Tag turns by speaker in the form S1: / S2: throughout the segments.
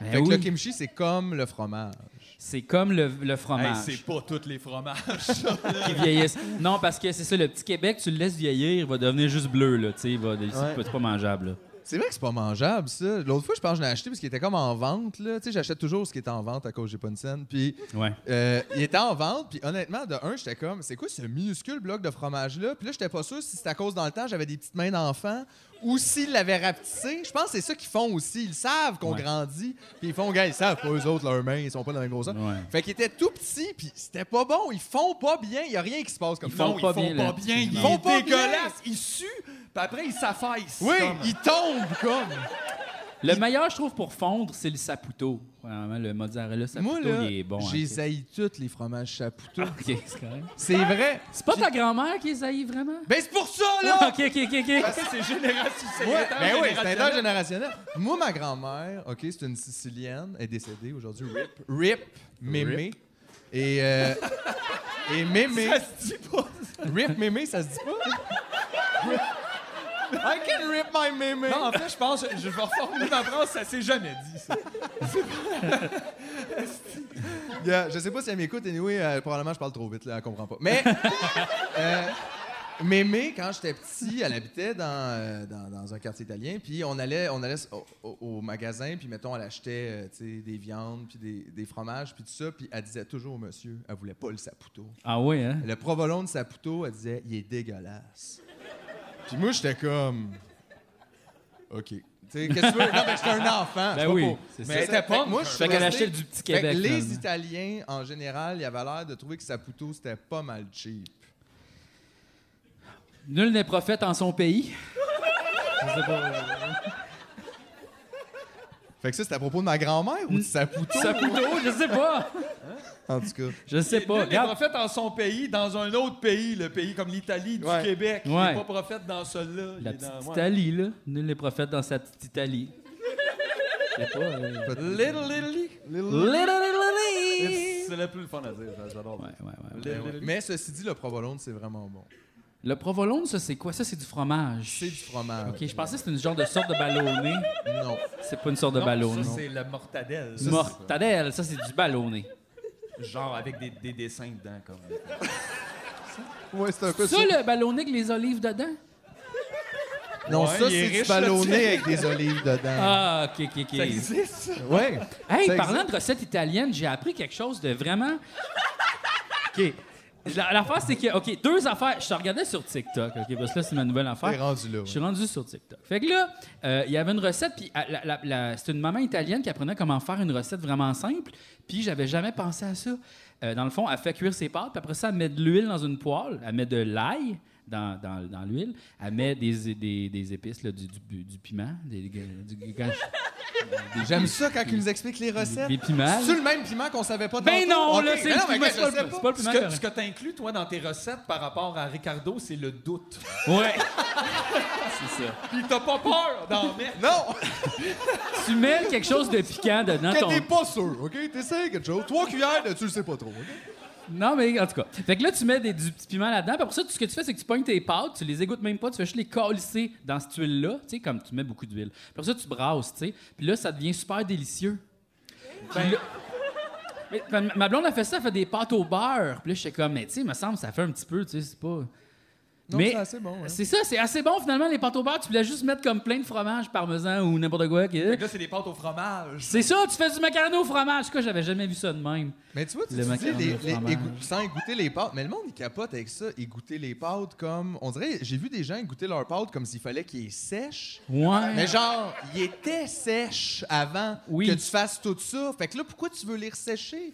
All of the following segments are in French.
S1: Ben
S2: Fait que
S1: oui,
S2: le kimchi, c'est comme le fromage.
S1: C'est comme le, le
S3: Hey,
S1: fromage
S3: Ben, c'est pas tous les fromages, ça, là.
S1: qui vieillissent. Non, parce que c'est ça, le petit Québec, tu le laisses vieillir, il va devenir juste bleu, là. Tu sais, il va- c'est
S2: Ouais.
S1: pas- c'est pas mangeable, là.
S2: C'est vrai que c'est pas mangeable, ça. L'autre fois, je pense que j'en ai acheté parce qu'il était comme en vente, là. Tu sais, j'achète toujours ce qui est en vente à cause que j'ai pas une scène. Puis
S1: Ouais.
S2: euh, il était en vente, puis honnêtement, de un, j'étais comme, c'est quoi ce minuscule bloc de fromage-là? Puis là, j'étais pas sûr si c'était à cause dans le temps, j'avais des petites mains d'enfant ou s'ils l'avaient rapetissé. Je pense que c'est ça qu'ils font aussi. Ils savent qu'on
S1: Ouais.
S2: grandit, puis ils font, gars, ils savent pas eux autres leurs mains, ils sont pas dans la même grosseur.
S1: Ouais.
S2: Fait qu'il était tout petit, puis c'était pas bon. Ils font pas bien, il y a rien qui se passe comme
S1: Ils
S2: ça.
S1: font
S3: Non,
S1: pas
S3: ils font
S1: bien,
S3: pas
S1: là.
S3: bien. Ils
S1: Ils
S2: font
S3: font
S2: pas
S3: dégueulasse. Ils suent, puis après, ils s'affaissent.
S2: Oui,
S3: Comme-
S2: ils tombent comme.
S1: Le meilleur, je trouve, pour fondre, c'est le saputo. Vraiment, le mozzarella saputo,
S2: Moi, là,
S1: il est bon. hein,
S2: j'ai
S1: tu sais.
S2: zaï tous les fromages chapoutou.
S1: Ok, c'est correct.
S2: C'est vrai.
S1: C'est pas ta grand-mère qui les haït vraiment?
S2: Ben, c'est pour ça,
S1: Ah,
S2: là!
S1: ok, ok, ok, ok.
S3: Ça, c'est génération. c'est
S2: Ouais, ben oui, c'est
S3: intergénérationnel.
S2: intergénérationnel. Moi, ma grand-mère, OK, c'est une Sicilienne, elle est décédée aujourd'hui. RIP. RIP, mémé. Et, euh, et mémé.
S3: Ça se dit pas.
S2: RIP, mémé, ça se dit pas? I can rip my mémé.
S3: Non, en fait, je pense, je vais reformuler ma phrase, ça s'est jamais dit, ça.
S2: Yeah, je sais pas si elle m'écoute, anyway, euh, probablement je parle trop vite, là, elle comprend pas. Mais euh, Mémé, quand j'étais petit, elle habitait dans, euh, dans, dans un quartier italien, puis on allait, on allait au, au- au magasin, puis mettons, elle achetait euh, tu sais, des viandes, puis des, des fromages, puis tout ça, puis elle disait toujours au monsieur, elle voulait pas le saputo.
S1: Ah oui, hein?
S2: Le provolone de Saputo, elle disait, il est dégueulasse. Puis moi, j'étais comme. OK. Tu sais, qu'est-ce que tu veux? Non, mais j'étais un enfant.
S1: Ben
S2: je peux
S1: oui,
S2: pas.
S1: c'est
S2: Mais
S1: ça.
S2: c'était pas. Moi, je suis
S1: Fait qu'elle
S2: resté-
S1: achetait du petit
S2: Fait que
S1: Québec.
S2: les
S1: finalement.
S2: Italiens, en général, ils avaient l'air de trouver que Saputo, c'était pas mal cheap.
S1: Nul n'est prophète en son pays. Je sais pas.
S2: Fait que ça, c'était à propos de ma grand-mère ou de Saputo?
S1: Saputo, je sais pas.
S2: Mm. En tout cas.
S1: Je sais
S4: Nul
S1: pas.
S4: n'est
S1: Regarde,
S4: prophète en son pays, dans un autre pays, le pays comme l'Italie, du
S2: Ouais.
S4: Québec. Il
S1: Ouais.
S4: n'est pas prophète dans celui-là. Il
S1: la
S4: est dans-
S1: petite
S4: ouais.
S1: Italie, là. Nul n'est prophète dans sa petite Italie. Je sais pas. euh,
S4: Little Italy.
S1: Little Italy.
S4: C'est le plus le fun à dire. J'adore.
S1: Ouais, ouais, ouais.
S4: Little Italy.
S2: Mais ceci dit, le provolone, c'est vraiment bon.
S1: Le provolone, ça, c'est quoi? Ça, c'est du fromage.
S2: C'est du fromage.
S1: OK, je pensais que c'était une genre de sorte de ballonné.
S2: Non.
S1: C'est pas une sorte de ballonné.
S4: Ça, c'est la mortadelle.
S2: c'est-
S1: Mortadelle, ça, c'est du ballonné.
S4: Genre avec des, des dessins dedans. Comme...
S2: Ouais, c'est un peu
S1: Ça, le ballonné avec les olives dedans?
S2: Non, ça,
S4: Ouais, il est
S2: c'est du
S4: riche, là, tu
S2: ballonné
S4: sais.
S2: avec des olives dedans.
S1: Ah, OK, OK, OK.
S4: existe, ça?
S2: Ouais.
S1: Hey,
S2: Ça
S1: parlant de recettes italiennes, j'ai appris quelque chose de vraiment. OK. La- L'affaire, c'est que, OK, deux affaires. Je te regardais sur TikTok, OK, parce que là, c'est ma nouvelle
S2: T'es
S1: affaire.
S2: rendu là.
S1: Je
S2: ouais.
S1: suis rendu sur TikTok. Fait que là, euh, il y avait une recette, puis à- la- la- la- c'est une maman italienne qui apprenait comment faire une recette vraiment simple, puis j'avais jamais pensé à ça. Euh, dans le fond, elle fait cuire ses pâtes, puis après ça, elle met de l'huile dans une poêle, elle met de l'ail dans, dans- dans l'huile, elle met des, des- des épices, là, du, du- du piment, des, du- du- quand je- des-
S2: J'aime ça quand ils nous expliquent les recettes.
S1: Des piments.
S2: C'est le même piment qu'on savait pas
S1: Ben
S2: tantôt?
S1: non,
S2: Ok.
S1: là, c'est
S2: Mais
S1: le
S2: non, mais
S1: piment,
S2: qu'est-ce que je
S1: c'est
S2: sais
S1: pas-
S2: pas?
S1: c'est pas le
S4: Ce
S1: piment
S4: que,
S1: correct.
S4: ce que t'inclus, toi, dans tes recettes par rapport à Ricardo, c'est le doute.
S1: Ouais. c'est ça.
S4: Puis t'as pas peur d'en mettre.
S2: Non,
S1: Tu mets quelque chose de piquant dedans.
S2: que
S1: ton-
S2: t'es pas sûr, OK? T'essayes quelque chose. Trois cuillères, de, tu le sais pas trop, OK?
S1: Non, mais en tout cas. Fait que là, tu mets des, du petit piment là-dedans. Puis après ça, tout ce que tu fais, c'est que tu pognes tes pâtes, tu les égouttes même pas, tu fais juste les colisser dans cette huile-là, tu sais, comme tu mets beaucoup d'huile. Puis après ça, tu brasses, tu sais. Puis là, ça devient super délicieux. Puis là- Mais- ma- ma blonde a fait ça, elle fait des pâtes au beurre. Puis là, j'étais comme, mais tu sais, il me semble, ça fait un petit peu, tu sais, c'est pas. mais
S2: c'est assez bon, hein. ouais.
S1: C'est ça, c'est assez bon finalement, les pâtes au beurre. Tu voulais juste mettre comme plein de fromage parmesan ou n'importe quoi. que-
S4: Là, c'est des pâtes au fromage.
S1: C'est ça, tu fais du macaroni au fromage. Quoi, j'avais jamais vu ça de même.
S2: Mais tu vois, tu,
S1: Le
S2: tu dis
S1: macaron
S2: les-
S1: au
S2: les-
S1: fromage.
S2: égou- sans égoutter les pâtes. Mais le monde, il capote avec ça, égoutter les pâtes comme... On dirait, j'ai vu des gens égoutter leurs pâtes comme s'il fallait qu'ils sèchent.
S1: Ouais.
S2: Mais genre, ils étaient sèches avant
S1: Oui.
S2: que tu fasses tout ça. Fait que là, pourquoi tu veux les ressécher?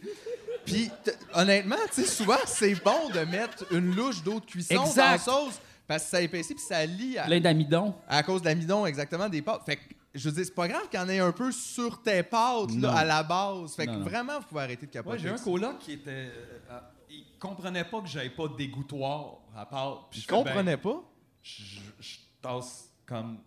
S2: Puis, t- honnêtement, tu sais, souvent, c'est bon de mettre une louche d'eau de cuisson dans la
S1: Exact.
S2: sauce parce que ça épaissit puis ça lie à,
S1: Plein d'amidon.
S2: à cause de l'amidon, exactement, des pâtes. Fait que, je veux dire, c'est pas grave qu'il y en ait un peu sur tes pâtes, là,
S1: Non.
S2: à la base. Fait que
S1: Non, non.
S2: vraiment, vous pouvez arrêter de capoter.
S4: Moi, j'ai un
S2: avec ça.
S4: coloc qui était. euh, euh, il comprenait pas que j'avais pas de dégoûtoir à part. Puis
S2: Je
S4: je fais, ben,
S2: comprenais pas.
S4: je, je- je tasse comme.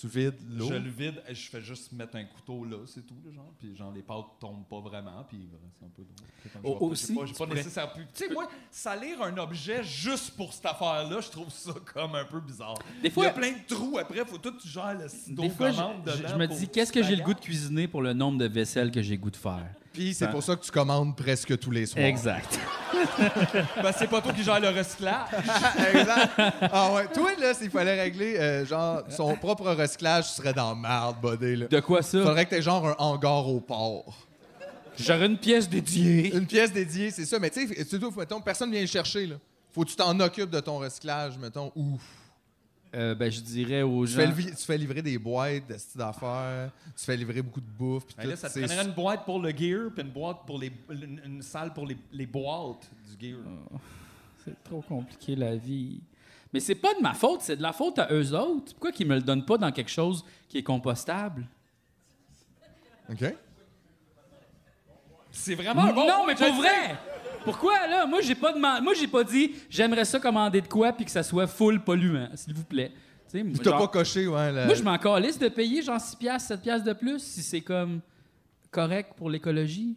S2: Tu vides l'eau.
S4: Je le vide, et je fais juste mettre un couteau là, c'est tout, là, genre. Puis genre, les pâtes tombent pas vraiment, puis voilà, c'est un peu drôle. C'est comme, je
S1: Oh,
S4: vois pas- j'ai
S1: aussi,
S4: pas- j'ai pas
S1: tu pourrais-
S4: nécessaire plus- Tu sais, moi, salir un objet juste pour cette affaire-là, je trouve ça comme un peu bizarre.
S1: Des fois-
S4: Il y a plein de trous après, faut tout, tu gères le
S1: Des fois, je, je- je me dis, qu'est-ce que j'ai le goût de cuisiner pour le nombre de vaisselles que j'ai le goût de faire?
S2: Puis c'est
S1: Ben.
S2: pour ça que tu commandes presque tous les soirs.
S1: Exact.
S4: Ben, c'est pas toi qui gère le recyclage.
S2: exact. Ah ouais. Toi, là, s'il fallait régler, euh, genre, son propre recyclage, tu serais dans marde, buddy, là.
S1: De quoi ça?
S2: Faudrait que t'aies genre un hangar au port.
S1: J'aurais une pièce dédiée.
S2: Une pièce dédiée, c'est ça. Mais tu sais, c'est tout, mettons, personne vient le chercher, là. Faut que tu t'en occupes de ton recyclage, mettons, ou
S1: Euh, ben, je dirais aux
S2: tu
S1: gens.
S2: fais, le vi- tu fais livrer des boîtes de style d'affaires, tu fais livrer beaucoup de bouffe, puis
S4: Ben là,
S2: tout.
S4: ça te
S2: c'est-
S4: prendrait une boîte pour le gear, puis une boîte pour les, une, une salle pour les, les boîtes du gear.
S2: Ah.
S1: C'est trop compliqué, la vie. Mais c'est pas de ma faute, c'est de la faute à eux autres. Pourquoi qu'ils me le donnent pas dans quelque chose qui est compostable?
S2: OK.
S4: C'est vraiment un bon.
S1: non,
S4: point,
S1: mais
S4: je le
S1: pour vrai! Pourquoi, là? Moi, j'ai pas, deman- Moi, j'ai pas dit j'aimerais ça commander de quoi puis que ça soit full polluant, s'il vous plaît. Tu sais,
S2: Puis t'as
S1: genre-
S2: pas coché, ouais. la-
S1: Moi, je m'en calisse de payer genre 6 piastres, 7 piastres de plus si c'est comme correct pour l'écologie.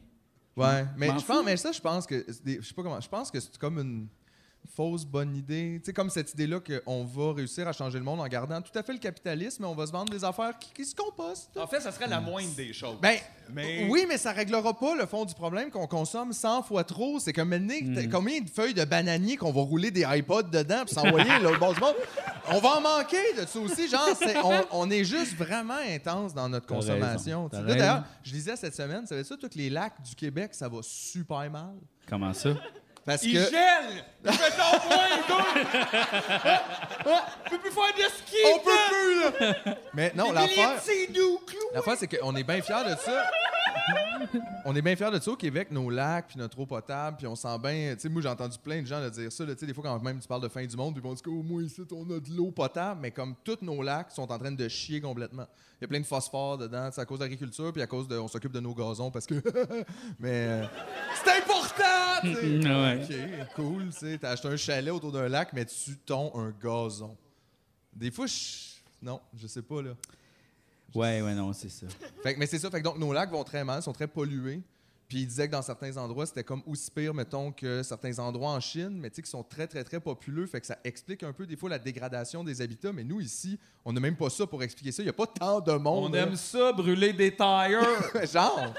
S2: Ouais, mais
S1: m'en
S2: je pense,
S1: fous.
S2: mais ça, je pense que, c'est des- je sais pas comment, je pense que c'est comme une fausse bonne idée. Tu sais, comme cette idée-là qu'on va réussir à changer le monde en gardant tout à fait le capitalisme, mais on va se vendre des affaires qui, qui se compostent.
S4: En fait, ça serait la moindre des choses.
S2: Ben,
S4: Mais-
S2: oui, mais ça réglera pas le fond du problème qu'on consomme 100 fois trop. C'est comme maintenant,
S1: Hmm.
S2: t'as combien de feuilles de bananier qu'on va rouler des iPods dedans puis s'envoyer là, au bord du monde? On va en manquer de ça aussi. Genre, c'est- on, on est juste vraiment intense dans notre
S1: T'as raison,
S2: consommation. tu sais.
S1: t'as
S2: Là, D'ailleurs,
S1: raison.
S2: je lisais cette semaine, savais ça, tous les lacs du Québec, ça va super mal.
S1: Comment ça?
S2: Parce
S4: Il
S2: que
S4: gèle! Je fais ton point, dude! Je peux plus faire de ski!
S2: on peut plus, là! Mais non,
S4: la
S2: l'affaire.
S4: C'est nous, clou!
S2: La fois, c'est qu'on est bien fiers de ça. On est bien fiers de ça au Québec, nos lacs, puis notre eau potable, puis on sent bien. Tu sais, moi, j'ai entendu plein de gens le dire ça. là. Tu sais, des fois, quand même tu parles de fin du monde, puis ils vont dire au moins ici, on a de l'eau potable, mais comme tous nos lacs sont en train de chier complètement. Il y a plein de phosphore dedans. C'est à cause de l'agriculture, puis à cause de. On s'occupe de nos gazons parce que. mais. euh, c'est important! tu sais.
S1: Ouais.
S2: OK, cool. Tu sais, t'as acheté un chalet autour d'un lac, mais tu tons un gazon. Des fois, je- Non, je sais pas, là.
S1: Ouais, ouais, non, c'est ça.
S2: Fait que- mais c'est ça. Fait que donc, nos lacs vont très mal, sont très pollués. Puis il disait que dans certains endroits, c'était comme aussi pire, mettons, que certains endroits en Chine, mais tu sais, qui sont très, très, très populeux. Fait que ça explique un peu, des fois, la dégradation des habitats. Mais nous, ici, on n'a même pas ça pour expliquer ça. Il n'y a pas tant de
S4: On
S2: monde. là.
S4: aime ça, brûler des tires!
S2: genre.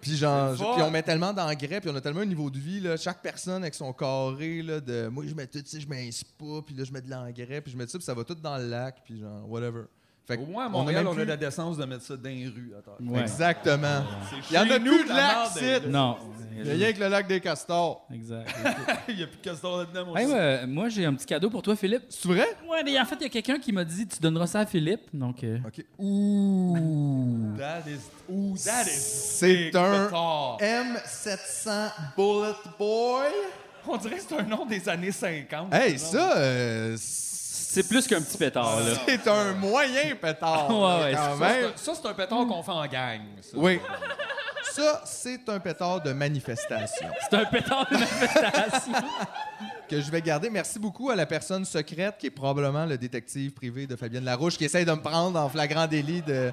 S2: Puis genre,
S4: C'est le fun.
S2: puis on met tellement d'engrais, puis on a tellement un niveau de vie, là, chaque personne avec son carré, là, de moi je mets tout, tu sais, je mets un spa, puis là je mets de l'engrais, puis je mets tout ça, puis ça va tout dans le lac, puis genre, whatever. Fait que
S4: Au moins, à
S2: on a
S4: Montréal,
S2: même
S4: on a,
S2: plus-
S4: la décence de mettre ça dans les rues. Attends.
S1: Ouais.
S2: Exactement.
S4: C'est
S2: Il y en
S4: chez
S2: a
S4: nous
S2: plus de
S4: que la
S2: lac,
S4: merde est-
S2: c'est-
S1: Non.
S2: Il y a rien que le lac des castors.
S1: Exact.
S4: Il n'y a plus de castor là-dedans, mon
S1: Hey,
S4: chien.
S1: ouais, euh, moi, j'ai un petit cadeau pour toi, Philippe.
S2: C'est vrai?
S1: Ouais, mais en fait, il y a quelqu'un qui m'a dit tu donneras ça à Philippe. Donc, euh,
S2: OK.
S1: ouh.
S4: That is... Ooh, that is...
S2: C'est un
S4: Pétard.
S2: M700 Bullet Boy.
S4: On dirait que c'est un nom des années 50.
S2: Hey,
S4: genre.
S2: ça, euh, c'est
S1: C'est plus qu'un petit pétard, là.
S2: c'est un moyen pétard.
S1: Ouais, ouais,
S2: quand
S4: Ça, c'est
S2: même.
S4: un- Ça, c'est un pétard qu'on fait en gang. ça.
S2: Oui. Ça, c'est un pétard de manifestation
S1: C'est un pétard de manifestation.
S2: que je vais garder. Merci beaucoup à la personne secrète qui est probablement le détective privé de Fabienne Larouche qui essaye de me prendre en flagrant délit de,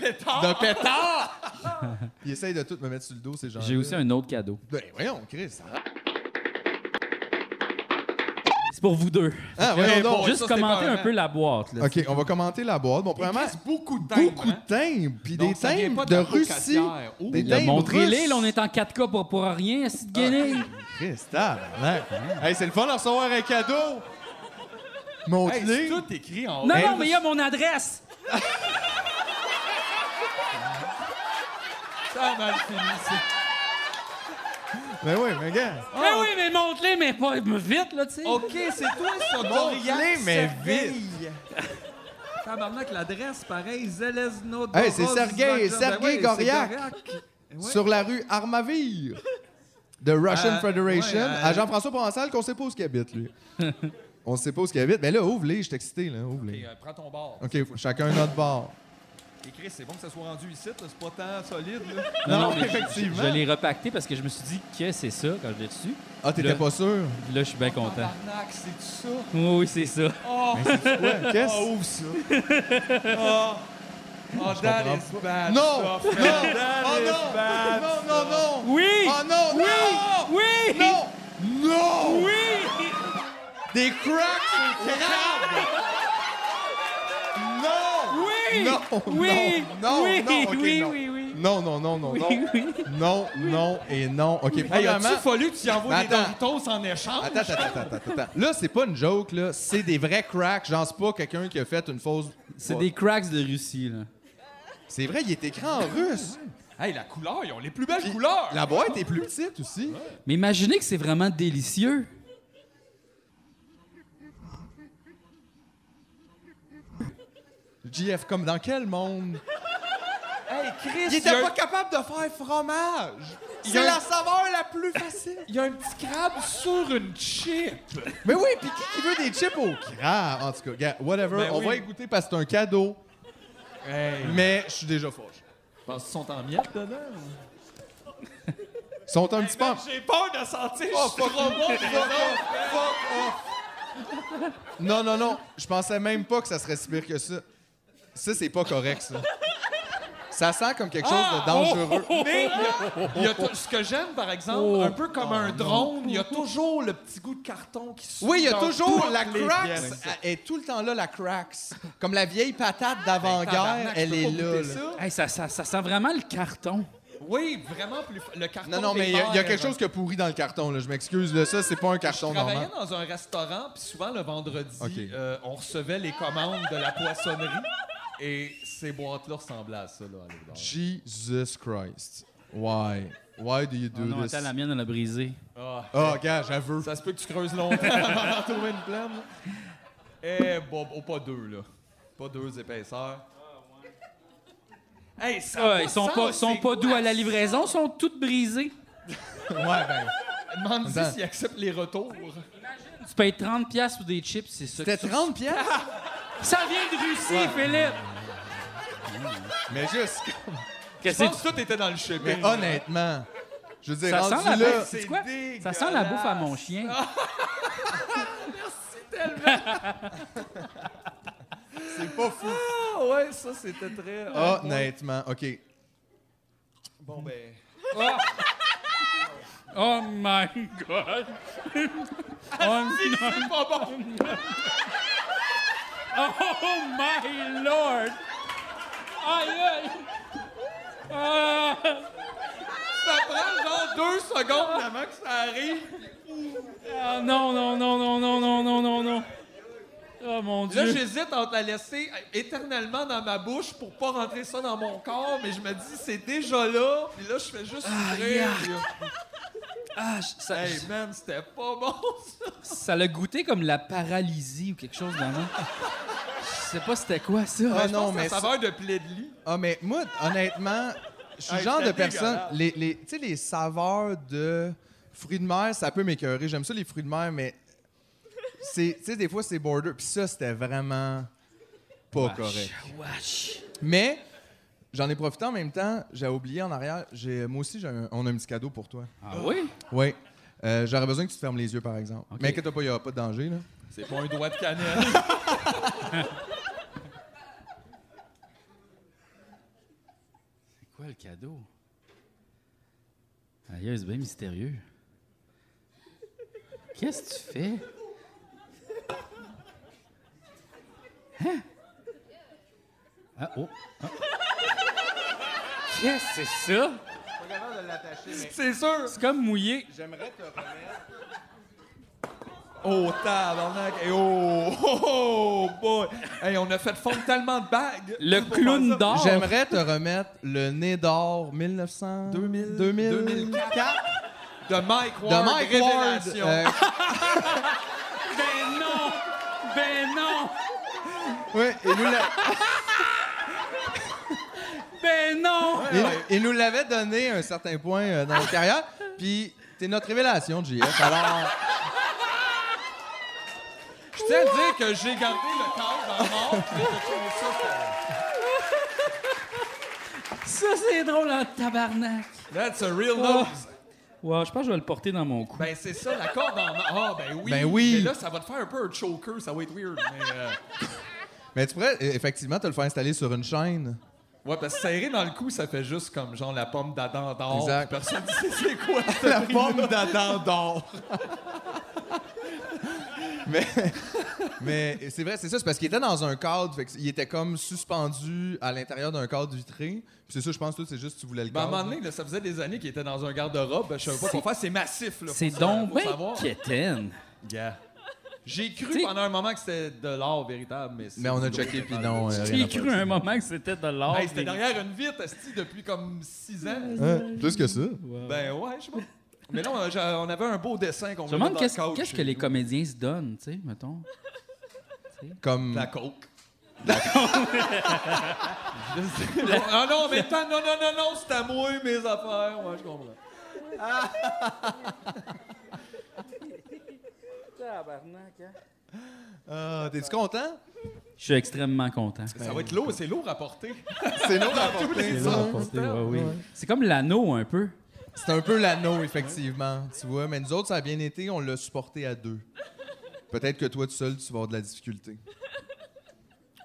S4: Pétard!
S2: de pétard. Il essaye de tout me mettre sur le dos, ces gens-là.
S1: J'ai aussi un autre cadeau.
S2: Ben voyons, Chris. ça va.
S1: C'est pour vous deux.
S2: Ah, voyons donc.
S4: bon,
S1: Juste
S4: ça, c'est
S1: commenter un
S4: peurant.
S1: peu la boîte, là.
S2: OK, on va commenter la boîte. Bon, premièrement,
S4: Chris, beaucoup de timbres,
S2: beaucoup
S4: hein?
S2: de timbres, puis des
S4: Donc, ça vient
S2: timbres
S4: pas
S2: de
S4: la
S2: Russie.
S4: cocatière. Ouh.
S2: Des
S1: Il a
S2: timbres
S1: montré les,
S2: russes.
S1: là, on est en 4K pour, pour rien, si de Guinée.
S2: Ah. Christ, tabarnak. Hey, c'est le fun de recevoir un cadeau. Mon
S4: Hey, c'est
S2: dîner.
S4: tout écrit en
S1: Non,
S4: haut.
S1: non, mais il y a mon adresse.
S4: Ça a mal fini, ça.
S2: Ben oui, mais gars.
S1: Mais Ah oui, mais montre-les, mais pas vite, là, tu sais.
S4: OK, c'est toi, ça,
S2: Montre-les, mais
S4: vite! Tabarnak, l'adresse, pareil, Zelezno...
S2: Hey, c'est Sergueï, Sergueï Goriac.
S4: Ouais.
S2: Sur la rue Armavir de Russian
S4: Euh,
S2: Federation
S4: ouais, euh,
S2: à Jean-François Provençal, qu'on sait pas où ce qu'il habite, lui. On sait pas où ce qu'il habite. Mais là, ouvre-les, je suis excité, là. Ouvre-les.
S4: euh, prends ton bar.
S2: OK, chacun notre bord.
S4: Et Chris, c'est bon que ça soit rendu ici, là, c'est pas tant solide. Là.
S1: Non, non,
S2: Non,
S1: mais je-
S2: effectivement.
S1: Je, l'ai repacté parce que je me suis dit que c'est ça quand je l'ai reçu.
S2: Ah,
S1: Là.
S2: t'étais pas sûr?
S1: Puis Là, je suis bien content.
S4: Tabarnak, c'est ça.
S1: Oui, oui, c'est ça.
S4: Oh,
S2: Ouais, qu'est-ce?
S4: oh ouvre ça. oh, oh that
S2: comprends
S4: is bad.
S2: Non!
S4: stuff,
S2: Non!
S4: man. That
S2: Oh
S4: is bad.
S2: non! Non, non, non!
S1: Oui!
S2: Oh non!
S1: oui!
S2: Non!
S1: Oui!
S2: Non! Non!
S1: Oui!
S2: Des cracks sur le câble! Non!
S1: Oui!
S2: Non!
S1: Oui!
S2: Non!
S1: oui!
S2: non, ok,
S1: oui,
S2: non.
S1: oui, oui,
S2: Non, non, non, non, non.
S1: oui, oui.
S2: Non, non et non. OK,
S4: Hey,
S2: premièrement...
S4: a-tu fallu que tu y envoies des
S2: Mais attends.
S4: Doritos en échange?
S2: Attends, attends, attends, attends, attends, attends. Là, c'est pas une joke, là. C'est des vrais cracks. J'en sais pas quelqu'un qui a fait une fausse...
S1: C'est des cracks de Russie, là.
S2: C'est vrai, il est écrit en russe.
S4: Hey, la couleur, ils ont les plus belles couleurs.
S2: La boîte est plus petite aussi.
S1: Mais imaginez que c'est vraiment délicieux.
S2: JF, comme dans quel monde?
S4: Hey, Chris,
S2: Il
S4: y
S2: était
S4: a un-
S2: pas capable de faire fromage.
S4: Il y a
S2: C'est
S4: un-
S2: la saveur la plus facile.
S4: il y a un petit crabe sur une chip.
S2: Mais oui, puis qui, qui veut des chips au crabe? En tout cas, gars, whatever,
S4: Ben
S2: on
S4: oui.
S2: va écouter parce que c'est un cadeau,
S4: Hey,
S2: mais je suis déjà fâché.
S4: penses qu'ils sont en miettes dedans?
S2: Ils sont un petit peu... en-
S4: J'ai peur de sentir
S2: Oh,
S4: je suis
S2: fuck
S4: trop bon.
S2: Fuck off, fuck off. Non, non, non, je pensais même pas que ça serait si pire que ça. Ça, c'est pas correct, ça. Ça sent comme quelque chose
S4: Ah!
S2: de dangereux.
S4: Mais il y a tou- ce que j'aime, par exemple,
S1: Oh.
S4: un peu comme un drone, il y a toujours le petit goût de carton qui se
S2: Oui, il y a
S4: dans
S2: toujours
S4: toutes
S2: la
S4: les
S2: cracks.
S4: pièces.
S2: Elle est tout le temps là, la cracks. Comme la vieille patate d'avant-guerre,
S4: Ben, Tabarnak, je
S2: elle
S4: peux
S2: est
S4: pas
S2: là.
S4: goûter
S2: là.
S4: ça.
S1: Hey, ça, ça- ça sent vraiment le carton.
S4: Oui, vraiment plus. Le carton.
S2: Non, non,
S4: des
S2: mais il y, a- il y a
S4: verres.
S2: quelque chose qui a pourri dans le carton, là. Je m'excuse, là. Ça, c'est pas un carton
S4: Je travaillais
S2: normal.
S4: dans un restaurant, puis souvent le vendredi,
S2: Ok.
S4: euh, on recevait les commandes de la poissonnerie. Et ces boîtes-là ressemblaient à ça, là, à l'odeur.
S2: Jesus Christ. Why? Why do you
S1: Oh
S2: do
S1: non,
S2: this?
S1: attends, la mienne, elle a brisé.
S4: Ah,
S2: Ah, gars, j'avoue.
S4: ça se peut que tu creuses longtemps avant d'en trouver une pleine. là. Eh, bon, oh, pas deux, là. Pas deux épaisseurs. Hey, ça a
S1: Ah, ils
S4: de
S1: sont
S4: sens,
S1: pas, sont
S4: c'est
S1: pas doux
S4: quoi
S1: à la
S4: ça?
S1: livraison, ils sont toutes brisées.
S2: Ouais, ben.
S4: Demande-y
S2: Attends.
S4: s'ils acceptent les retours.
S1: Tu payes 30$ piastres pour des chips, c'est ça. que
S2: C'était
S1: tu-
S2: 30 piastres?
S1: Ça vient de Russie, Philippe!
S2: Mais juste,
S4: Je
S1: Qu'est-ce que
S4: pense que tout était dans le
S2: mais
S4: shipping.
S2: honnêtement, je veux dire,
S1: Ça
S2: rendu
S1: sent la
S2: là,
S1: bouffe, c'est quoi? Ça sent la bouffe à mon chien.
S2: c'est pas fou.
S4: Ah ouais, ça c'était très. Ah,
S2: Honnêtement, OK.
S4: Bon ben.
S1: Oh my god! oh, non.
S4: C'est pas bon.
S1: Oh my lord! Aïe aïe! Ah!
S4: Ça prend genre deux secondes avant que ça arrive.
S1: Ah, non, non, non, non, non, non, non, non, non! Oh mon
S4: Là,
S1: dieu!
S4: j'hésite entre la laisser éternellement dans ma bouche pour pas rentrer ça dans mon corps, mais je me dis c'est déjà là. Puis là, je fais juste sourire.
S1: Ah, je- ça,
S4: Hey man, c'était pas bon ça.
S1: ça l'a goûté comme la paralysie ou quelque chose dans le- Je sais pas c'était quoi ça.
S2: Ah
S4: Je
S2: non,
S4: pense que
S2: mais
S4: ça
S2: ça-
S4: saveur de plaid de lit.
S2: Ah, mais moi, honnêtement, je suis le
S4: Hey,
S2: genre de
S4: c'était
S2: personne.
S4: dégueulasse.
S2: Les, les, tu sais, les saveurs de fruits de mer, ça peut m'écœurer. J'aime ça, les fruits de mer, mais. c'est- Tu sais, des fois, c'est border. Puis ça, c'était vraiment pas correct.
S1: Wesh.
S2: Mais j'en ai profité en même temps. J'ai oublié en arrière. J'ai- Moi aussi, j'ai un- on a un petit cadeau pour toi.
S1: Ah oui?
S2: Oui. Euh, J'aurais besoin que tu te fermes les yeux, par exemple.
S1: Ok.
S2: Mais inquiète pas, il n'y aura pas de danger. Là.
S4: C'est pas un doigt de cannelle.
S1: C'est quoi le cadeau? Ah, Aïe, c'est bien mystérieux. Qu'est-ce que tu fais? Hein? Hein? Ah, oh! ah. Qu'est-ce que c'est ça?
S4: c'est sûr.
S1: C'est comme mouillé.
S4: Oh tabarnak. Et oh, oh, oh boy. Hey, on a fait fondre tellement de bagues.
S1: Le
S4: Pour faire
S1: clown
S4: ça.
S1: d'or.
S2: J'aimerais te remettre le nez d'or 1900...
S4: 2000,
S2: 2000,
S4: 2004. de Mike
S2: de
S4: Ward.
S2: Mike Ward.
S4: révélation.
S2: euh,
S1: Ben non! Ben non!
S2: ouais, il nous l'a-
S1: Ben non!
S2: il- il nous l'avait donné à un certain point euh, dans notre carrière. Puis, t'es notre révélation, JF. Alors,
S4: Je tiens à dire que j'ai gardé le corps dans le mort. mais j'ai trouvé ça, c'était-
S1: Ça, c'est drôle en tabarnak.
S4: That's a real
S1: Oh.
S4: nose.
S1: Wow, je pense que je vais le porter dans mon cou.
S4: Ben, c'est ça, la corde en mort. Ah, ben oui.
S2: Ben oui.
S4: Mais là, ça va te faire un peu un choker. Ça va être weird. Mais, euh,
S2: mais tu pourrais euh, effectivement te le faire installer sur une chaîne.
S4: Ouais, parce que serré dans le cou, ça fait juste comme genre la pomme d'Adam d'or.
S2: Exact.
S4: Oh, Personne ne sait c'est quoi.
S2: La pomme d'Adam d'or. mais mais euh, c'est vrai, c'est ça. C'est parce qu'il était dans un cadre. Fait il était comme suspendu à l'intérieur d'un cadre vitré. Puis c'est ça, je pense, toi, c'est juste que tu voulais le
S4: Ben, à un
S2: cadre.
S4: moment donné, là, ça faisait des années qu'il était dans un garde-robe. Ben, Je savais pas quoi faire. C'est massif. là.
S1: C'est
S4: Faut
S1: donc
S4: faut
S1: ben
S4: savoir.
S1: quétaine.
S4: Gars. J'ai cru
S1: T'sais-
S4: pendant un moment que c'était de l'or véritable, mais c'est
S2: mais on a
S4: du gros
S2: checké, puis
S4: détail.
S2: non. euh, rien
S1: J'ai
S2: à faire.
S1: cru un moment que c'était de l'or.
S4: Hey, c'était derrière une vitre, esti, depuis comme six ans.
S2: Hein, plus que ça.
S4: Ben ouais, je sais pas. Mais là, on a- j'a- on avait un beau dessin qu'on
S1: Je
S4: voulait
S1: me demande
S4: mettre
S1: qu'est-ce
S4: dans le couch.
S1: qu'est-ce que les comédiens se donnent, tu sais, mettons.
S2: Comme.
S3: Mm.
S4: La coke. Je sais pas. Ah non, mais attends, non, non, non, non, c'est à moi, mes affaires. Ouais, je comprends.
S2: Ah, T'es-tu content?
S1: Je suis extrêmement content.
S4: Ça va être lourd, c'est lourd à porter.
S2: C'est notre
S4: les
S1: C'est lourd à porter, ouais, oui. C'est comme l'anneau un peu.
S2: C'est un peu l'anneau, effectivement. Tu vois, mais nous autres, ça a bien été, on l'a supporté à deux. Peut-être que toi, tout seul, tu vas avoir de la difficulté.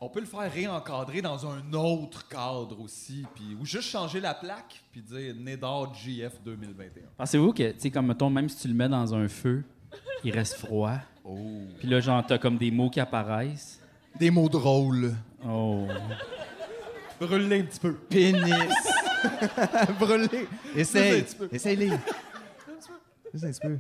S3: on peut le faire réencadrer dans un autre cadre aussi, puis ou juste changer la plaque, puis dire Nédard JF 2021.
S1: Pensez-vous que, tu sais, comme mettons, même si tu le mets dans un feu, il reste froid.
S4: Oh.
S1: Puis là, genre, t'as comme des mots qui apparaissent.
S2: Des mots drôles.
S1: Oh.
S3: Brûler un petit peu.
S2: Pénis. Brûlé. Essaye. Essaye-les. Juste un petit peu.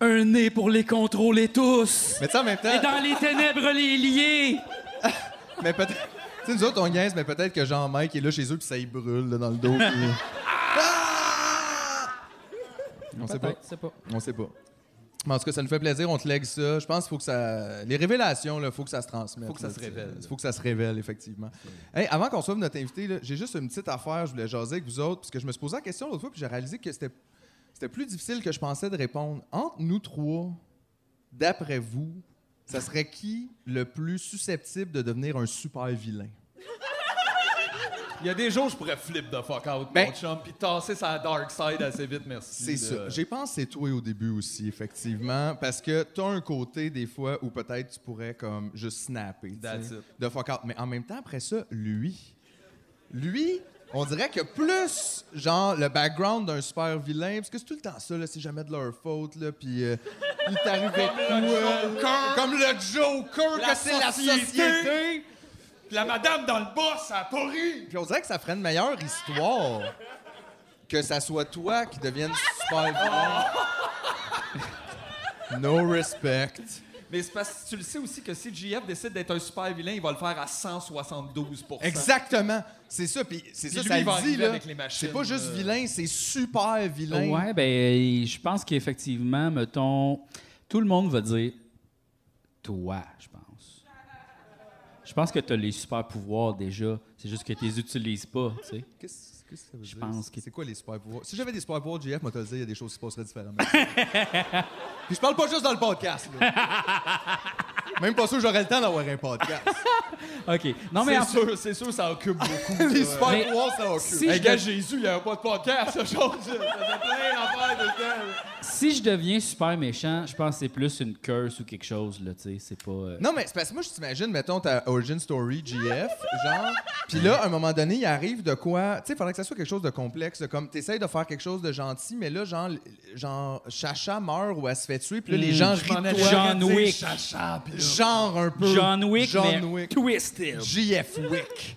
S1: Un nez pour les contrôler tous.
S2: Mais tu sais, en même temps.
S1: Et dans les ténèbres les lier.
S2: Mais peut-être. Tu sais, nous autres, on niaise, mais peut-être que Jean-Mike est là chez eux, puis ça y brûle là, dans le dos. puis- Ah! On sait pas.
S1: Peut-être, c'est pas.
S2: On sait pas. Mais en tout cas, ça nous fait plaisir, on te lègue ça. Je pense qu'il faut que ça. Les révélations, il faut que ça se transmette.
S3: Faut que ça
S2: là,
S3: se
S2: tu sais.
S3: révèle.
S2: faut que ça se révèle, effectivement. Hey, avant qu'on soit notre invité, là, j'ai juste une petite affaire, je voulais jaser avec vous autres, parce que je me suis posé la question l'autre fois, puis j'ai réalisé que c'était, c'était plus difficile que je pensais de répondre. Entre nous trois, d'après vous, ça serait qui le plus susceptible de devenir un super vilain?
S3: Il y a des jours, je pourrais flip de fuck out,
S2: Ben-
S3: mon chum, puis tasser sa dark side assez vite, merci.
S2: C'est
S3: là.
S4: Euh,
S2: ça. J'ai pensé toi au début aussi, effectivement, parce que tu as un côté des fois où peut-être tu pourrais comme juste snapper tu
S3: That's
S2: sais,
S3: it.
S2: de fuck out. Mais en même temps, après ça, lui, lui, on dirait que plus genre le background d'un super vilain, parce que c'est tout le temps ça, là, c'est jamais de leur faute, là, puis euh, il t'arrive avec
S4: le Joker.
S2: euh, comme le Joker,
S4: La
S2: que c'est la
S4: société.
S2: société.
S4: Puis la madame dans le bas, ça a pas ri.
S2: Puis on dirait que ça ferait une meilleure histoire que ça soit toi qui devienne super vilain. No respect.
S4: Mais c'est parce que tu le sais aussi que si JF décide d'être un super vilain, il va le faire à 172
S2: Exactement. C'est ça. Puis c'est
S4: Puis
S2: ça,
S4: lui,
S2: ça
S4: il va
S2: le dit,
S4: arriver
S2: là.
S4: avec les machines,
S2: C'est pas juste
S4: euh.
S2: vilain, c'est super vilain.
S1: Ouais, ben, euh, je pense qu'effectivement, mettons, tout le monde va dire toi, je pense. Je pense que t'as les super pouvoirs déjà. C'est juste que tu les utilises pas, tu sais.
S2: Qu'est-ce qu'est-ce que ça veut
S1: Je
S2: dire?
S1: pense que-
S2: C'est quoi les super pouvoirs? Si j'avais des super pouvoirs, JF m'a te le dire, il y a des choses qui se passeraient différemment. Puis je parle pas juste dans le podcast, là. Même pas sûr que j'aurais le temps d'avoir un podcast.
S1: OK. Non, mais
S4: C'est
S1: en-
S4: sûr, c'est sûr, ça occupe beaucoup.
S2: les super
S1: Mais
S2: pouvoirs, ça occupe.
S1: si,
S4: Les
S1: je
S4: gars,
S1: de-
S4: Jésus, il n'y avait pas de podcast, ce genre. Ça fait plein d'affaires dedans.
S1: si je deviens super méchant, je pense que c'est plus une curse ou quelque chose, là, tu sais. C'est pas. euh,
S2: Non, mais c'est parce que moi, je t'imagine, mettons, ta origin story, GF, genre. Puis là, à un moment donné, il arrive de quoi. Tu sais, il faudrait que ça soit quelque chose de complexe. Comme, t'essayes de faire quelque chose de gentil, mais là, genre, l- genre Chacha meurt ou elle se fait tuer. Puis là, les
S1: Hmm,
S2: gens
S1: je
S2: rient
S1: m'en
S2: de
S1: allais
S2: toi.
S1: John
S2: Tu sais,
S1: Wick.
S2: Chacha, puis là- genre un peu.
S1: John Wick,
S2: John
S1: mais
S2: Wick.
S1: twisted.
S2: GF Wick.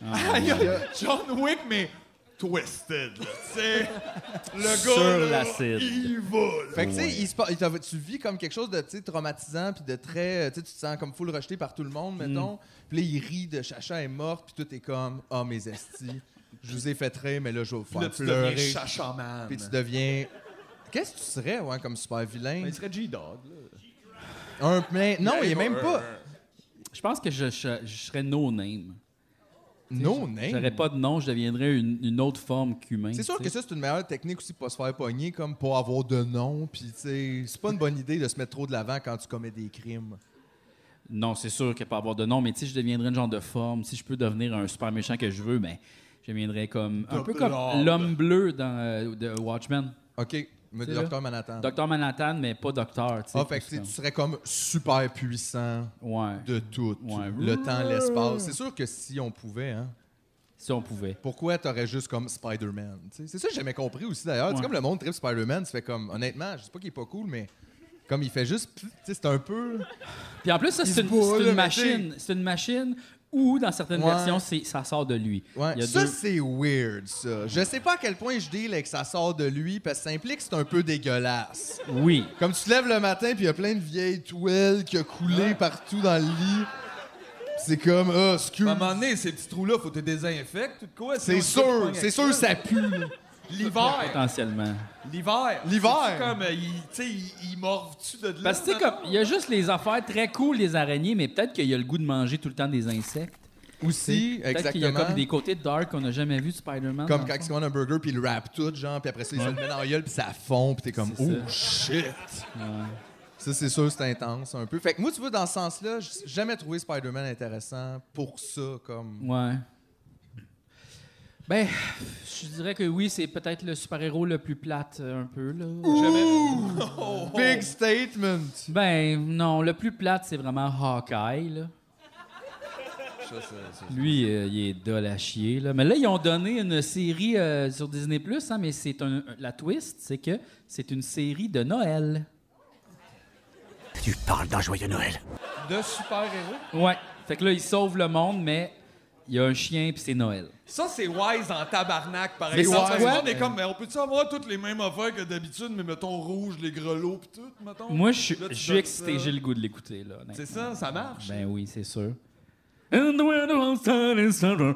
S4: John Wick, mais twisted, là. C'est le gars.
S1: Sur
S4: là,
S1: l'acide.
S4: Il va, là.
S2: Fait que, tu sais, il se pa- il t'a- tu vis comme quelque chose de tu sais, traumatisant, puis de très. euh, Tu sais, tu te sens comme full rejeté par tout le
S1: Hmm.
S2: monde, mettons. Puis là, il rit de Chacha est morte, puis tout est comme, ah, mes estis, je vous ai fait rire, mais là, je vais vous faire
S4: Là, tu
S2: pleurer.
S4: deviens chachaman.
S2: Puis tu deviens. Qu'est-ce que tu serais, ouais, comme super vilain?
S4: Il serait G-Dog, là.
S2: Un plein. Non, il est même pas.
S1: Je pense que je, je- je serais no name.
S2: Non,
S1: J'aurais
S2: name.
S1: pas de nom, je deviendrais une, une autre forme qu'humain.
S2: C'est sûr
S1: tu
S2: que
S1: sais.
S2: ça, c'est une meilleure technique aussi pour pas se faire pogner, comme pas avoir de nom. Puis, tu sais, c'est pas une bonne idée de se mettre trop de l'avant quand tu commets des crimes.
S1: Non, c'est sûr qu'il n'y a pas avoir de nom, mais tu sais, je deviendrais une genre de forme. Si je peux devenir un super méchant que je veux, mais je deviendrais comme. Un peu comme
S4: Lord.
S1: l'homme bleu dans euh, de Watchmen.
S2: OK, mais
S1: C'est là.
S2: Docteur Manhattan.
S1: Docteur Manhattan, mais pas docteur. tu sais,
S2: Ah, fait que
S1: plus comme-
S2: tu sais, tu serais comme super puissant
S1: Ouais.
S2: de tout.
S1: Ouais.
S2: Le temps, l'espace. C'est sûr que si on pouvait, hein.
S1: Si on pouvait.
S2: Pourquoi t'aurais juste comme Spider-Man? tu sais? C'est ça que j'ai jamais compris aussi d'ailleurs. C'est
S1: Ouais.
S2: comme le monde trip Spider-Man, tu fais comme honnêtement, je sais pas qu'il est pas cool, mais comme il fait juste. pfff, tu sais, C'est un peu.
S1: Puis en plus, ça, c'est une,
S2: boit,
S1: c'est
S2: là,
S1: une
S2: mais tu sais.
S1: machine. C'est une machine où, dans certaines
S2: Ouais.
S1: versions, c'est- ça sort de lui. Il y
S2: Ouais.
S1: a
S2: Ça,
S1: deux-
S2: c'est weird, ça. Je sais pas à quel point je deal avec que ça sort de lui, parce que ça implique que c'est un peu dégueulasse.
S1: Oui.
S2: Comme tu te lèves le matin, puis il y a plein de vieilles toiles qui a coulé partout dans le lit. C'est comme, ah, excuse.
S4: À un moment donné, ces petits trous-là, faut te désinfecter, tout de quoi.
S2: C'est
S4: sinon tu te
S2: sûr,
S4: pognes
S2: c'est
S4: avec
S2: sûr, ça pue. là.
S4: L'hiver,
S1: Potentiellement.
S4: l'hiver.
S2: L'hiver.
S4: C'est comme, euh, il- tu sais, il, il morve-tu de là?
S1: Parce que, tu sais, comme, il y a juste les affaires très cool des araignées, mais peut-être qu'il y a le goût de manger tout le temps des insectes.
S2: Aussi,
S1: Peut-être qu'il y a
S2: exactement.
S1: comme des côtés dark qu'on n'a jamais vu de Spider-Man.
S2: Comme
S1: dans
S2: quand
S1: le
S2: ils se commandent un burger, puis ils le rap tout, genre, puis après ça, ils se le mettent dans la gueule, puis ça fond, puis t'es comme,
S1: C'est ça.
S2: oh shit! Ça, c'est sûr, c'est intense un peu. Fait que moi, tu vois, dans ce sens-là, j'ai jamais trouvé Spider-Man intéressant pour ça, comme.
S1: Ouais. Ben, je dirais que oui, c'est peut-être le super-héros le plus plate, euh, un peu, là.
S2: Big statement!
S1: Ben, non, le plus plate, c'est vraiment Hawkeye, là. Lui, euh, il est dol à chier. Là. Mais là, ils ont donné une série euh, sur Disney+, hein, mais c'est un- la twist, c'est que c'est une série de Noël.
S5: Tu parles d'un joyeux Noël.
S4: De super-héros.
S1: Ouais. Fait que là, ils sauvent le monde, mais il y a un chien, puis c'est Noël.
S4: Ça, c'est wise en tabarnak, par
S1: Mais
S4: exemple.
S1: c'est
S4: Parce
S1: quoi?
S4: qu'on est comme, mais on peut-tu avoir toutes les mêmes affaires que d'habitude, mais mettons rouge, les grelots, pis tout, mettons?
S1: Moi, je suis-
S4: Là, tu
S1: je
S4: donnes
S1: suis excité,
S4: ça.
S1: j'ai le goût de l'écouter, là. honnêtement.
S4: C'est ça, ça marche.
S1: Ben oui, c'est sûr. And when the sun is over,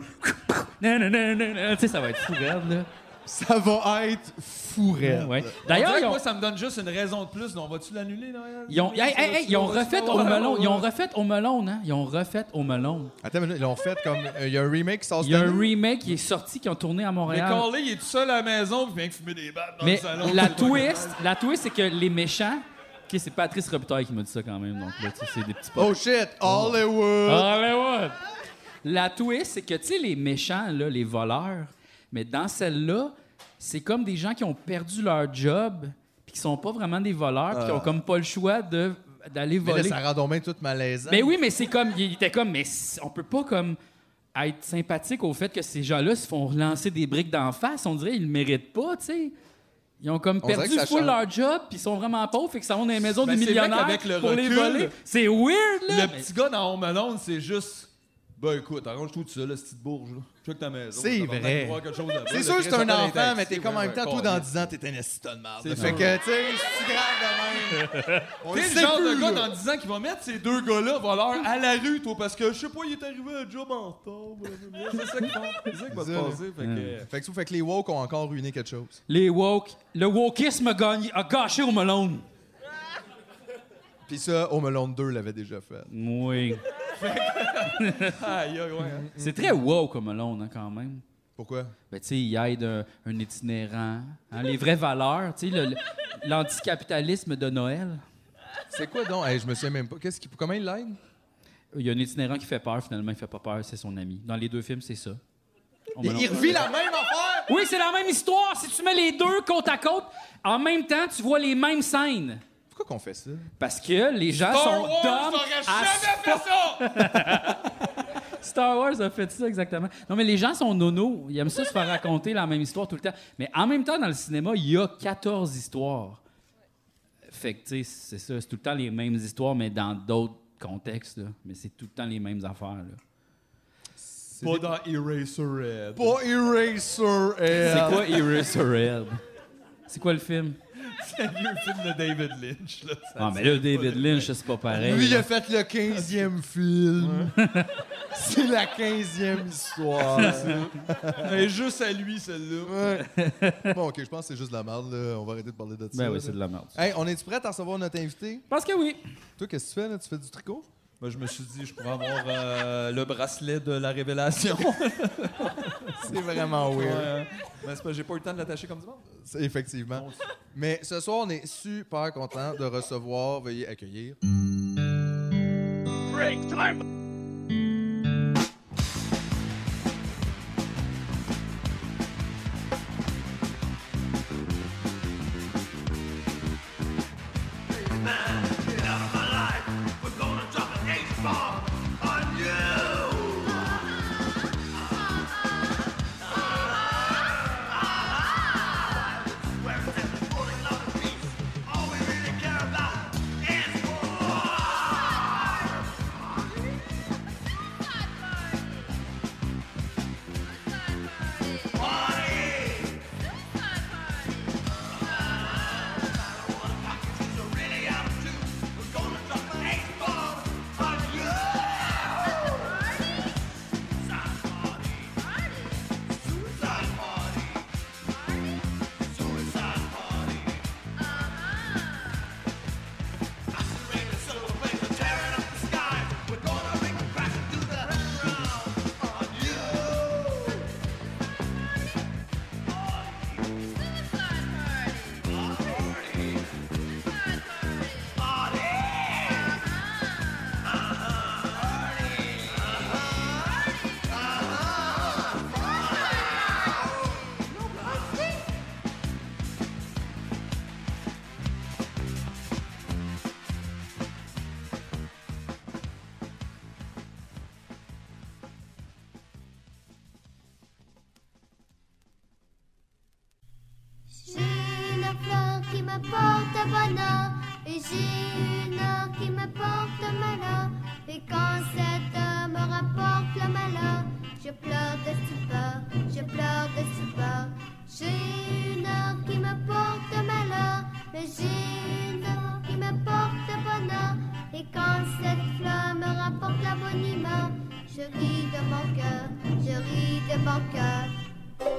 S1: na, na, na, na, na. Tu sais, ça va être fou raide, là.
S2: Ça va être fou raide.
S1: Ouais.
S4: On dirait
S1: D'ailleurs,
S4: que
S1: ils ont,
S4: moi, ça me donne juste une raison de plus. On va-tu l'annuler, Noël?
S1: ils ont, hey, hey, hey, ils ont
S4: Vas-tu
S1: refait au
S4: l'avoir?
S1: melon. Ils ont refait au melon, hein? Ils ont refait au melon.
S2: Attends, mais là, ils l'ont fait comme. euh, Il y a un remake qui sort
S1: Il y a
S2: cette
S1: un
S2: année.
S1: remake qui est sorti, qui ont tourné à
S4: Mais
S1: Montréal.
S4: Carly, il est tout seul à la maison, puis vient de fumer des battes dans le
S1: Mais
S4: salon.
S1: la
S4: C'est pas
S1: twist, la twist, c'est que les méchants. Ok, c'est Patrice Robitaille qui m'a dit ça quand même, donc là, tu sais, c'est des petits pas.
S2: Oh shit!
S1: Ah,
S2: Hollywood!
S1: Hollywood! ben La twist, c'est que, tu sais, les méchants, là, les voleurs, mais dans celle-là, c'est comme des gens qui ont perdu leur job, puis qui sont pas vraiment des voleurs, puis qui ont comme pas le choix de- d'aller
S2: Mais là,
S1: voler.
S2: ça rend donc bien tout malaisant.
S1: Mais oui, mais c'est comme, il était comme, mais c- on peut pas comme être sympathique au fait que ces gens-là se font relancer des briques d'en face. On dirait ils le méritent pas, tu sais. Ils ont comme
S2: On dirait
S1: perdu
S2: que ça
S1: full
S2: change.
S1: leur job, puis ils sont vraiment pauvres, fait que ça va dans les maisons
S4: Ben,
S1: des
S4: c'est vrai
S1: millionnaires
S4: qu'avec le
S1: pour les
S4: recul,
S1: voler. C'est weird, là!
S4: Le petit gars dans Home Alone, c'est juste. Ben écoute, arrange-toi tout seul, là, cette petite bourge, là. Check ta maison.
S2: C'est
S4: tabarnak,
S2: vrai.
S4: faut voir quelque chose là-bas.
S2: C'est
S4: Le
S2: sûr que c'est
S4: Christophe
S2: un
S4: Valentin,
S2: enfant, mais
S4: tu sais,
S2: t'es comme en
S4: ouais,
S2: même temps,
S4: ouais,
S2: toi,
S4: ouais.
S2: dans 10 ans, t'es un esti de marde.
S4: C'est
S2: Fait
S4: sûr.
S2: que, tu sais, c'est grave de même. On
S4: T'es
S2: le
S4: le
S2: sait
S4: genre
S2: plus,
S4: de gars
S2: là.
S4: dans 10 ans qui va mettre ces deux gars-là, voleurs, à la rue, toi, parce que je sais pas, il est arrivé à un job en retard. blablabla. C'est ça qui va- c'est ça qui va se
S2: Ça, là.
S4: passer. Fait que.
S2: Fait que, ça fait que les woke ont encore ruiné quelque chose.
S1: Les woke. Le wokisme a, gagné, a gâché au melon.
S2: Puis ça, Home Alone 2 l'avait déjà fait.
S1: Oui.
S4: Aïe, aïe, ouais. hein.
S1: C'est très woke au melon, hein, quand même.
S2: Pourquoi?
S1: Ben, tu sais, il aide un, un itinérant. hein, les vraies valeurs, tu sais, le- le- l'anticapitalisme de Noël.
S2: C'est quoi donc? Hey, je me souviens même pas. Qu'est-ce qui, comment il l'aide?
S1: Il y a un itinérant qui fait peur, finalement, il fait pas peur, c'est son ami. Dans les deux films, c'est ça. Au melon.
S2: Il revit la même affaire!
S1: Oui, c'est la même histoire. Si tu mets les deux côte à côte, en même temps, tu vois les mêmes scènes.
S2: Pourquoi qu'on fait ça?
S1: Parce que les gens
S4: Star
S1: sont
S4: Wars,
S1: dumb
S4: t'aurais
S1: à
S4: Oh, jamais fait ça!
S1: Star Wars a fait ça exactement. Non, mais les gens sont nono. Ils aiment ça se faire raconter la même histoire tout le temps. Mais en même temps, dans le cinéma, il y a 14 histoires. Fait que, tu sais, c'est ça. C'est tout le temps les mêmes histoires, mais dans d'autres contextes. là. Mais c'est tout le temps les mêmes affaires. là.
S4: Pas dans Eraserhead.
S2: Pas Eraser!
S1: C'est quoi Eraserhead? C'est quoi le film?
S4: C'est le vieux film de David Lynch, là. ça-
S1: Ah, mais là, David Lynch, c'est pas pareil.
S2: Lui, il
S1: là.
S2: a fait le 15e film. C'est la 15e histoire.
S4: Elle est juste à lui, celle-là.
S2: bon, OK, je pense que c'est juste de la merde. Là. On va arrêter de parler de ça.
S1: Ben
S2: là.
S1: oui, c'est de la merde.
S2: Hey, on est-tu prêt à recevoir notre invité?
S1: Parce que oui.
S2: Toi, qu'est-ce que tu fais? Là? Tu fais du tricot?
S4: Moi, je me suis dit, je pourrais avoir euh, le bracelet de la révélation.
S2: C'est vraiment
S4: Ouais,
S2: weird.
S4: hein. Mais c'est pas, j'ai pas eu le temps de l'attacher comme du monde.
S2: C'est- Effectivement. Mais ce soir, on est super content de recevoir, veuillez accueillir,
S6: porte bonheur et j'ai une heure qui me porte malheur. Et quand cette heure me rapporte le malheur, je pleure de stupeur, je pleure de stupeur. J'ai une heure qui me porte malheur, mais j'ai une heure qui me porte bonheur. Et quand cette fleur me rapporte la bonne humeur, je ris de mon cœur, je ris de mon cœur.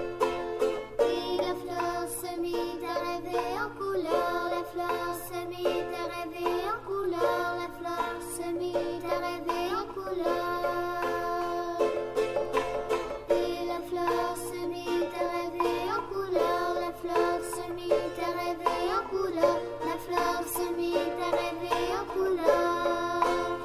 S6: Et la fleur se mit à rêver en couleur, la fleur se mit à rêver en couleur, la fleur se mit à rêver en couleur. Et la fleur se mit à rêver en couleur, la fleur se mit à rêver en couleur, la fleur se mit à rêver en couleur.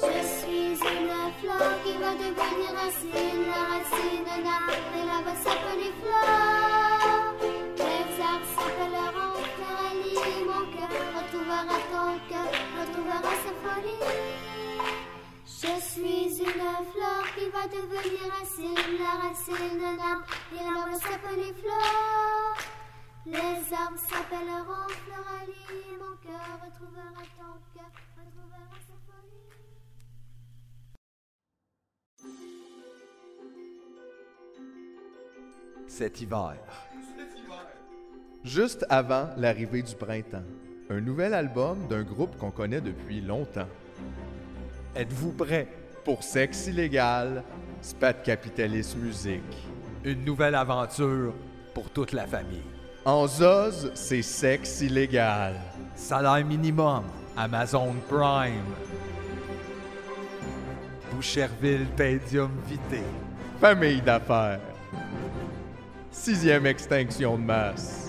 S6: Je suis une fleur qui va devenir racine. La racine d'un arbre et là-bas s'appelle fleur. Les arbres s'appelleront Coralie. Mon cœur retrouvera ton cœur, retrouvera sa folie. Je suis une fleur qui va devenir racine. La racine d'un arbre et là-bas s'appelle fleur. Les arbres s'appelleront Floralie. Mon cœur retrouvera ton cœur, retrouvera sa folie.
S2: cet hiver. Juste avant l'arrivée du printemps, un nouvel album d'un groupe qu'on connaît depuis longtemps. Êtes-vous prêt pour Sexe illégal, Spat Capitaliste Musique?
S4: Une nouvelle aventure pour toute la famille.
S2: En Zoz, c'est Sexe illégal.
S4: Salaire minimum, Amazon Prime. Boucherville Pedium Vitae.
S2: Famille d'affaires. Sixième extinction de masse.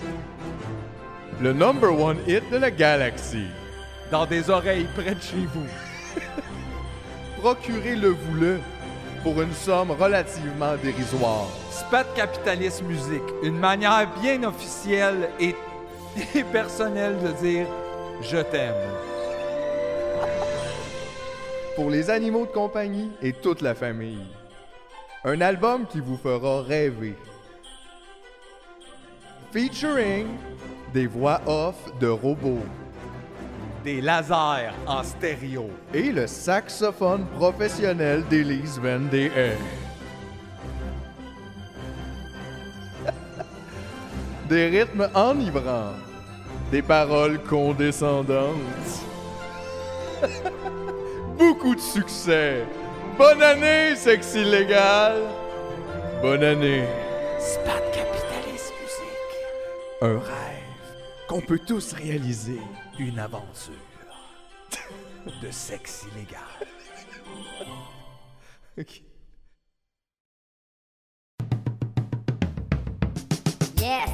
S2: Le number one hit de la galaxie.
S4: Dans des oreilles près de chez vous.
S2: Procurez-le-vous-le pour une somme relativement dérisoire.
S4: Spat Capitaliste Musique, une manière bien officielle et, et personnelle de dire je t'aime.
S2: pour les animaux de compagnie et toute la famille. Un album qui vous fera rêver. Featuring des voix off de robots
S4: Des lasers en stéréo.
S2: et le saxophone professionnel d'Élise Van Der Hey. Des rythmes enivrants, des paroles condescendantes. Beaucoup de succès. Bonne année, sexe illégal. Bonne année.
S4: Spat Capitaliste Musique,
S2: Un rêve qu'on peut tous réaliser.
S4: une aventure de sexe illégal.
S6: Yes.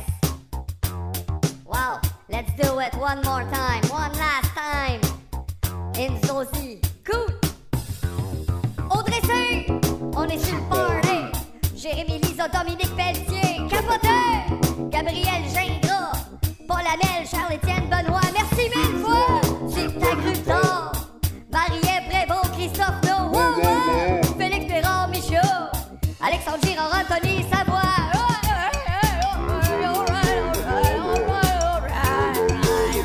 S6: Wow. Let's do it one more time. One last time. In Zosie. Cool. Au dressé. On est sur le party. Jérémy Lisa, Dominique Pelletier. Capoteur. Gabriel Gingras. Paul Amel, Charles-Étienne Benoît. Merci mille fois. C'est ta tard. Marie-Ève Prévost, Christophe Noé. Félix Perron, Michaud. Alexandre Girard, Anthony Savoie. Let's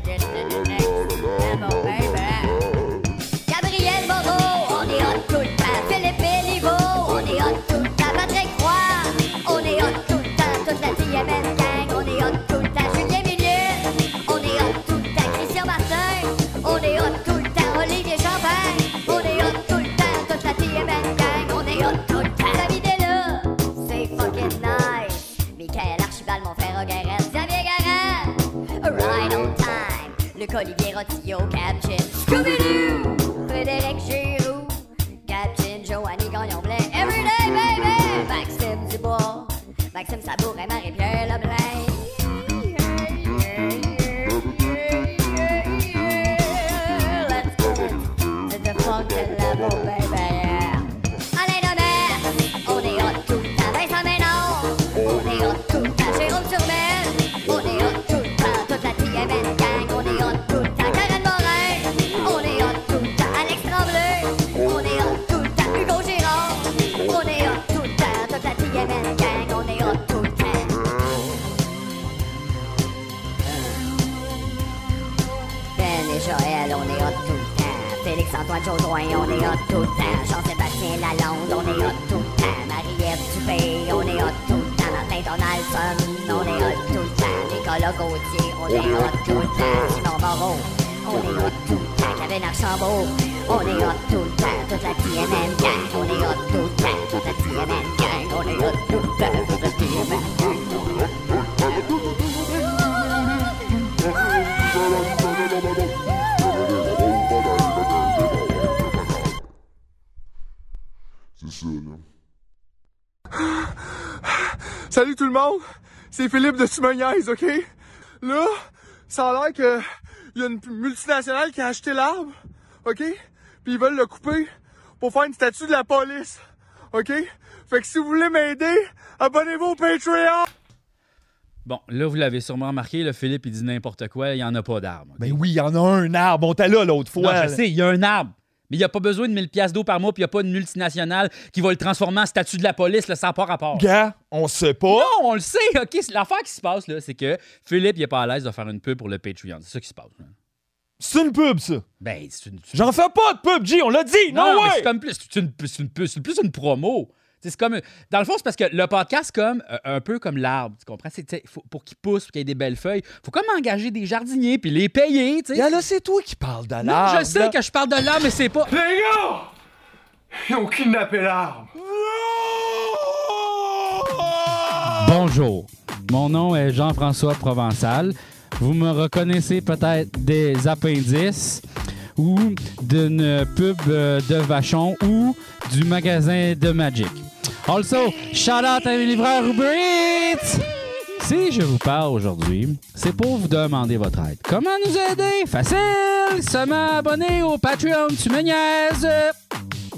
S6: get to the next level, baby. Gabriel Moreau, on est hot tout le temps. Philippe Béliveau, on est hot tout le temps. Patrick Roy, on est hot tout le temps. Toute la TMS gang, on est hot tout le temps. Julien Milieu, on est hot tout le temps. Christian Martin, on est hot tout le temps. Olivier Champagne, on est hot tout le temps. Toute la TMS gang, on est hot tout le temps. David est là, c'est fucking nice. Michael Archibald, mon frère O'Garel, Xavier Garand, right on time. Luc Olivier Rotillot, Captain Scooby-Doo, Frédéric Giroux, Captain Joanny Gagnon-Blais, Everyday Baby, Maxime Dubois, Maxime Sabour et Marie-Pierre Leblay. Let's get it to the funky level, baby, yeah. Alain Demers, on est hot tout le temps. Vincent Ménard, on est hot tout le temps. Jérôme Turmel, on est hot tout le temps. Toute la TMN gang, on est hot tout le temps. Karen Morin, on est hot tout le temps. Alex Tremblay, on est hot tout le temps. Hugo Girard, Marc-Antoine Chaudroy, on est hot tout le temps. Jean-Sébastien Lalonde, on est hot tout le temps. Marie-Ève Dubé, on est hot tout le temps. Martin Donaldson, on est hot tout le temps. Nicolas Gauthier, on est hot tout le temps. Simon Barreau, on est hot tout le temps. Kevin Archambault, on est hot tout le temps. Toute la TMM gang, on est hot tout le temps. Toute la TMM gang, on est hot tout le temps. Toute la TMM gang, on est hot tout le temps.
S7: C'est ça, là.
S8: Salut tout le monde, c'est Philippe de Timoniaise, OK? Là, ça a l'air que il y a une multinationale qui a acheté l'arbre, OK? Puis ils veulent le couper pour faire une statue de la police, OK? Fait que si vous voulez m'aider, abonnez-vous au Patreon!
S1: Bon, là, vous l'avez sûrement remarqué, le Philippe, il dit n'importe quoi, il n'y en a pas d'arbre.
S9: Ben oui, il y en a un arbre. On t'a là l'autre fois.
S1: Non,
S9: là.
S1: je sais, il y a un arbre. Mais il n'y a pas besoin de 1000 pièces d'eau par mois, puis il n'y a pas une multinationale qui va le transformer en statut de la police, là, ça n'a pas rapport.
S9: Gars, on sait pas.
S1: Non, on le sait, OK? c'est- L'affaire qui se passe, là, c'est que Philippe, il n'est pas à l'aise de faire une pub pour le Patreon. C'est ça qui se passe. là.
S9: C'est une pub, ça.
S1: Ben, c'est une...
S9: J'en fais pas de pub, G, on l'a dit. Non,
S1: mais
S9: ouais.
S1: c'est comme plus, c'est une, c'est une- c'est plus une promo. C'est comme, dans le fond, c'est parce que le podcast, comme euh, un peu comme l'arbre, tu comprends? C'est, tu sais, faut- pour qu'il pousse, pour qu'il y ait des belles feuilles, faut comme engager des jardiniers puis les payer. tu sais.
S9: Gars, là, c'est toi qui parles de l'arbre.
S1: Non, je sais
S9: là.
S1: que je parle de l'arbre, mais c'est pas.
S8: Les gars! Ils ont kidnappé l'arbre!
S1: Bonjour, mon nom est Jean-François Provençal. Vous me reconnaissez peut-être des appendices ou d'une pub euh, de Vachon ou du magasin de Magic. Also, shout out à mes livreurs Uber Eats! Si je vous parle aujourd'hui, c'est pour vous demander votre aide. Comment nous aider? Facile! Seulement abonner au Patreon, tu me niaises!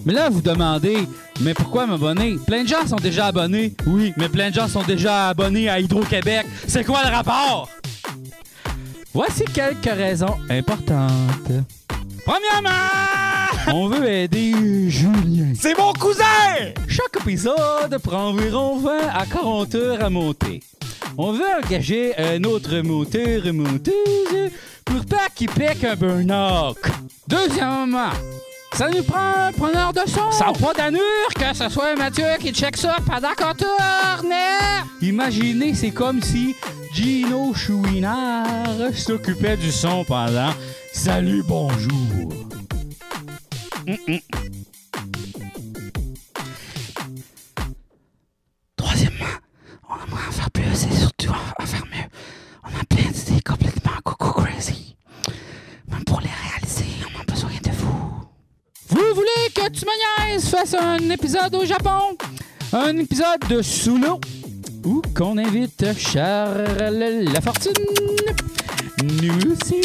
S1: Mais là, vous demandez, mais pourquoi m'abonner? Plein de gens sont déjà abonnés. Oui, mais plein de gens sont déjà abonnés à Hydro-Québec. C'est quoi le rapport? Voici quelques raisons importantes. Premièrement, on veut aider Julien.
S9: C'est mon cousin!
S1: Chaque épisode prend environ 20 à 40 heures à monter. On veut engager un autre monteur et monteuse pour pas qu'il pique un burn-out. Deuxièmement, ça nous prend un preneur de son. Ça n'a pas d'annure que ce soit Mathieu qui check ça pendant qu'on tourne. Imaginez, c'est comme si Gino Chouinard s'occupait du son pendant Salut, bonjour. Mm-mm. Troisièmement, on aimerait en faire plus et surtout en, en faire mieux. On a plein d'idées complètement coco crazy. Même pour les réaliser, on a besoin de vous. Vous voulez que tu me niaises fasse un épisode au Japon? Un épisode de Sous l'eau? Ou qu'on invite Charles Lafortune? Nous aussi.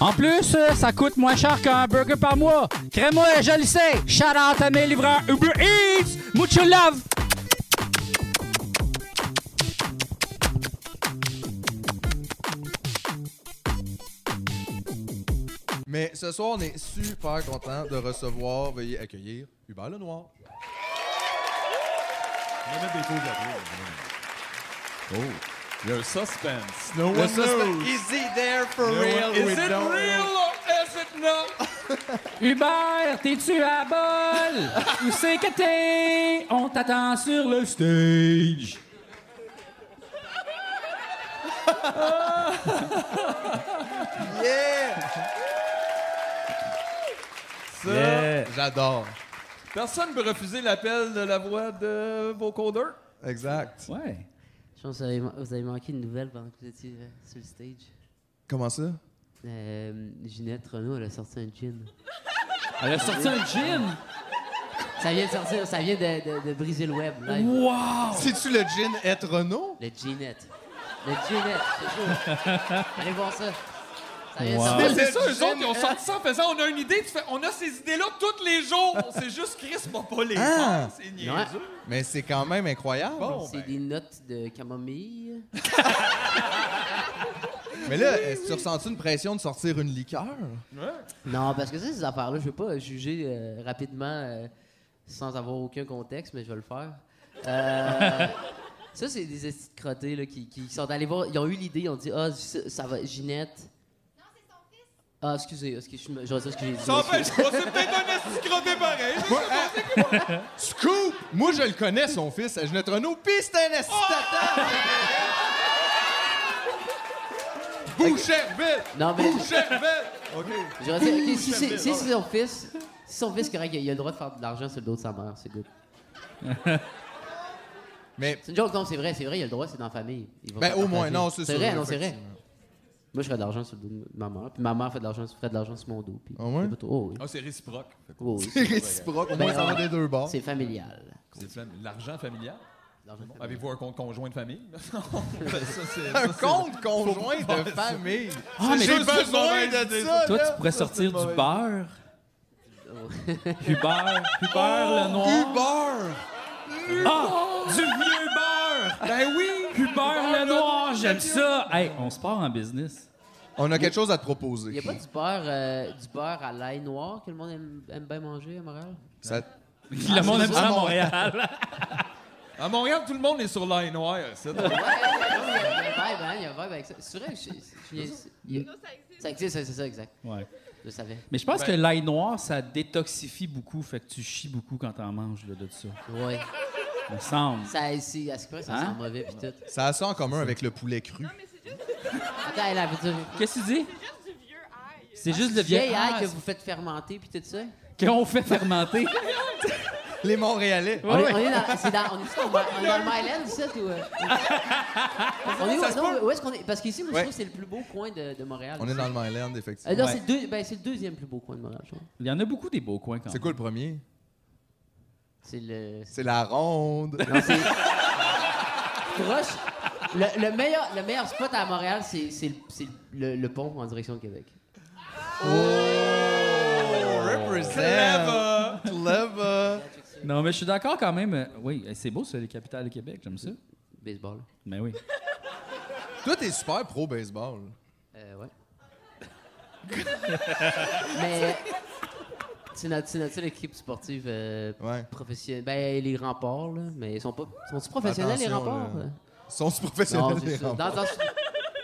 S1: En plus, euh, ça coûte moins cher qu'un burger par mois. Crée-moi, je le sais. Shout out à mes livreurs Uber Eats. Mucho love.
S2: Mais ce soir, on est super content de recevoir, veuillez accueillir Hubert Lenoir.
S3: On va mettre des beaux gabiers, là. Oh, il y a un suspense. No
S2: Le
S3: one
S2: suspense.
S3: knows.
S2: Is he there for
S3: No
S2: real?
S3: one-
S2: Is
S3: we
S2: it
S3: don't
S2: real?
S3: know.
S1: Hubert, t'es-tu à bol? Où c'est que t'es? On t'attend sur le stage.
S4: Ça,
S2: J'adore.
S4: personne ne peut refuser l'appel de la voix de vocoder.
S2: Exact.
S1: Ouais.
S10: Je pense que vous avez, man- vous avez manqué une nouvelle pendant que vous étiez euh, sur le stage.
S2: Comment ça?
S10: Euh, Ginette Renault, elle a sorti un gin.
S1: Elle a sorti un gin?
S10: Ça vient de sortir, ça vient de, de- de briser le web. live.
S2: Wow! C'est-tu le gin et Renault?
S10: Le ginette. Le ginette, c'est chaud. Allez voir ça. Ça vient de
S4: Wow.
S2: Ah.
S10: sortir.
S4: Mais C'est ça, eux autres, ils ont sorti ça en faisant on a une idée, tu fais, on a ces idées-là tous les jours. C'est juste Chris m'a pas les faire. C'est niaiseux. ben.
S2: Mais c'est quand même incroyable.
S10: c'est des notes de camomille.
S2: Mais là, est-ce que tu ressens-tu une pression de sortir une liqueur?
S10: Non, parce que ça, ces affaires-là, je ne veux pas juger euh, rapidement euh, sans avoir aucun contexte, mais je vais le faire. Euh, ça, c'est des estis de crottés là, qui, qui sont allés voir, ils ont eu l'idée, ils ont dit Ah, ça, ça va, Ginette. Non, Ah, excusez, excusez, je me- j'aurais dit ce que j'ai dit.
S4: Ça empêche pas, c'est peut-être un esti crotté pareil.
S2: Moi, hein, Scoop! Moi, je le connais, son fils, à Ginette Renault, pis c'est un esti tatin! Boucherville!
S10: Non, mais-
S2: Boucherville! OK.
S10: J'aurais dit, ok, si c'est si c'est son fils, si son fils, correct, il a le droit de faire de l'argent sur le dos de sa mère, c'est good.
S2: Mais.
S10: C'est une joke, non, c'est vrai, c'est vrai, il a le droit, c'est dans la famille. Il va
S2: Ben,
S10: pas
S2: au moins,
S10: partager.
S2: non, c'est
S10: C'est
S2: sûr,
S10: vrai, non, c'est vrai.
S2: effectivement.
S10: Moi, je ferais de l'argent sur le dos de ma mère, puis ma mère fait de l'argent, ferait de l'argent sur mon dos. Puis oh, oui. Oh, oui.
S3: Ah, c'est réciproque.
S10: Oh, oui,
S2: C'est réciproque, au moins,
S10: Ben,
S2: ça va
S10: ouais.
S2: des deux bords.
S10: C'est familial.
S3: C'est flam- l'argent familial. Bon, Avez-vous un compte conjoint de famille? Non, ça, c'est-
S2: Un
S3: ça, c'est-
S2: compte conjoint
S3: Faut pas
S2: de
S3: faire ça.
S2: famille!
S3: Ah, mais
S2: j'ai
S3: c'est juste
S2: besoin
S3: une mauvaise
S2: de
S3: idée,
S2: ça!
S3: ça.
S1: Toi,
S2: là.
S1: tu pourrais
S2: Ça,
S1: sortir
S2: c'est
S1: du
S2: mauvais.
S1: beurre.
S10: Oh.
S1: Hubert, Hubert le noir. Ah, Oh. du vieux beurre!
S4: Ben oui!
S1: Hubert le noir, j'aime ça! Hey, on se part en business.
S2: On a quelque chose à te proposer.
S10: Il n'y a pas du beurre, euh, du beurre à l'ail noir que le monde aime, aime bien manger à Montréal?
S2: Ça-
S1: Le monde aime ça à Montréal.
S3: À Montréal, tout le monde est sur l'ail noire. c'est-
S10: Il y a un vibe, hein, il y a un vibe avec ça. C'est vrai, je- je- je- il y a- ça existe, c'est c'est ça, exact.
S1: Ouais.
S10: Je le savais.
S1: Mais je pense
S10: Ben-
S1: que l'ail noir, ça détoxifie beaucoup, fait que tu chies beaucoup quand t'en manges là, de ça.
S10: Ouais.
S1: Me semble.
S10: Ça, c'est, à ce que ça
S1: Hein?
S10: sent mauvais pis tout.
S2: Ça a ça en commun avec le poulet cru.
S10: Attends, elle avait dit...
S1: Qu'est-ce que tu dis? C'est juste
S10: Ah,
S1: le vieil
S10: vieil
S1: ail.
S10: ail que vous faites fermenter pis tout ça?
S1: que- qu'on fait fermenter.
S2: Les Montréalais.
S10: On est- on est dans- c'est dans- on est dans on est dans le Myland, ici, ou... euh, On est où,
S2: Ça se
S10: non,
S2: peut.
S10: où est-ce qu'on est? Parce qu'ici, moi, je
S2: Ouais.
S10: trouve que c'est le plus beau coin de, de Montréal.
S2: On est dans le
S10: Myland.
S2: Myland, effectivement.
S10: non,
S2: Ouais.
S10: c'est, le deux- ben, c'est le deuxième plus beau coin de Montréal, je trouve.
S1: Il y en a beaucoup des beaux coins quand
S2: C'est quoi le premier?
S10: C'est le...
S2: C'est la ronde.
S10: Proche. Le, le meilleur, le meilleur spot à Montréal, c'est, c'est le- c'est le, le pont en direction de Québec.
S2: Represent. Clever.
S1: Non, mais je suis d'accord quand même. euh, Oui, c'est beau, ça, les capitales de Québec, j'aime ça.
S10: Baseball.
S1: Mais oui.
S2: Toi, t'es super pro baseball.
S10: Euh, ouais. Mais c'est notre, c'est notre seule équipe sportive euh, professionnelle. Ben, les remparts, là. Mais ils sont pas. Sont-ils professionnels, les
S2: Attention,
S10: remparts?
S2: là.
S10: euh?
S2: Sont-ils professionnels,
S10: Non, c'est
S2: les
S10: ça. Dans-
S2: remparts?
S10: dans-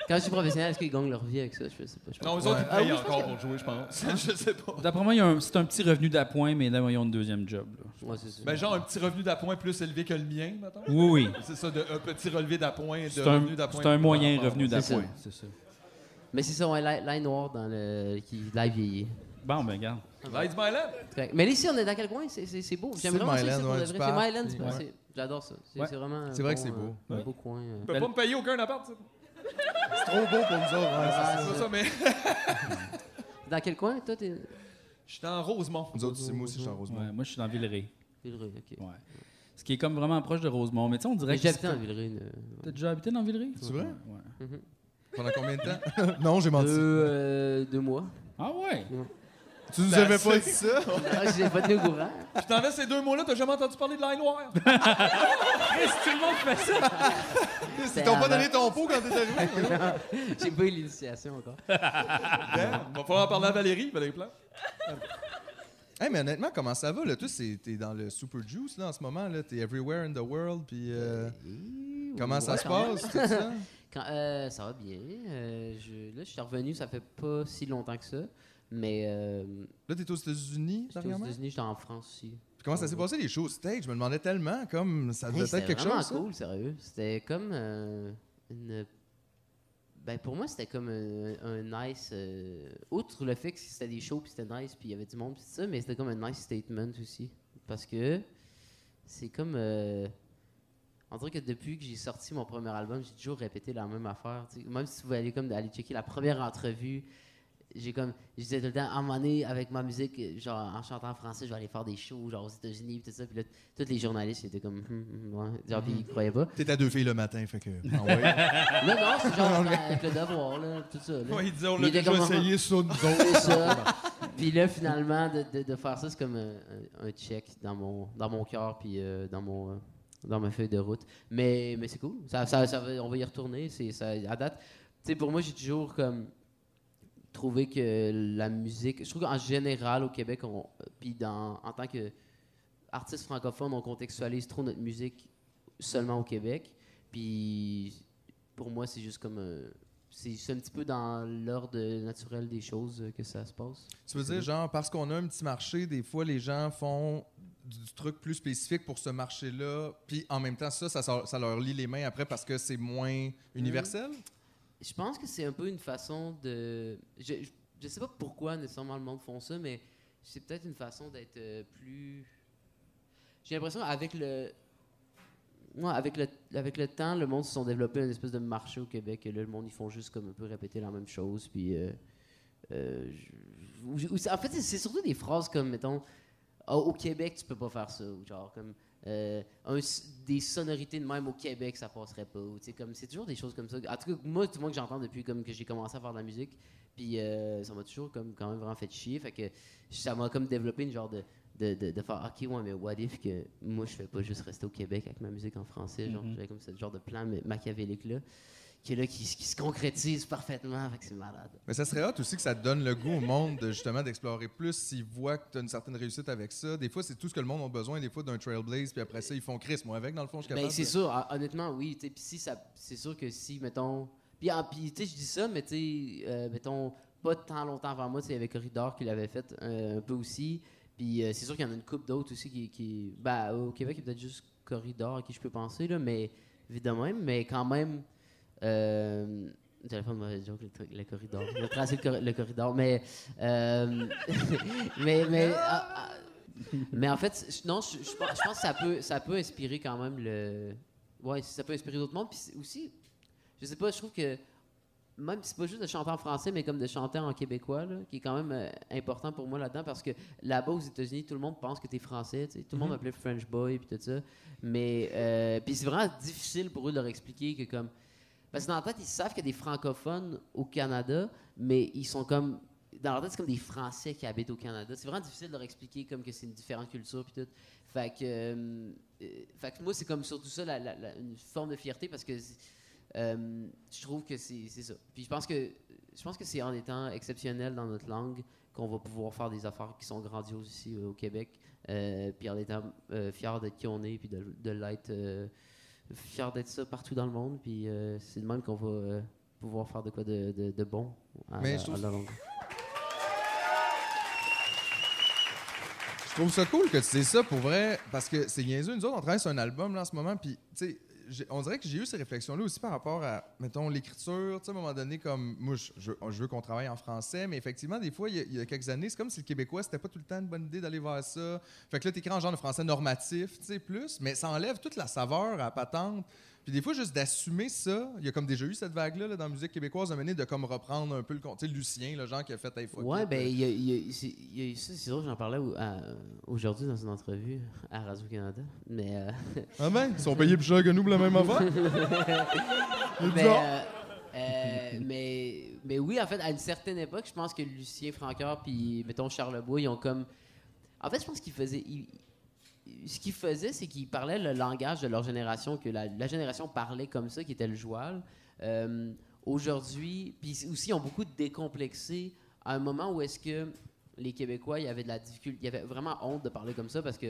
S10: quand je suis professionnel, est-ce qu'ils gagnent leur vie avec ça? Je sais pas. je
S3: Non,
S10: pense pas.
S3: eux autres, ils
S10: Ah
S3: payent
S10: oui, je pense
S3: encore
S10: que-
S3: pour jouer, je pense. je sais pas.
S1: D'après moi, il y a un- c'est un petit revenu d'appoint, mais là, ils ont une deuxième job. là.
S10: Ouais, c'est ça.
S3: Ben, genre, un petit revenu d'appoint plus élevé que le mien, mettons.
S1: Oui, oui.
S3: C'est ça, de, un petit relevé d'appoint, de
S1: C'est un,
S3: revenu d'appoint.
S1: c'est un moyen
S3: Ah,
S1: revenu
S3: c'est ça.
S1: d'appoint. C'est ça.
S10: Mais c'est ça, ouais, l'ail l'ail noir dans le. qui l'ail vieilli.
S1: Bon, ben, regarde.
S3: Lights by Lamp.
S10: C'est correct. Mais là, ici, on est dans quel coin? C'est- C'est c'est beau.
S2: C'est
S10: J'aime vraiment ça,
S2: Myland,
S10: ici, pour
S2: ouais,
S10: de
S2: du
S10: vrai. C'est
S2: parc,
S10: Myland, c'est
S2: puis-
S10: passé. J'adore ça. C'est
S1: Ouais.
S10: c'est vraiment. un
S2: C'est vrai
S10: bon,
S2: que c'est beau.
S10: euh, Un
S1: Ouais.
S10: beau coin. euh.
S3: Tu peux pas me payer aucun appart, ça.
S2: C'est trop beau pour nous autres. hein,
S10: Ah,
S2: c'est
S10: c'est
S2: ça.
S3: ça, mais.
S10: Dans quel coin, toi, t'es.
S3: J'étais en Rosemont.
S2: Nous autres, c'est moi aussi, je suis en Rosemont.
S1: Ouais, moi, je suis dans Villeray.
S10: Villeray, ok.
S1: Ouais. Ce qui est comme vraiment proche de Rosemont. Mais tu sais, on dirait
S10: Mais
S1: que.
S10: J'habitais
S1: c'est-
S10: en Villeray. euh,
S1: T'as déjà habité dans Villeray?
S2: C'est vrai?
S1: Ouais.
S2: Pendant combien de temps? non, j'ai menti.
S10: Deux, euh, deux mois.
S1: Ah ouais?
S2: Tu nous
S3: Ben,
S2: avais pas
S3: c'est-
S2: dit ça?
S10: Ah, j'ai pas tenu au courant.
S3: Puis t'en as ces deux mots-là, t'as jamais entendu parler de l'ail noire.
S1: Qu'est-ce que tout le monde fait ça?
S2: Ils t'ont pas donné ton pot quand t'es arrivé?
S10: J'ai pas eu l'initiation encore.
S3: Damn, va falloir en parler à Valérie, Valérie Plante.
S2: Hey, mais honnêtement, comment ça va? Là? Toi, c'est- t'es dans le super juice là, en ce moment. là. T'es everywhere in the world. Puis, euh, comment ça
S10: ouais,
S2: se
S10: quand
S2: passe?
S10: même.
S2: Tout ça?
S10: Quand, euh, ça va bien. euh, je- là, je suis revenu, ça fait pas si longtemps que ça. Mais euh,
S2: Là, t'es aux États-Unis,
S10: j'étais aux
S2: dernièrement?
S10: États-Unis, j'étais en France aussi.
S2: Puis comment ça s'est passé, les shows stage? Je me demandais tellement, comme, ça devait
S10: Hey,
S2: être
S10: C'était
S2: quelque
S10: vraiment
S2: chose. ça.
S10: cool, sérieux. C'était comme euh, une. Ben pour moi, c'était comme un, un nice. euh, Outre le fait que c'était des shows, puis c'était nice, puis il y avait du monde, puis tout ça, mais c'était comme un nice statement aussi. Parce que c'est comme. euh, on dirait que depuis que j'ai sorti mon premier album, j'ai toujours répété la même affaire. tu sais. Même si vous allez comme aller checker la première entrevue, j'ai comme je disais tout le temps à un moment donné, avec ma musique euh, genre en chantant en français je vais aller faire des shows genre aux États-Unis pis tout ça puis là tous les journalistes ils étaient comme Hum, hum, ouais. genre puis ils croyaient pas
S2: T'es à deux filles le matin, fait que. Ah ouais.
S10: non non c'est genre euh, avec le devoir là tout ça là.
S3: Ouais, il disait, on
S10: Puis
S3: l'a
S10: était
S3: déjà
S10: comme,
S3: essayé, ça, nous
S10: C'est
S3: autres.
S10: ça. puis là finalement de, de- de faire ça c'est comme euh, un, un check dans mon dans mon cœur puis euh, dans mon euh, dans ma feuille de route mais mais c'est cool ça, ça, ça va- on va y retourner c'est ça à date tu sais pour moi j'ai toujours comme trouver que la musique. Je trouve qu'en général, au Québec, on, puis dans, en tant qu'artiste francophone, on contextualise trop notre musique seulement au Québec. Puis pour moi, c'est juste comme un, c'est juste un petit peu dans l'ordre naturel des choses euh, que ça se passe.
S2: Tu veux dire, genre, parce qu'on a un petit marché, des fois, les gens font du, du truc plus spécifique pour ce marché-là, puis en même temps, ça, ça, sort- ça leur lie les mains après parce que c'est moins universel?
S10: Mm. Je pense que c'est un peu une façon de. Je, je, je sais pas pourquoi nécessairement le monde font ça, mais c'est peut-être une façon d'être euh, plus. J'ai l'impression avec le. Moi, avec le, avec le temps, le monde se sont développés une espèce de marché au Québec. Et là, le monde, ils font juste comme un peu répéter la même chose. Puis. euh, euh, je- ou- ou c'est- en fait, c'est- c'est surtout des phrases comme, mettons, Ah, au Québec, tu peux pas faire ça. Ou genre, comme. euh, un s- des sonorités de même au Québec, ça passerait pas. Ou, tu sais, comme, c'est toujours des choses comme ça. En tout cas, moi, tout le monde que j'entends depuis comme, que j'ai commencé à faire de la musique, puis euh, ça m'a toujours comme, quand même vraiment fait chier. Fait que ça m'a comme développé une genre de, de, de, de faire OK, ouais, mais what if que moi, je fais pas juste rester au Québec avec ma musique en français. Genre,
S11: Mhm.
S10: j'avais comme ce genre de plan ma- machiavélique-là, qui est là, qui, s- qui se concrétise parfaitement. Fait que c'est malade.
S2: Mais ça serait hot aussi que ça donne le goût au monde de, justement d'explorer plus s'ils voient que tu as une certaine réussite avec ça. Des fois, c'est tout ce que le monde a besoin, des fois, d'un trailblaze, puis après ça, ils font Chris, moi avec, dans le fond, je suis
S10: Ben,
S2: capable.
S10: c'est
S2: de-
S10: sûr, hon- honnêtement, oui. tu sais, Puis si ça, c'est sûr que si, mettons. Puis, en- puis, tu sais, je dis ça, mais tu sais, euh, mettons, pas tant longtemps avant moi, tu sais, il y avait Corridor qui l'avait fait euh, un peu aussi. Puis euh, c'est sûr qu'il y en a une coupe d'autres aussi qui, qui. Ben, au Québec, il y a peut-être juste Corridor à qui je peux penser, là, mais vite de même, mais quand même. Euh, J'allais faire une mauvaise joke, le, truc- le corridor. Je vais tracer le, cor- le corridor, mais. euh, mais, mais, ah, ah, mais en fait, je- non, je, je pense je pense que ça peut, ça peut inspirer quand même le. Ouais, ça peut inspirer d'autres mondes. Puis c'est aussi, je sais pas, je trouve que même c'est pas juste de chanter en français, mais comme de chanter en québécois, là, qui est quand même euh, important pour moi là-dedans, parce que là-bas aux États-Unis, tout le monde pense que t'es français, tu sais. tout le monde
S11: Mhm.
S10: m'appelait French boy puis tout ça, mais euh, puis c'est vraiment difficile pour eux de leur expliquer que comme parce que dans la tête ils savent qu'il y a des francophones au Canada, mais ils sont comme dans leur tête c'est comme des Français qui habitent au Canada. C'est vraiment difficile de leur expliquer comme que c'est une différente culture puis tout. Fait que, euh, euh, fait que moi c'est comme surtout ça la- la- la- une forme de fierté parce que euh, je trouve que c'est c'est ça. Puis je pense que je pense que c'est en étant exceptionnel dans notre langue qu'on va pouvoir faire des affaires qui sont grandioses ici euh, au Québec. Euh, puis en étant euh, fier d'être qui on est, puis de, de l'être, euh, fier d'être ça partout dans le monde. Puis euh, c'est de même qu'on va euh, pouvoir faire de quoi de, de- de bon à,
S2: Mais
S10: la-
S2: je trouve-
S10: à la longue.
S2: Je trouve ça cool que tu dises ça pour vrai, parce que c'est niaiseux. Nous autres, on travaille sur un album là, en ce moment, puis tu sais, j'ai- on dirait que j'ai eu ces réflexions-là aussi par rapport à, mettons, l'écriture. Tu sais, à un moment donné, comme moi, je, je- je veux qu'on travaille en français, mais effectivement, des fois, il y a- il y, a quelques années, c'est comme si le Québécois, c'était pas tout le temps une bonne idée d'aller vers ça. Fait que là, t'écris en genre de français normatif, tu sais, plus, mais ça enlève toute la saveur à la patente. Puis des fois, juste d'assumer ça, il y a comme déjà eu cette vague-là là, dans la musique québécoise, à mener de comme reprendre un peu le con- Tu sais, Lucien, le genre qui a fait Hey, fuck
S10: Ouais,
S2: it. euh.
S10: ben, il y a, il y a- c'est- il y a eu ça, c'est drôle, j'en parlais au- à- aujourd'hui dans une entrevue à Radio-Canada. Mais. euh,
S2: Ah ben, ils sont payés plus cher que nous pour la même affaire.
S10: mais,
S2: Il dit, Ah.
S10: euh, euh, mais, mais oui, en fait, à une certaine époque, je pense que Lucien Francoeur puis, mettons, Charlebois, ils ont comme... En fait, je pense qu'ils faisaient... ils- ce qu'ils faisaient, c'est qu'ils parlaient le langage de leur génération, que la, la génération parlait comme ça, qui était le joual. Euh, Aujourd'hui, puis aussi, ils ont beaucoup décomplexé à un moment où est-ce que les Québécois, il y avait de la difficulté, il y avait vraiment honte de parler comme ça parce que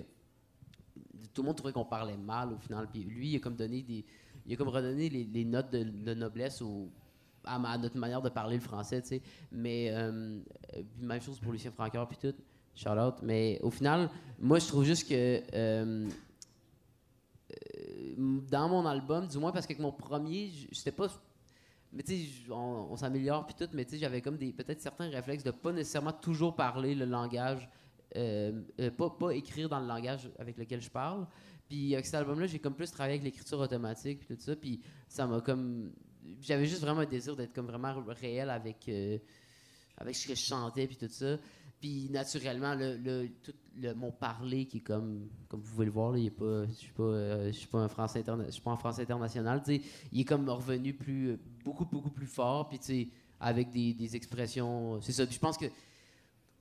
S10: tout le monde trouvait qu'on parlait mal au final. Puis lui, il a comme donné des, il a comme redonné les, les notes de, de noblesse au, à, ma- à notre manière de parler le français, tu sais. Mais euh, euh, puis même chose pour Lucien Francoeur puis tout. Charlotte. Mais au final, moi, je trouve juste que euh, euh, dans mon album, du moins parce que mon premier, j- j'étais pas mais tu sais, j- on, on s'améliore puis tout, mais tu sais, j'avais comme des peut-être certains réflexes de pas nécessairement toujours parler le langage, euh, euh, pas, pas écrire dans le langage avec lequel je parle. Puis avec cet album-là, j'ai comme plus travaillé avec l'écriture automatique puis tout ça, puis ça m'a comme... J'avais juste vraiment un désir d'être comme vraiment réel avec, euh, avec ce que je chantais puis tout ça. Puis naturellement, le, le- tout le, mon parler qui est comme, comme vous pouvez le voir, là, il est pas, je suis pas, euh, je suis pas un français interna- je suis pas en français international, tu sais, il est comme revenu plus, euh, beaucoup, beaucoup plus fort, puis tu sais, avec des, des expressions, euh, c'est ça. Puis je pense que, tu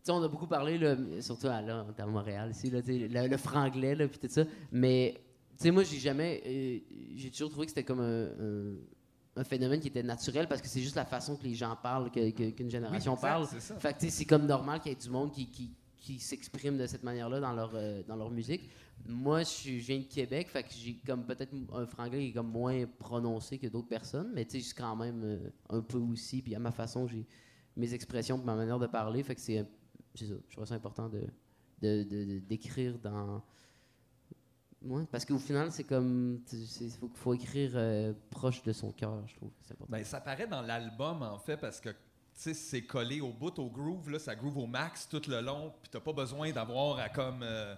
S10: sais, on a beaucoup parlé, là, mais surtout à, là, à Montréal, ici, là, tu sais, le, le franglais, là, puis tout ça, mais, tu sais, moi, j'ai jamais, euh, j'ai toujours trouvé que c'était comme un, un- un phénomène qui était naturel, parce que c'est juste la façon que les gens parlent, que- que- qu'une génération
S11: exact,
S10: parle.
S11: c'est ça.
S10: Fait que, tu sais, c'est comme normal qu'il y ait du monde qui, qui, qui s'expriment de cette manière-là dans leur, euh, dans leur musique. Moi, je, suis- je viens de Québec, fait que j'ai comme peut-être un franglais qui est comme moins prononcé que d'autres personnes, mais tu sais, je suis quand même euh, un peu aussi, puis à ma façon, j'ai mes expressions, puis ma manière de parler, fait que c'est, euh, c'est ça, je trouve ça important de, de- de- de- d'écrire dans... Ouais, parce qu'au final, c'est comme, il faut, faut écrire euh, proche de son cœur, je trouve, c'est important.
S4: Ben, ça paraît dans l'album, en fait, parce que tu sais, c'est collé au bout, au groove, là, ça groove au max tout le long, puis t'as pas besoin d'avoir à comme. euh,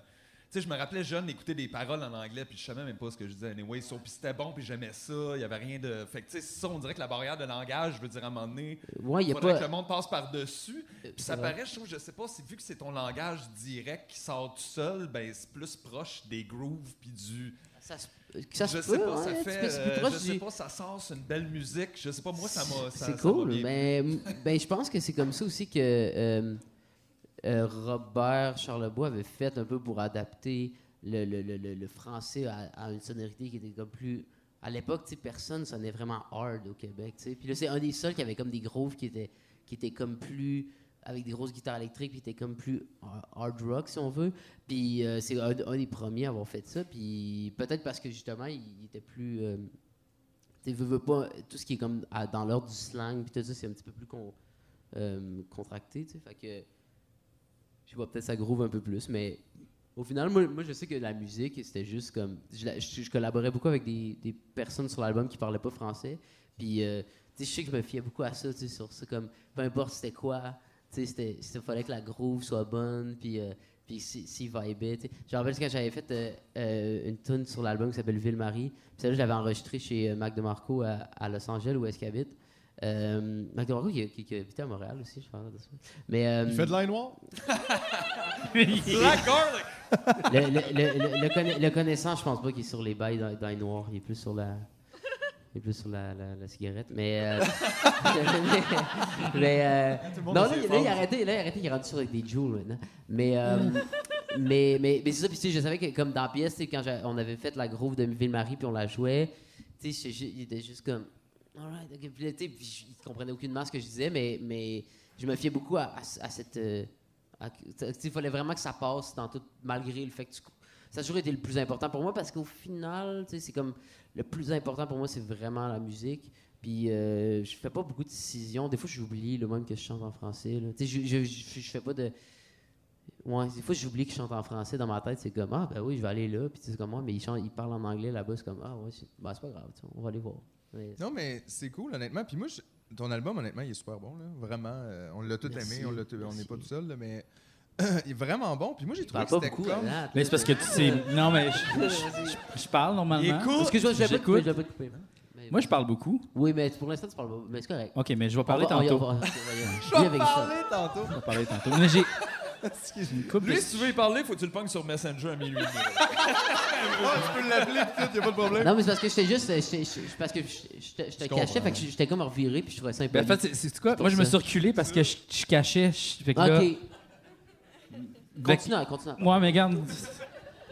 S4: tu sais, je me rappelais jeune d'écouter des paroles en anglais, puis je savais même pas ce que je disais. Anyway, so, puis c'était bon, puis j'aimais ça, il y avait rien de. Fait que tu sais, ça, on dirait que la barrière de langage, je veux dire, à un moment donné,
S10: Ouais, y a
S4: faudrait
S10: pas- Euh,
S4: que le monde passe par-dessus. Puis ça
S10: c'est vrai.
S4: paraît, je trouve, je sais pas, si vu que c'est ton langage direct qui sort tout seul, ben c'est plus proche des grooves, puis du.
S10: Ça se- que ça
S4: je
S10: se
S4: sais
S10: peut,
S4: pas, ça
S10: ouais, tu
S4: fait.
S10: peux- c'est plus
S4: euh,
S10: proche
S4: je sais
S10: du-
S4: pas, ça sort, c'est une belle musique. Je sais pas, moi, ça m'a. ça-
S10: C'est
S4: ça m'a
S10: cool.
S4: bien
S10: Ben, m- ben, je pense que c'est comme ça aussi que euh, euh, Robert Charlebois avait fait un peu pour adapter le, le- le- le- le français à, à une sonorité qui était comme plus. À l'époque, tu sais, personne sonnait vraiment hard au Québec. tu sais. Puis là, c'est un des seuls qui avait comme des grooves qui étaient, qui étaient comme plus. avec des grosses guitares électriques, puis était comme plus ha- hard rock, si on veut. Puis euh, c'est un, un des premiers à avoir fait ça. Puis peut-être parce que justement, il, il était plus. euh, tu sais, veux, veux pas, tout ce qui est comme à- dans l'ordre du slang, puis tout ça, c'est un petit peu plus con- euh, contracté, tu sais, fait que, je sais pas, peut-être ça groove un peu plus, mais au final, moi, moi, je sais que la musique, c'était juste comme, je, la- je- je collaborais beaucoup avec des, des personnes sur l'album qui parlaient pas français, puis, euh, tu sais, je sais que je me fiais beaucoup à ça, tu sais, sur ça, comme, peu importe c'était quoi, tu sais, c'était- c'était, fallait que la groove soit bonne, puis... euh, puis si, si vibait, tu sais. Je me rappelle quand j'avais fait euh, euh, une tune sur l'album qui s'appelle Ville-Marie. Puis celle-là, je l'avais enregistrée chez euh, Mac DeMarco à, à Los Angeles, où est-ce qu'il habite. Euh, Mac DeMarco, qui, qui, qui habitait à Montréal aussi, je parle de ça. Mais, euh,
S3: Il fait de l'ail noir?
S4: Black garlic!
S10: le, le- le- le- le conna- le connaissant, je pense pas qu'il est sur les bails dans, dans les noirs. Il est plus sur la. Il est plus sur la, la- la cigarette. Mais. euh, mais- mais, euh,
S11: Tout le
S10: non,
S11: monde
S10: là,
S11: a ses
S10: il- là, il
S11: phases.
S10: a arrêté. Là, il a arrêté. Il est rendu sur avec des joules maintenant. Mais. euh, mais mais, mais c'est ça. Puis, tu sais, je savais que, comme dans la pièce, tu sais, quand j'a- on avait fait la groove de Ville-Marie, puis on la jouait, tu sais, je- je- il était juste comme. Alright, ok. Puis là, tu sais, puis je- il comprenait aucunement ce que je disais, mais, mais je me fiais beaucoup à, à- à cette. euh, à- tu sais, Il fallait vraiment que ça passe dans tout, malgré le fait que tu. cou- Ça a toujours été le plus important pour moi parce qu'au final, tu sais, c'est comme. Le plus important pour moi, c'est vraiment la musique. Puis euh, je fais pas beaucoup de décisions. Des fois, j'oublie le même que je chante en français. là. Tu sais, je, je, je, je fais pas de. Ouais, des fois j'oublie que je chante en français dans ma tête, c'est comme ah ben oui, je vais aller là, puis tu sais, c'est comme moi, mais il, chante, il parle en anglais là-bas, c'est comme ah ouais, c'est ben, c'est pas grave, tu sais, on va aller voir. Mais-
S2: Non, mais c'est cool, honnêtement. Puis moi, je- ton album, honnêtement, il est super bon. Là. Vraiment, euh, on l'a tout
S10: Merci,
S2: aimé. On l'a tout- on
S10: merci.
S2: n'est pas tout seul, là, mais il est vraiment bon. Puis moi, j'ai
S10: parle
S2: trouvé que
S10: pas
S2: c'était
S10: beaucoup, hein.
S2: comme...
S10: Alain.
S1: Mais c'est parce que tu sais. Non, mais je, je- je- je parle normalement.
S10: Écoute!
S1: Parce que je,
S10: Je vais pas te
S1: j'écoute.
S10: couper, je vais pas te couper. Mais
S1: Moi, je parle beaucoup.
S10: Oui, mais pour l'instant tu parles pas, mais c'est correct.
S1: OK, mais je vais parler
S10: On va- on y-
S1: tantôt.
S10: on va- ok,
S1: Je
S10: voyons.
S1: vais
S10: Viens avec ça.
S1: parler
S2: tantôt.
S1: On va parler tantôt. Mais j'ai. une couple
S4: Lui,
S1: de-
S4: si tu veux y parler, faut que tu le ponges sur Messenger à minuit.
S2: tu peux l'appeler, peut-être, a pas de problème.
S10: Non, mais c'est parce que j'étais juste. euh, j'étais- j'étais- parce que j'étais- je te
S1: comprends.
S10: cachais, fait que j'étais comme reviré, puis je trouvais ça
S1: Ben, en
S10: impoli.
S1: fait, c'est- c'est quoi?
S10: pour
S1: Moi, je me
S10: ça.
S1: suis reculé parce que je, je cachais. je- fait que là-
S10: Ok.
S1: Fait que-
S10: Continue, continue.
S1: Ouais, mais regarde.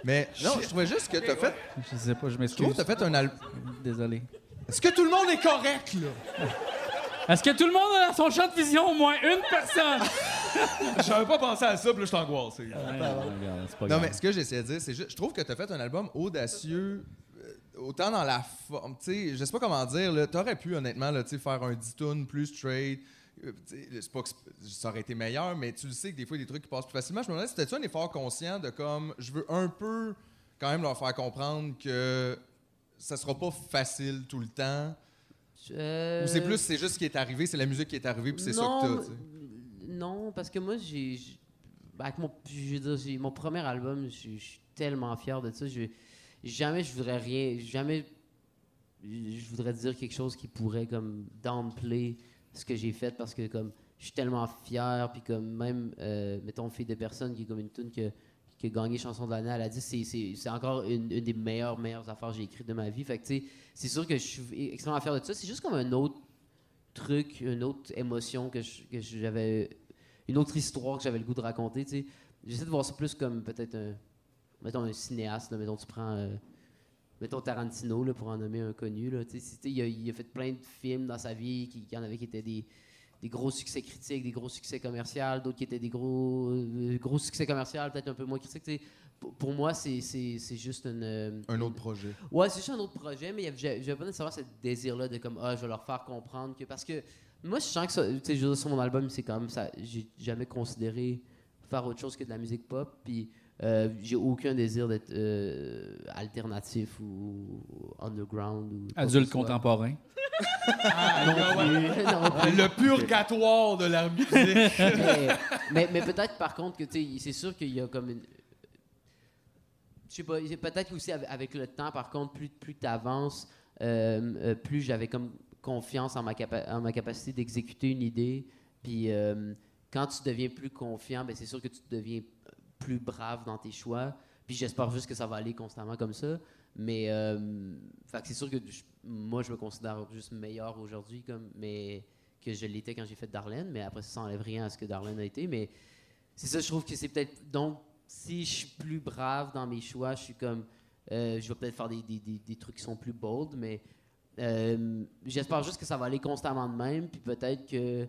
S2: Mais non, je trouvais juste que t'as fait...
S1: Je sais pas, je m'excuse.
S2: trouve que t'as fait un album...
S1: Désolé.
S2: Est-ce que tout le monde est correct, là?
S1: Est-ce que tout le monde a dans son champ de vision au moins une personne?
S4: J'avais pas pensé à ça, puis là, je suis angoissé.
S2: Non, mais ce que j'essaie de dire, c'est juste, je trouve que tu as fait un album audacieux, euh, autant dans la forme, tu sais, je sais pas comment dire, là, t'aurais pu honnêtement, là, tu sais, faire un 10 tunes plus straight, euh, tu sais, c'est pas que c'est- ça aurait été meilleur, mais tu le sais que des fois, il y a des trucs qui passent plus facilement. Je me demandais, c'était-tu un effort conscient de comme, je veux un peu quand même leur faire comprendre que ça sera pas facile tout le temps,
S10: Euh,
S2: ou c'est plus, c'est juste ce qui est arrivé, c'est la musique qui est arrivée, puis c'est ça
S10: non,
S2: que t'as, tu sais.
S10: mais- Non, parce que moi, j'ai. j'- ben, Avec mon, je veux dire, j'ai- mon premier album, je je suis tellement fier de ça. Je, jamais je voudrais rien. Jamais je voudrais dire quelque chose qui pourrait comme downplay ce que j'ai fait parce que comme je suis tellement fier puis comme même euh, mettons fille de personne qui est comme une tune que qui a gagné chanson de l'année à la 10 c'est- c'est c'est encore une, une des meilleures meilleures affaires que j'ai écrites de ma vie fait que tu sais c'est sûr que je suis extrêmement fier de ça c'est juste comme un autre truc une autre émotion que je- que j'avais une autre histoire que j'avais le goût de raconter tu sais j'essaie de voir ça plus comme peut-être un mettons un cinéaste là, mettons tu prends euh, mettons Tarantino là, pour en nommer un connu là, tu sais, c'est- tu sais, il, a, il a fait plein de films dans sa vie qui, il y en avait qui étaient des des gros succès critiques, des gros succès commerciaux, d'autres qui étaient des gros, euh, gros succès commerciaux, peut-être un peu moins critiques. tu sais. P- Pour moi, c'est- c'est c'est juste une, euh,
S2: Un autre projet.
S10: Ouais, c'est juste un autre projet, mais il y avait- j'avais j'avais pas nécessairement ce désir-là de comme, ah, je vais leur faire comprendre que. Parce que moi, je sens que ça, tu sais, je veux dire, sur mon album, c'est quand même ça. J'ai jamais considéré faire autre chose que de la musique pop, puis euh, j'ai aucun désir d'être euh, alternatif ou underground. Ou quoi que
S1: Adulte
S10: ce soit.
S1: contemporain.
S10: Ah, non plus. Non plus.
S3: Le purgatoire de la musique.
S10: mais mais- mais peut-être par contre que tu sais, c'est sûr qu'il y a comme une. Je sais pas, j'ai- peut-être aussi avec, avec le temps, par contre, plus, plus tu avances, plus j'avais comme confiance en ma, capa- en ma capacité d'exécuter une idée. Puis euh, quand tu deviens plus confiant, ben, c'est sûr que tu deviens plus brave dans tes choix. Puis j'espère juste que ça va aller constamment comme ça. Mais euh, fait que c'est sûr que je- moi, je me considère juste meilleur aujourd'hui comme, mais que je l'étais quand j'ai fait Darlene. Mais après, ça n'enlève rien à ce que Darlene a été. Mais c'est ça, je trouve que c'est peut-être. Donc, si je suis plus brave dans mes choix, je suis comme. euh, je vais peut-être faire des, des- des- des trucs qui sont plus bold, mais euh, j'espère juste que ça va aller constamment de même. Puis peut-être que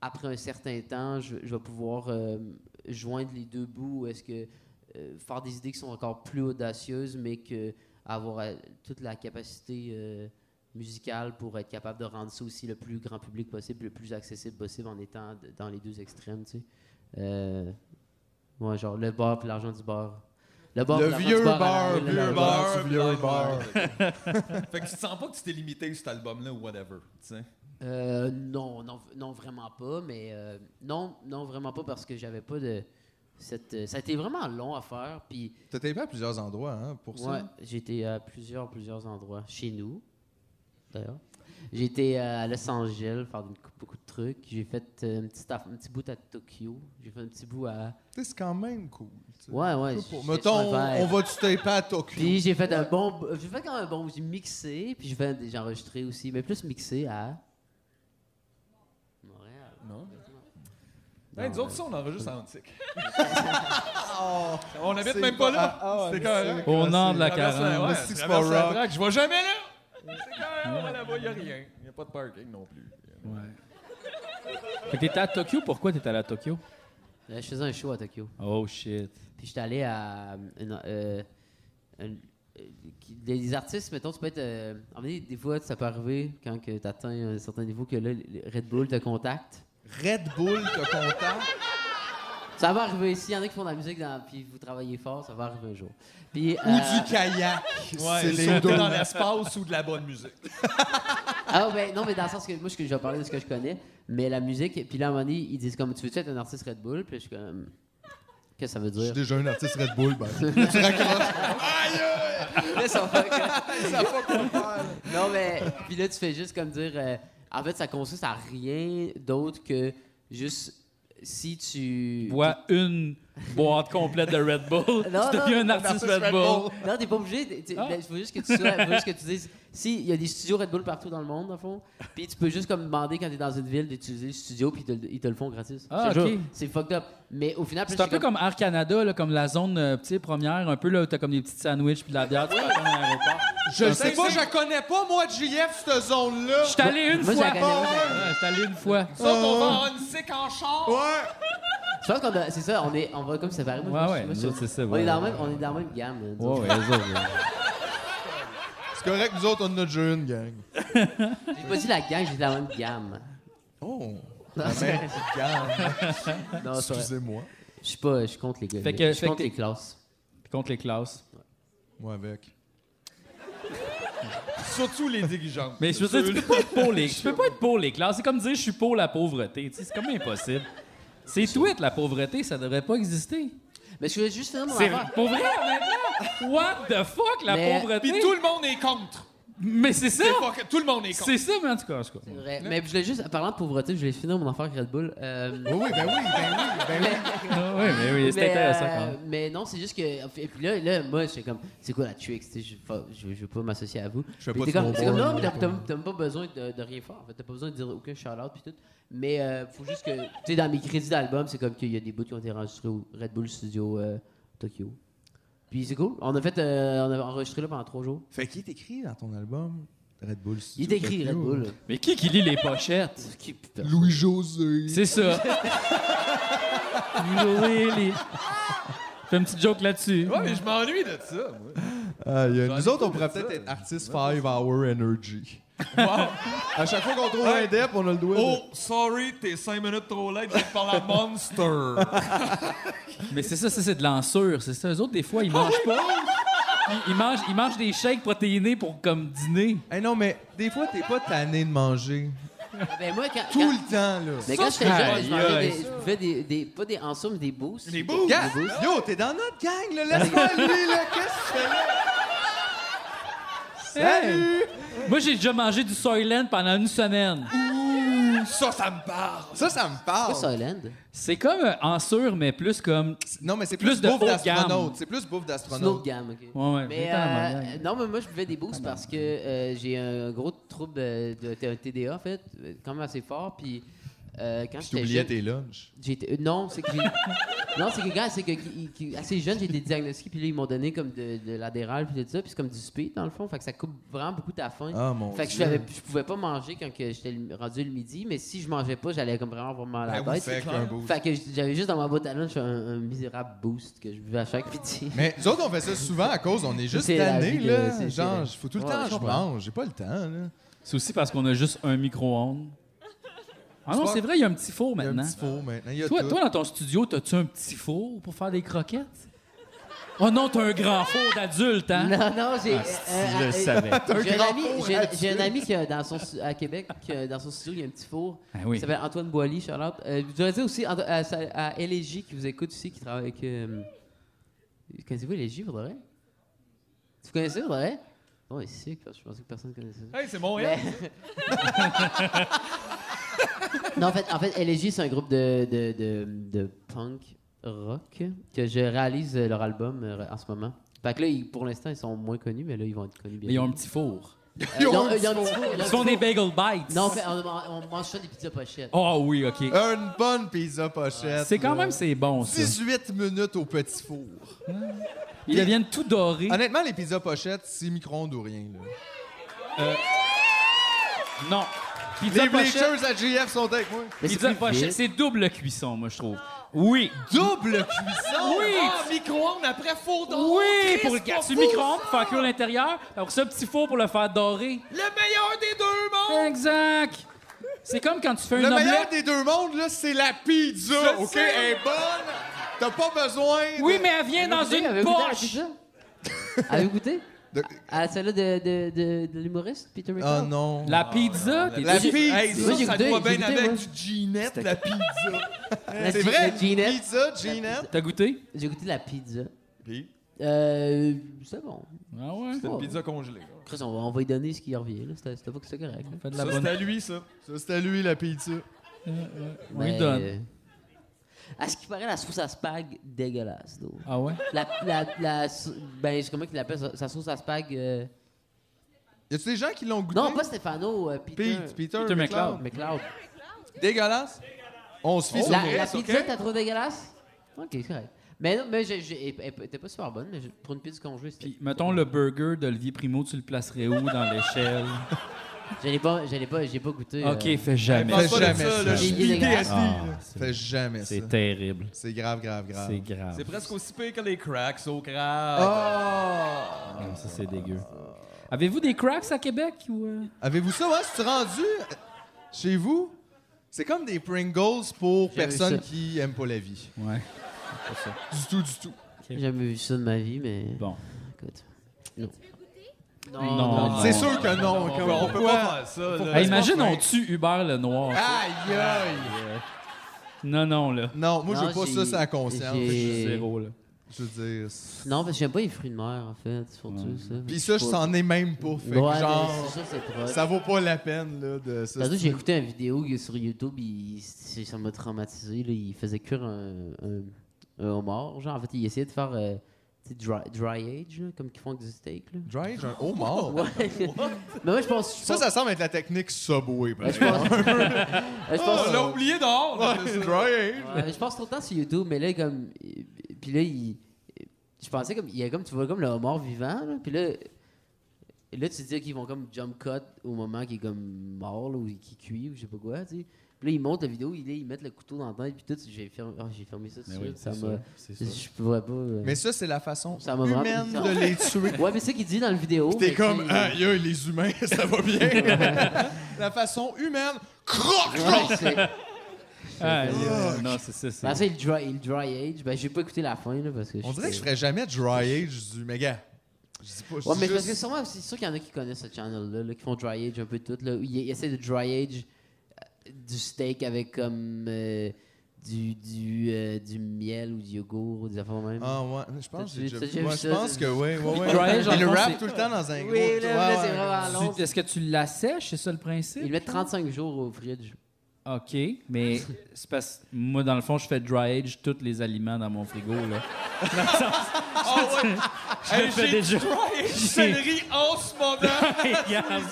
S10: après un certain temps, je, je vais pouvoir euh, joindre les deux bouts. ou Est-ce que euh, faire des idées qui sont encore plus audacieuses, mais que avoir euh, toute la capacité euh, musicale pour être capable de rendre ça aussi le plus grand public possible, le plus accessible possible en étant d- dans les deux extrêmes, tu sais. Euh, ouais, genre le bar puis l'argent du bar. Le, bar, puis
S3: Le
S10: l'argent
S3: vieux
S10: du
S3: bar,
S10: à la-
S3: vieux
S10: le-
S3: bar,
S10: le-
S3: vieux bar.
S4: fait que tu sens pas que tu t'es limité cet album-là ou whatever, tu sais.
S10: Euh, non, non, non, vraiment pas, mais euh, non, non, vraiment pas parce que j'avais pas de. Cette, euh, ça a été vraiment long à faire. Puis,
S2: T'as été à plusieurs endroits hein, pour
S10: ouais,
S2: ça.
S10: j'étais à plusieurs, plusieurs endroits. Chez nous, d'ailleurs. J'étais à Los Angeles faire une- beaucoup de trucs. J'ai fait euh, un, petit, aff- un petit bout à Tokyo. J'ai fait un petit bout à.
S2: Tu sais, C'est quand même cool. tu sais.
S10: Ouais, ouais.
S2: Un peu pour-
S10: j'ai-
S2: Mettons,
S10: j'ai-
S2: on va du taper à Tokyo.
S10: Puis j'ai fait un bon. J'ai fait quand même un bon. J'ai mixé, puis j'ai fait- j'ai enregistré aussi, mais plus mixé à. Montréal.
S4: Non.
S10: Non,
S4: Hey, nous autres,
S10: euh,
S4: ça, on enregistre en antique. on habite
S3: c'est
S4: même pas là.
S3: pas- ah,
S4: c'est
S3: ouais,
S4: correct.
S3: c'est- Au nord de la
S4: Traverse
S3: Caranne.
S4: ouais,
S3: Le Six
S4: traverse
S3: Fort
S4: la
S3: Rock.
S4: Drac, Je vais jamais là. C'est correct, on va là-bas, il a rien. Il n'y a pas de parking non plus.
S1: Fait que t'étais à Tokyo, pourquoi t'étais allé à Tokyo?
S10: Là, euh, je faisais un show à Tokyo.
S1: Oh shit.
S10: Puis j'étais allé à. une- euh, une- euh, qui- les artistes, mettons, tu peux être. euh, en fait, des fois, ça peut arriver quand tu atteins un certain niveau que là, le- le Red Bull te contacte.
S2: Red Bull te contacte.
S10: Ça va arriver. S'il y en a qui font de la musique dans- puis vous travaillez fort, ça va arriver un jour. Puis, euh,
S3: Ou du kayak.
S4: Ouais,
S3: C'est
S4: c'est
S3: les deux.
S4: dans l'espace ou de la bonne musique.
S10: Ah ben non, mais dans le sens que moi, je, je vais parler de ce que je connais, mais la musique, puis là, à un moment donné, ils disent comme, tu veux-tu être un artiste Red Bull? Puis je suis comme, qu'est-ce que ça veut
S2: Je
S10: dire?
S2: suis déjà un artiste Red Bull, ben. tu raccroches.
S10: Là, ça va. Non, mais. Puis là, tu fais juste comme dire. euh, en fait, ça consiste à rien d'autre que juste si tu.
S1: Bois une boîte complète de Red Bull, tu deviens un artiste Red Bull.
S10: Non, t'es pas obligé. t'es- t'es-
S1: Ah.
S10: ben, faut juste que tu sois- faut juste que tu dises. Si, il y a des studios Red Bull partout dans le monde, dans le fond. Puis tu peux juste comme demander quand t'es dans une ville d'utiliser le studio, puis ils te, le- ils te le font gratis.
S1: Ah,
S10: Je te
S1: ok.
S10: jure, C'est fucked up. Mais au final,
S1: C'est un peu comme Air Canada, là, comme la zone euh, tu sais, première, un peu là, où t'as comme des petits sandwichs puis de la bière, tu pars comme à l'aéroport.
S3: Je sais pas, je la connais pas, moi, JF, cette zone-là.
S1: Je suis allé une
S3: Moi, je
S1: fois.
S3: la connais, moi, je la connais.
S1: Oh, Ouais, je suis allé une fois.
S3: Nous autres, on va en musique en char.
S10: Je pense qu'on a- C'est ça, on, est, on va comme séparer. Moi,
S1: Ouais,
S10: je-
S1: ouais,
S10: moi, je-
S1: nous autres, c'est ça,
S10: On
S1: ouais,
S10: est dans la
S1: ouais.
S10: même- on est dans la même gamme. là, nous
S1: Ouais,
S10: autres.
S1: ouais, les autres, ouais.
S2: C'est correct, nous autres, on en a déjà une gang.
S10: J'ai pas dit la gang, j'ai dit la même gamme.
S2: Oh!
S10: Non,
S2: La
S10: c'est-
S2: même gamme.
S10: Non, c'est vrai.
S2: Excusez-moi.
S10: Je suis pas, je compte les gars.
S1: Fait que-
S10: je
S1: fait
S10: compte
S1: que-
S10: les classes.
S1: Contre les classes.
S2: Moi avec.
S4: Surtout les dirigeants.
S1: Mais je veux dire, tu peux pas être pour les, tu peux pas être pour les classes. C'est comme dire je suis pour la pauvreté. Tu sais, C'est comme impossible. C'est tweet, la pauvreté, ça devrait pas exister.
S10: Mais je voulais juste finir mon
S1: C'est
S10: affaire.
S1: pour vrai, maintenant? What the fuck, la
S10: Mais-
S1: pauvreté?
S10: Puis
S4: Tout le monde est contre.
S1: Mais c'est ça!
S4: C'est fuck- tout le monde est contre.
S1: C'est ça, mais en tout cas, en tout cas.
S10: C'est vrai. Mais je voulais juste, en parlant de pauvreté, je voulais finir mon affaire avec Red Bull. Euh,
S2: oui, ben oui, ben oui, ben oui.
S1: Ah oui, mais oui, c'est
S10: Mais,
S1: intéressant
S10: euh,
S1: quand même.
S10: Mais non, c'est juste que. Et puis là, là moi, j'étais comme, c'est quoi la trick? Tu sais, Je pas- je- je veux pas m'associer à vous. Je
S2: pas de
S10: comme, c'est comme, non,
S2: snowboard,
S10: mais t'as-
S2: pas.
S10: t'as t'as même pas besoin de, de rien faire. En fait, t'as pas besoin de dire aucun shout-out puis tout. Mais euh, faut juste que. Tu sais, dans mes crédits d'album, c'est comme qu'il y a des bouts qui ont été enregistrés au Red Bull Studio euh, Tokyo. Puis c'est cool. On a fait. euh, on a enregistré là pendant trois jours.
S2: Fait qui t'écrit dans ton album? Red Bull.
S10: Il décrit Red Bull.
S1: Mais qui qui lit les pochettes?
S2: euh, Louis-José.
S1: C'est ça. Louis, les... Fais une petite joke là-dessus.
S4: Ouais, mais je m'ennuie de ça, moi.
S2: Ah, il y a- nous autres, on pourrait
S4: ça,
S2: peut-être être artistes 5 Hour Energy. À chaque fois qu'on trouve
S4: Ouais.
S2: un dep, on a le doigt. de-
S4: Oh, sorry, t'es 5 minutes trop late, je parle à Monster.
S1: Mais c'est ça, ça, c'est de l'ensure. C'est ça. Eux autres, des fois,
S2: Ah
S1: ils mangent pas. Ils, ils mangent, ils mangent des shakes protéinés pour comme dîner.
S2: Eh non, mais des fois, t'es pas tanné de manger.
S10: Ah, ben moi, quand,
S2: Tout
S10: quand-
S2: le temps, là.
S10: Mais quand j'étais jeune, je mangeais des- je buvais des, des- pas des ensembles, mais des boosts. Des boosts?
S2: Gars, Yo, t'es dans notre gang, là. Laisse-moi lui, là. Qu'est-ce que tu fais là?
S1: Salut! Moi, j'ai déjà mangé du Soylent pendant une semaine.
S4: Ouh, ça, ça me parle.
S2: Ça, ça me parle.
S10: C'est quoi Soylent?
S1: C'est comme euh, en sur, mais plus comme.
S2: Non, mais c'est
S1: plus, de
S2: bouffe
S1: haut de gamme.
S2: d'astronaute. C'est plus bouffe
S10: C'est une autre
S2: d'astronaute.
S10: gamme, OK.
S1: Ouais, ouais,
S10: Mais,
S1: j'étais dans ma
S10: euh,
S1: gang.
S10: non, mais moi, je buvais des boosts parce que euh, j'ai un gros trouble euh, de t- TDA, en fait, euh, quand même assez fort. Puis, euh, quand
S2: Tu
S10: j'étais
S2: oubliais
S10: jeune,
S2: tes lunchs.
S10: j'étais- euh, non, c'est que j'ai- non, c'est que quand c'est que qui- qui- assez jeune, j'ai été diagnostiqué, puis là, ils m'ont donné comme de, de l'adéral, puis tout ça, puis c'est comme du speed, dans le fond. Fait que ça coupe vraiment beaucoup ta faim.
S2: Ah, mon
S10: fait que je,
S2: Dieu.
S10: savais- je pouvais pas manger quand que j'étais le- rendu le midi, mais si je mangeais pas, j'allais comme vraiment avoir mal à
S2: Ben
S10: la
S2: oui,
S10: tête.
S2: c'est clair.
S10: Fait que j'avais juste dans ma boîte à lunch un, un misérable boost que je buvais à chaque midi.
S2: Mais nous autres, on fait ça souvent à cause, on est juste
S10: C'est la
S2: tannés,
S10: vie de-
S2: là.
S10: c'est-
S2: Genre,
S10: c'est-
S2: il faut tout le
S10: Ouais,
S2: temps,
S10: je
S2: je
S10: comprends.
S2: mange. J'ai pas le temps, là.
S1: C'est aussi parce qu'on a juste un micro-ondes. Ah non,
S2: pas-
S1: c'est vrai, il y a un petit four
S2: Il y a un
S1: maintenant.
S2: petit four maintenant. Il y a
S1: Toi,
S2: tout.
S1: toi, dans ton studio, t'as-tu un petit four pour faire des croquettes? Oh non, t'as un grand four d'adulte, hein?
S10: Non, non, j'ai. euh,
S1: Ah, si, je le savais.
S10: J'ai un,
S1: T'as un
S10: ami,
S1: grand four
S10: j'ai-
S1: à
S10: j'ai un
S1: tuer.
S10: ami qui a dans son, stu- à Québec, qui a- dans son studio, il y a un petit four.
S1: Ah oui.
S10: Il s'appelle Antoine Boily, Charlotte. Euh, je voudrais dire aussi Anto- à, sa- à LJ qui vous écoute aussi, qui travaille avec. euh, Connaissez-vous LJ, pour de vrai? Vous connaissez, pour de vrai? Bon, ici, parce que je pensais que personne connaissait ça.
S4: Hey, c'est hein? Montréal,
S10: non, en fait, en fait LSJ, c'est un groupe de, de, de, de punk rock que je réalise euh, leur album euh, en ce moment. Fait que là, ils- pour l'instant, ils sont moins connus, mais là, ils vont être connus bientôt.
S1: Mais ils ont un petit four.
S10: Ils ont un petit four.
S1: Ils font des bagel bites.
S10: Non, on fait- on, on- on mange ça des pizzas pochettes.
S1: Ah oui, OK.
S2: Une bonne pizza pochette.
S1: C'est quand
S2: là.
S1: même, c'est bon, ça.
S2: 18 minutes au petit four.
S1: Ils deviennent tout dorés.
S2: Honnêtement, les pizzas pochettes, c'est micro-ondes ou rien, là.
S1: Non. Pizza
S2: les
S1: pochette,
S2: bleachers à GF sont avec moi.
S1: pizza pochette, c'est double cuisson, moi, je trouve. Oui.
S2: Double cuisson?
S1: Oui.
S4: Ah, micro-ondes après four
S1: Oui, pour le garder le micro-ondes, pour faire cuire l'intérieur. Après ça, petit four pour le faire dorer.
S4: Le meilleur des deux mondes!
S1: Exact. C'est comme quand tu fais
S2: Le
S1: une
S2: meilleur
S1: omelette.
S2: des deux mondes, là, c'est la pizza,
S4: Je
S2: OK?
S4: sais.
S2: Elle est bonne. T'as pas besoin de-
S1: Oui, mais elle vient dans Ah, une
S10: Avez-vous goûté à la
S1: poche.
S10: pizza? Avez-vous goûté?
S2: De-
S10: À celle-là de, de, de, de l'humoriste Peter
S2: Ah
S10: Rickard?
S2: non.
S1: La pizza, t'es
S2: La
S1: obligé-
S2: pizza.
S4: Hey,
S10: Moi,
S4: ça,
S10: j'ai
S4: ça
S10: goûté,
S4: doit
S10: j'ai
S4: bien
S10: goûté,
S4: avec
S10: moi.
S4: du Ginette, la pizza.
S10: La
S2: C'est
S10: G-
S2: vrai,
S10: la Ginette.
S2: pizza, Ginette.
S1: T'as goûté?
S10: J'ai goûté de la pizza.
S4: Puis?
S10: Euh, c'est bon.
S1: Ah ouais.
S4: C'est une
S10: Ouais.
S4: pizza congelée.
S10: Chris, on va, on va lui donner ce qui revient. là. C'était c'était pas que c'était correct. hein. là.
S1: Fais de la
S4: Ça,
S1: bonne.
S4: c'est à lui, ça.
S2: Ça, c'est à lui, la pizza.
S1: On lui
S10: Mais,
S1: donne.
S10: euh, À ce qui paraît, la sauce à spag, dégueulasse. d'eau.
S1: Ah ouais?
S10: La, la, la, sau- ben, je- comment qu'il l'appelle, sa, sa sauce à spag? euh,
S2: Y a-tu des gens qui l'ont goûté?
S10: Non, pas Stefano, euh, Peter.
S2: Pete, Peter,
S1: Peter
S2: McLeod.
S10: McLeod.
S2: Dégueulasse. On se fie sur
S10: La,
S2: le
S10: la
S2: reste,
S10: pizza,
S2: OK?
S10: t'as trop dégueulasse? Ok, c'est correct. Mais non, mais j'ai- j'ai- elle elle était pas super bonne, mais je- pour une pizza congelée, c'était...
S1: Puis, mettons le burger d'Olivier Primo, tu le placerais où dans l'échelle?
S10: Je l'ai pas, je l'ai pas, j'ai pas goûté. euh,
S1: OK, fais jamais.
S2: Fais
S4: ben, Pense pas de
S2: jamais
S4: ça,
S2: ça.
S4: là, je suis
S10: Il est dégueulasse.
S4: PTSD.
S1: Ah,
S2: Fais
S1: c'est-
S2: jamais ça.
S1: c'est terrible.
S2: C'est grave, grave, grave.
S1: C'est grave.
S4: Ah. C'est presque aussi pire que les cracks au crack.
S2: Ah!
S1: Non, ça, c'est dégueu.
S4: Ah.
S1: Avez-vous des cracks à Québec? ou euh?
S2: Avez-vous ça, ouais? C'est rendu euh, chez vous? C'est comme des Pringles pour
S10: J'avais
S2: personnes
S10: ça.
S2: qui aiment pas la vie.
S1: Ouais.
S2: Du tout, du tout.
S10: J'ai jamais vu ça de ma vie, mais...
S1: Bon.
S10: Écoute. Non.
S1: Non,
S10: Non,
S1: non.
S2: C'est sûr que non.
S4: On,
S2: comme-
S4: peut- on peut pas faire ça, là.
S1: Hey, imagine, on tue Hubert le Noir.
S2: Aïe,
S4: Ah!
S2: aïe!
S1: Non, non, là.
S2: Non, moi, je veux
S10: Non,
S2: pas ça,
S10: j'ai-
S2: c'est la conscience.
S10: j'ai- Et-
S1: Zéro, là.
S2: Je veux dire. c'est-
S10: Non, parce que j'aime pas les fruits de mer, en fait, surtout ça.
S2: Puis ça, je s'en ai même pas. Fait que
S10: Ouais, mais
S2: genre,
S10: c'est sûr que c'est proche.
S2: ça vaut pas la peine, là, de ça.
S10: Tantôt, j'ai écouté une vidéo sur YouTube, il- c'est- ça m'a traumatisé. là. Il faisait cuire un, un, un homard. Genre, en fait, il essayait de faire euh, tu sais, dry, dry age, là, comme qu'ils font avec du steak. Là.
S2: Dry, j'ai un homard.
S10: Ouais. Mais moi, je pense. je
S2: Ça,
S10: pense-
S2: ça semble être la technique Subway, par
S10: Ouais, je pense. Ouais, je
S2: Oh,
S10: pense-
S4: On l'a oublié dehors. on a fait ça.
S2: exemple. Dry,
S10: Ouais, mais je pense tout le temps sur YouTube, mais là, comme. euh, Puis là, il. Je pensais comme. Il y a comme. Tu vois comme le homard vivant, là. Puis là. Et là, tu te dis qu'ils vont comme jump cut au moment qu'il est comme mort, là, ou qui cuit, ou je sais pas quoi, tu sais. Puis là, ils montent la vidéo, ils, ils mettent le couteau dans la tête, puis tout. J'ai fermé, ah, j'ai fermé ça tout de
S1: Mais
S10: suite.
S1: oui,
S10: ça
S1: c'est
S10: m'a.
S1: sûr, c'est sûr.
S10: Je pourrais pas. euh,
S2: Mais ça, c'est la façon
S10: ça m'a vraiment-
S2: humaine de les tuer.
S10: Ouais, mais c'est ça qu'il dit dans la vidéo.
S2: T'es
S10: mais
S2: comme,
S10: tu sais,
S2: ah, yo, les humains, ça va bien. la façon humaine, croc, croc.
S10: Ouais, c'est-
S2: Ah,
S10: c'est-
S2: yeah.
S1: Non, c'est ça, c'est-
S10: Ben, ça, il dry, il dry age. Ben, j'ai pas écouté la fin, là, parce que
S2: On dirait que je ferais jamais dry age du méga. Je dis pas, je
S10: Ouais,
S2: dis
S10: mais
S2: juste-
S10: parce que sûrement, c'est sûr qu'il y en a qui connaissent ce channel-là, là, qui font dry age un peu tout. Là. Ils, ils essaient de dry age euh, du steak avec comme euh, du, du, euh, du miel ou du yogourt ou des affaires même.
S2: Ah ouais, je
S10: T'as
S2: pense que
S10: vu-
S2: j'ai
S10: t'as
S2: déjà-
S10: vu
S2: ouais,
S10: ça,
S2: je pense
S10: c'est-
S2: que oui, oui, oui.
S1: Dry age, dans
S2: Il
S1: le fond,
S2: rappe
S1: c'est-
S2: tout le temps dans un gros.
S10: Oui, là, là, c'est
S2: ouais,
S10: vraiment long.
S1: Tu- Est-ce que tu la sèches, c'est ça le principe?
S10: Ils mettent 35 jours au fridge.
S1: OK, mais c'est parce moi, dans le fond, je fais dry age tous les aliments dans mon frigo. Là. Dans le sens- je- je le fais déjà.
S4: Dry
S1: J'ai-
S4: céleri en ce moment.
S1: Regarde,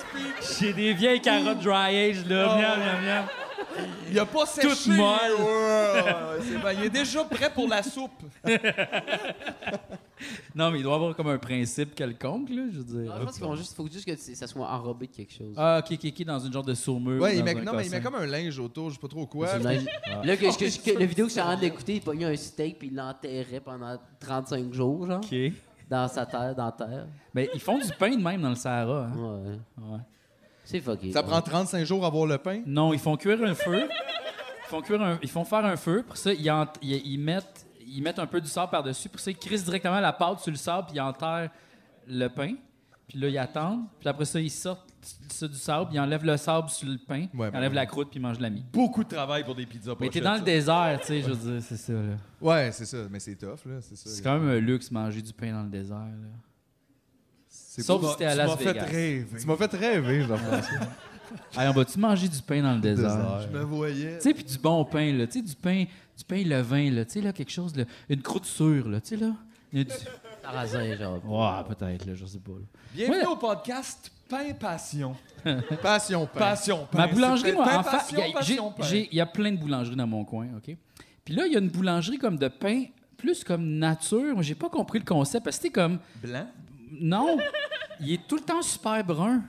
S1: J'ai des vieilles carottes dry age, là.
S4: Oh,
S1: miam,
S4: ouais.
S1: miam, miam.
S4: Il a pas séché.
S1: Toute molle.
S4: Ouais, ouais, ouais, c'est bon. Il est déjà prêt pour la soupe.
S1: Non, mais il doit avoir comme un principe quelconque, là, je veux dire.
S4: Ah,
S10: Non, je pense qu'il faut juste, faut juste que c'est- ça soit enrobé de quelque chose.
S1: Ah, OK, OK, OK, dans une genre de saumure.
S2: Ouais, il
S1: dans
S2: met,
S1: un
S2: non, mais il met
S1: cossin.
S2: comme un linge autour, je sais pas trop quoi.
S10: C'est
S2: puis-
S10: dingue. Là, que, que- que- la vidéo que je suis en train d'écouter, il pognait un steak puis il l'enterrait pendant 35 jours, genre.
S1: OK.
S10: Dans sa terre, dans la terre.
S1: Mais ils font du pain de même dans le Sahara. hein.
S10: Ouais.
S1: Ouais.
S10: C'est fucké.
S2: Ça prend 35 jours à avoir le pain.
S1: Non, ils font cuire un feu. Ils font, cuire un- ils font faire un feu. Pour ça, ils, en- ils- ils mettent, ils mettent un peu du sable par-dessus. Pour ça, ils crissent directement la pâte sur le sable, puis ils enterrent le pain. Puis là, ils attendent. Puis après ça, ils sortent ça du sable, ils enlèvent le sable sur le pain, ils
S2: ben
S1: enlèvent
S2: oui.
S1: la croûte, puis ils mangent la mie.
S4: Beaucoup de travail pour des pizzas
S1: Mais t'es
S4: pochettes,
S1: dans le
S4: ça.
S1: désert, tu sais, je veux dire, c'est ça. là.
S2: Ouais, c'est ça, mais c'est tough, là, c'est ça.
S1: C'est quand même un luxe, manger du pain dans le désert. là. Sauf si
S2: beau.
S1: c'était à
S2: Tu
S1: Las
S2: m'as fait
S1: Vegas.
S2: rêver. Tu m'as fait rêver, Jean-François.
S1: Hey, on va-tu manger du pain dans le désert?
S2: Je me voyais.
S1: Tu sais, puis du bon pain, là. Tu sais, du pain, du pain levain, là. Tu sais, là, quelque chose, là. Une croûte sûre, là. Tu sais, là. Il y a du-
S10: Sarrasin, genre.
S1: Ouais, peut-être, là. Je sais pas. là.
S4: Bienvenue au podcast Pain Passion.
S2: Passion pain.
S4: Passion Pain.
S1: Ma boulangerie,
S4: Ben, C'est
S1: moi,
S4: Pain
S1: en fa-
S4: Passion,
S1: y a- j'ai-
S4: Passion Pain.
S1: j'ai- Il y a plein de boulangeries dans mon coin, OK? Puis là, il y a une boulangerie comme de pain, plus comme nature. Moi, j'ai pas compris le concept parce que c'était comme.
S4: Blanc.
S1: Non! Il est tout le temps super brun.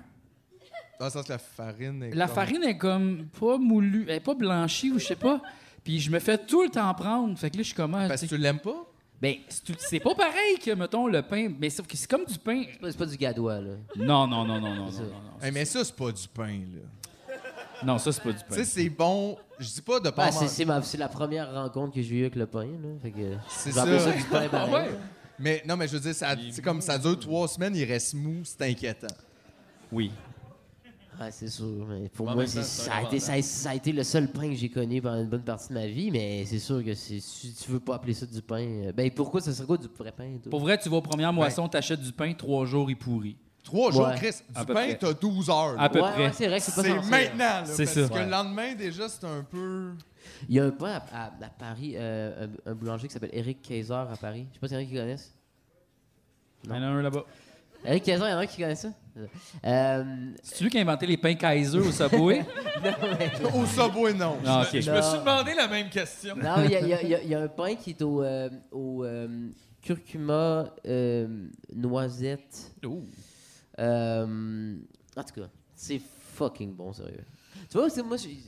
S2: Dans le sens que la farine est
S1: La
S2: comme-
S1: farine est comme pas moulue, elle est pas blanchie ou je sais pas. Puis je me fais tout le temps prendre. Fait que là, je commence.
S2: Parce que tu l'aimes pas?
S1: Ben, c'est tout- c'est pas pareil que, mettons, le pain. Mais sauf que c'est comme du pain.
S10: C'est pas- C'est pas du gadois, là.
S1: Non, non, non, non, non, non, non. non.
S2: Hey, Eh, mais ça, c'est pas du pain, là.
S1: Non, ça, c'est pas du
S2: Tu
S1: pain.
S2: sais, c'est bon. Je dis pas de pas
S10: Ah,
S2: en
S10: c'est-
S2: manger.
S10: c'est ma- c'est la première rencontre que j'ai eue avec le pain, là. Fait que.
S2: C'est
S10: je vais appeler
S2: ça.
S10: du pain pareil.
S2: Ah ouais. Mais non, mais je veux dire, ça, c'est comme ça dure trois semaines, il reste mou, c'est inquiétant.
S1: Oui.
S10: Ouais, c'est sûr. Mais pour
S4: En
S10: moi,
S4: même temps,
S10: c'est-
S4: c'est
S10: ça a,
S4: un
S10: été, ça, a, ça a été le seul pain que j'ai connu pendant une bonne partie de ma vie, mais c'est sûr que c'est- si tu veux pas appeler ça du pain, euh, ben pourquoi ça serait quoi du vrai pain? toi?
S1: Pour vrai, tu vas aux premières moissons, t'achètes du pain, trois jours, il pourrit.
S2: Trois jours,
S10: Ouais.
S2: Chris,
S1: À
S2: du
S1: peu
S2: pain,
S1: près.
S2: t'as 12 heures.
S1: À
S2: là.
S1: peu
S10: ouais,
S1: près.
S10: ouais, c'est vrai que c'est pas
S2: C'est
S10: censé,
S2: maintenant, là.
S1: C'est
S2: parce
S1: ça.
S2: que
S1: Ouais.
S2: le lendemain, déjà, c'est un peu.
S10: Il y a un pain à, à- à Paris, euh, un, un boulanger qui s'appelle Eric Kaiser à Paris. Je sais pas s'il y en a qui connaissent.
S1: Il y en a un là-bas.
S10: Eric Kaiser, il y en a qui connaissent ça? Euh,
S1: C'est lui qui a inventé les pains Kaiser au Subway?
S2: Au Subway, non.
S1: non, OK.
S4: Je me suis demandé la même question.
S10: non, mais il y a- il y, a- il y a- il y a un pain qui est au, euh, au euh, curcuma, euh, noisette.
S1: Oh.
S10: Euh, en tout cas, c'est fucking bon, sérieux. Tu vois, c'est- moi, je tu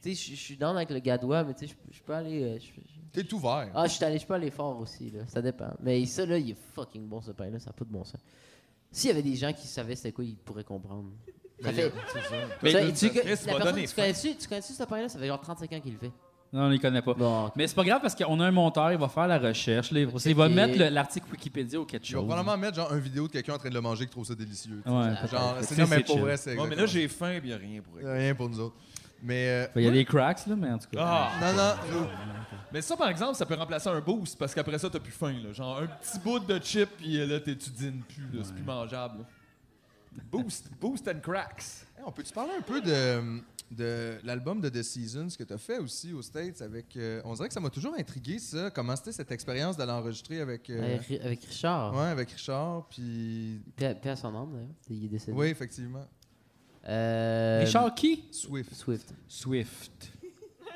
S10: sais, je- je suis dans avec le gadois, mais tu sais, je- je peux aller. euh, je- je-
S2: T'es tout vert.
S10: Ah, je suis allé, je peux aller fort aussi, là. Ça dépend. Mais ça, là, il est fucking bon, ce pain-là. Ça n'a pas de bon sens. S'il y avait des gens qui savaient c'était quoi, ils pourraient comprendre. Ça fait-
S1: Mais
S10: Ça,
S1: le-
S10: tu,
S4: Chris
S10: la
S4: m'a
S10: personne,
S4: donné
S10: tu connais-tu tu connais-tu ce pain-là? Ça fait genre 35 ans qu'il le fait.
S1: Non, on les connaît pas.
S10: Bon,
S1: Mais c'est pas grave parce qu'on a un monteur, il va faire la recherche. là, il va- il va
S10: Ok.
S1: mettre le- l'article Wikipédia ou quelque
S2: Je vais
S1: chose.
S2: probablement mettre genre une vidéo de quelqu'un en train de le manger qui trouve ça délicieux. tu sais.
S1: Ouais, peut-être.
S2: genre,
S1: Fait que
S2: c'est
S1: ça,
S2: non, mais
S1: c'est
S2: pour
S1: chill.
S2: vrai, c'est.
S4: Bon, mais là, j'ai faim, puis il n'y a rien pour elle.
S2: Rien pour nous autres. Mais.
S1: Il y a des cracks, là, mais en tout cas.
S4: Ah!
S2: euh, Non, non, non.
S4: Mais ça, par exemple, ça peut remplacer un boost, parce qu'après ça, t'as plus faim. Là. Genre un petit bout de chip, puis euh, là, t'es- tu dînes plus. là. C'est plus mangeable. là. Boost, boost and cracks.
S2: Hey, on peut-tu parler un peu de, de l'album de The Seasons que tu as fait aussi aux States avec. euh, on dirait que ça m'a toujours intrigué, ça. Comment c'était cette expérience d'aller enregistrer avec. euh,
S10: avec, avec Richard.
S2: ouais, avec Richard, puis.
S10: Paix paix à son âme, d'ailleurs. Il est décédé.
S2: Oui, effectivement.
S10: Euh,
S1: Richard qui?
S2: Swift.
S10: Swift.
S1: Swift.
S10: Mais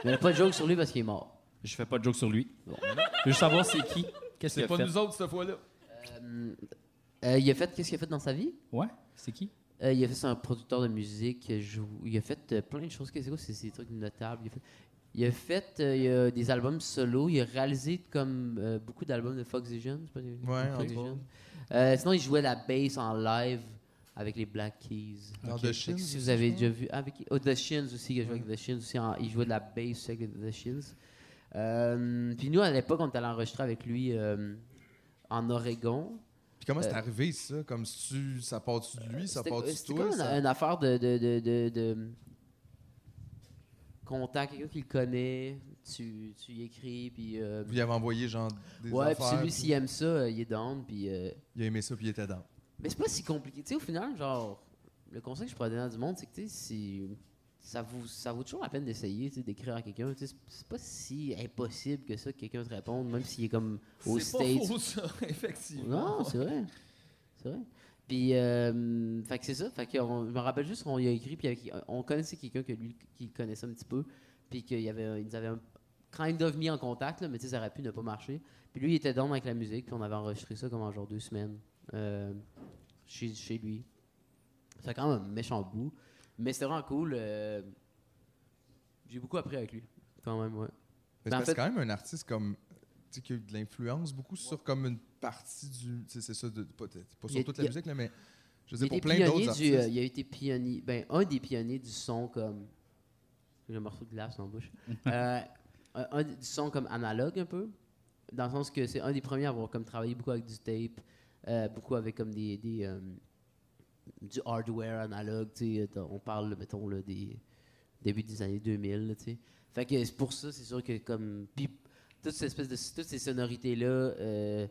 S10: on n'a pas de joke sur lui parce qu'il est mort.
S1: Je fais pas de joke sur lui. Je veux juste savoir c'est qui. Qu'est-ce
S4: C'est
S1: qu'il a
S4: pas
S1: fait?
S4: nous autres cette fois-là.
S10: Euh, euh, il a fait qu'est-ce qu'il a fait dans sa vie?
S1: Ouais. C'est qui?
S10: Euh, il a fait c'est un producteur de musique. Il a, jou- il a fait euh, plein de choses. Qu'est-ce que c'est? C'est des trucs notables. Il a fait, il a fait, euh, il a des albums solo. Il a réalisé comme euh, beaucoup d'albums de Fox et Jeunes. Ouais,
S2: entre autres.
S10: Euh, Sinon, il jouait la bass en live avec les Black Keys.
S2: Dans
S10: Ok. Fait
S2: The
S10: que Si
S2: Shins,
S10: vous avez
S2: je
S10: déjà vu. Avec, oh, The Shins aussi, il a joué avec The Shins aussi. en- il jouait de la bass avec The Shins. Euh, Puis nous, à l'époque, on est allé enregistrer avec lui euh, en Oregon.
S2: Puis comment c'est
S10: Euh,
S2: arrivé, ça? Comme si tu- ça part-tu de lui, ça
S10: c'était-
S2: part-tu de
S10: c'était
S2: toi?
S10: comme une,
S2: hein, ça-
S10: une affaire de, de, de, de- de contact, quelqu'un qui le connaît, tu, tu y écris, puis... euh,
S2: Vous lui avez envoyé, genre, des
S10: Ouais, puis
S2: affaires,
S10: celui,
S2: puis-
S10: s'il aime ça, euh, il est down, puis... euh,
S2: Il a aimé ça, puis il était dedans.
S10: mais c'est pas si compliqué. Tu sais, au final, genre, le conseil que je pourrais donner à du monde, c'est que, tu sais, si- ça vaut, ça vaut toujours la peine d'essayer, tu sais, d'écrire à quelqu'un. Tu sais, c'est- c'est pas si impossible que ça que quelqu'un te réponde, même s'il est comme au
S4: C'est pas
S10: States.
S4: faux, ça, effectivement.
S10: Non, c'est vrai. C'est vrai. Puis, euh, fait que c'est ça. Fait que on- je me rappelle juste qu'on lui a écrit, puis avec- on connaissait quelqu'un que lui, qui connaissait un petit peu, puis qu'il y avait, il nous avait un- kind of mis en contact, là, mais tu sais, ça aurait pu ne pas marcher. Puis lui, il était down avec la musique, puis on avait enregistré ça comme en genre deux semaines euh, chez, chez lui. C'est quand même un méchant bout, mais c'était vraiment cool. euh, J'ai beaucoup appris avec lui, quand même, ouais.
S2: Mais
S10: Ben, en
S2: c'est parce que
S10: fait-
S2: quand même un artiste comme tu sais, qui a eu de l'influence beaucoup sur comme une partie du. tu sais, C'est ça, de, pas, pas
S10: Il a-
S2: sur toute la
S10: il a-
S2: musique, là, mais je
S10: Il
S2: veux
S10: a
S2: dire, pour
S10: été
S2: plein
S10: pionnier
S2: d'autres
S10: du, euh,
S2: artistes.
S10: il a été pionnier, ben, un des pionniers du son comme. J'ai un morceau de glace dans la bouche. Euh, un, un du son comme analogue un peu. Dans le sens que c'est un des premiers à avoir comme travaillé beaucoup avec du tape, euh, beaucoup avec comme des. des, euh, du hardware analogue, tu sais, euh, on parle, mettons, là, des début des années 2000, là, tu sais. Fait que c'est pour ça, c'est sûr que comme... Puis toute cette espèce de... Toutes ces sonorités-là, euh,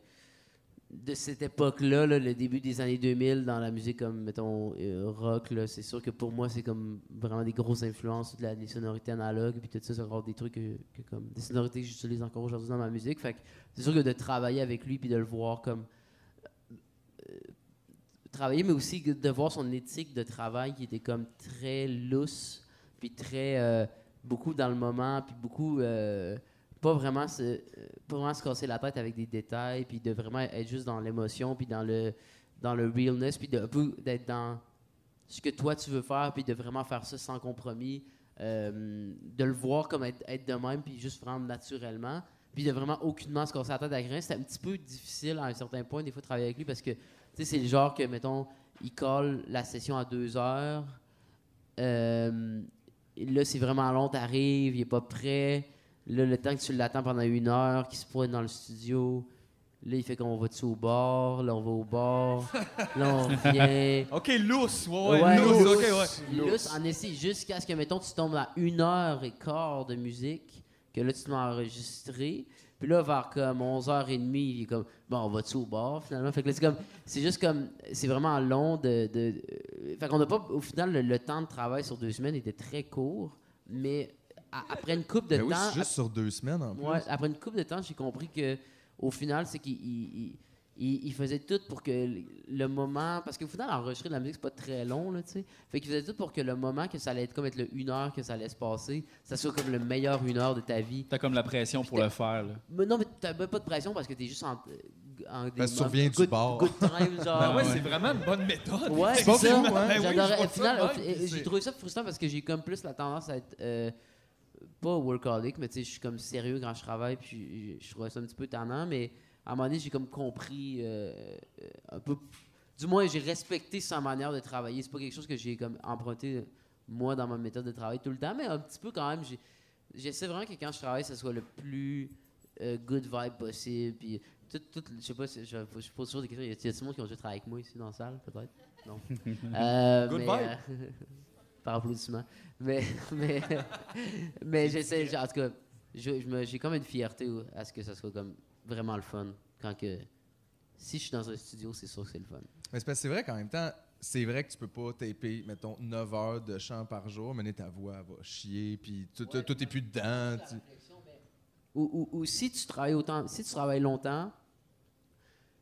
S10: de cette époque-là, là, le début des années 2000, dans la musique comme, mettons, euh, rock, là, c'est sûr que pour moi, c'est comme vraiment des grosses influences, de la, des sonorités analogues, puis tout ça, c'est encore des trucs que, que comme... Des sonorités que j'utilise encore aujourd'hui dans ma musique. Fait que c'est sûr que de travailler avec lui, puis de le voir comme euh, travailler, mais aussi que de voir son éthique de travail qui était comme très lousse, puis très euh, beaucoup dans le moment, puis beaucoup euh, pas vraiment se euh, pas vraiment se casser la tête avec des détails, puis de vraiment être juste dans l'émotion, puis dans le dans le realness, puis de un peu d'être dans ce que toi tu veux faire, puis de vraiment faire ça sans compromis, euh, de le voir comme être, être de même, puis juste prendre naturellement, puis de vraiment aucunement se concentrer à rien. C'était un petit peu difficile à un certain point, des fois, de travailler avec lui, parce que, tu sais, c'est le genre que, mettons, il colle la session à deux heures, euh, et là, c'est vraiment long, t'arrives, il est pas prêt, là, le temps que tu l'attends pendant une heure, qu'il se pointe dans le studio... Là, il fait qu'on va-tu au bar, là, on va au bar, là, on revient.
S4: Ok, lousse, ouais, ouais, lousse, ok, ouais. Ah,
S10: Lousse, en essai, jusqu'à ce que, mettons, tu tombes à une heure et quart de musique, que là, tu te mets à enregistrer. Puis là, vers comme 11h30, il est comme, bon, on va-tu au bar, finalement? Fait que là, c'est comme, c'est juste comme, c'est vraiment long de. de- euh, fait qu'on n'a pas, au final, le, le temps de travail sur deux semaines était très court, mais a- après une coupe de
S2: Ben oui,
S10: temps.
S2: c'est juste sur deux semaines en plus.
S10: Ouais, après une coupe de temps, j'ai compris que au final, c'est qu'il il, il- il faisait tout pour que le- le moment. Parce qu'au final, enregistrer de la musique, c'est pas très long, là, tu sais. Fait qu'il faisait tout pour que le moment que ça allait être comme être le une heure que ça allait se passer, ça soit comme le meilleur une heure de ta vie.
S1: T'as comme la pression pour le faire, là.
S10: Mais non, mais t'as même pas de pression parce que t'es juste en. euh, en des
S1: Parce que tu
S10: moments-
S1: reviens du
S10: good-
S1: bar.
S10: good time, genre.
S4: Ben ouais, c'est vraiment une bonne méthode.
S10: Ah, Ouais, c'est
S4: Effectivement.
S10: ça.
S4: Ben oui, je
S10: J'adorais.
S4: vois
S10: Au final,
S4: ça de
S10: au-
S4: même,
S10: euh,
S4: c'est-
S10: j'ai trouvé ça frustrant parce que j'ai comme plus la tendance à être euh, pas workaholic, mais tu sais, je suis comme sérieux quand je travaille, puis je- je trouvais ça un petit peu tannant, mais à un moment donné, j'ai comme compris euh, euh, un peu. Du moins, j'ai respecté sa manière de travailler. C'est pas quelque chose que j'ai comme emprunté euh, moi dans ma méthode de travail tout le temps, mais un petit peu quand même. j'ai- J'essaie vraiment que quand je travaille, ça soit le plus euh, good vibe possible. Puis tout, tout- je sais pas, si- je, je pose toujours des questions. Y a-t-il du monde qui ont déjà travaillé avec moi ici dans la salle, peut-être Non. Euh,
S4: Good
S10: mais,
S4: vibe.
S10: euh, par applaudissement. Mais, mais, mais j'essaie, genre, en tout cas, je- je me- j'ai comme une fierté à ce que ça soit comme vraiment le fun. Quand que, si je suis dans un studio, c'est sûr que c'est le fun.
S2: Mais c'est parce que c'est vrai qu'en même temps, c'est vrai que tu peux pas taper, mettons, 9 heures de chant par jour, mener ta voix, elle va chier, puis tout, tout- tout est plus dedans. tu-
S10: Ou, ou- ou si tu travailles autant, si tu travailles longtemps,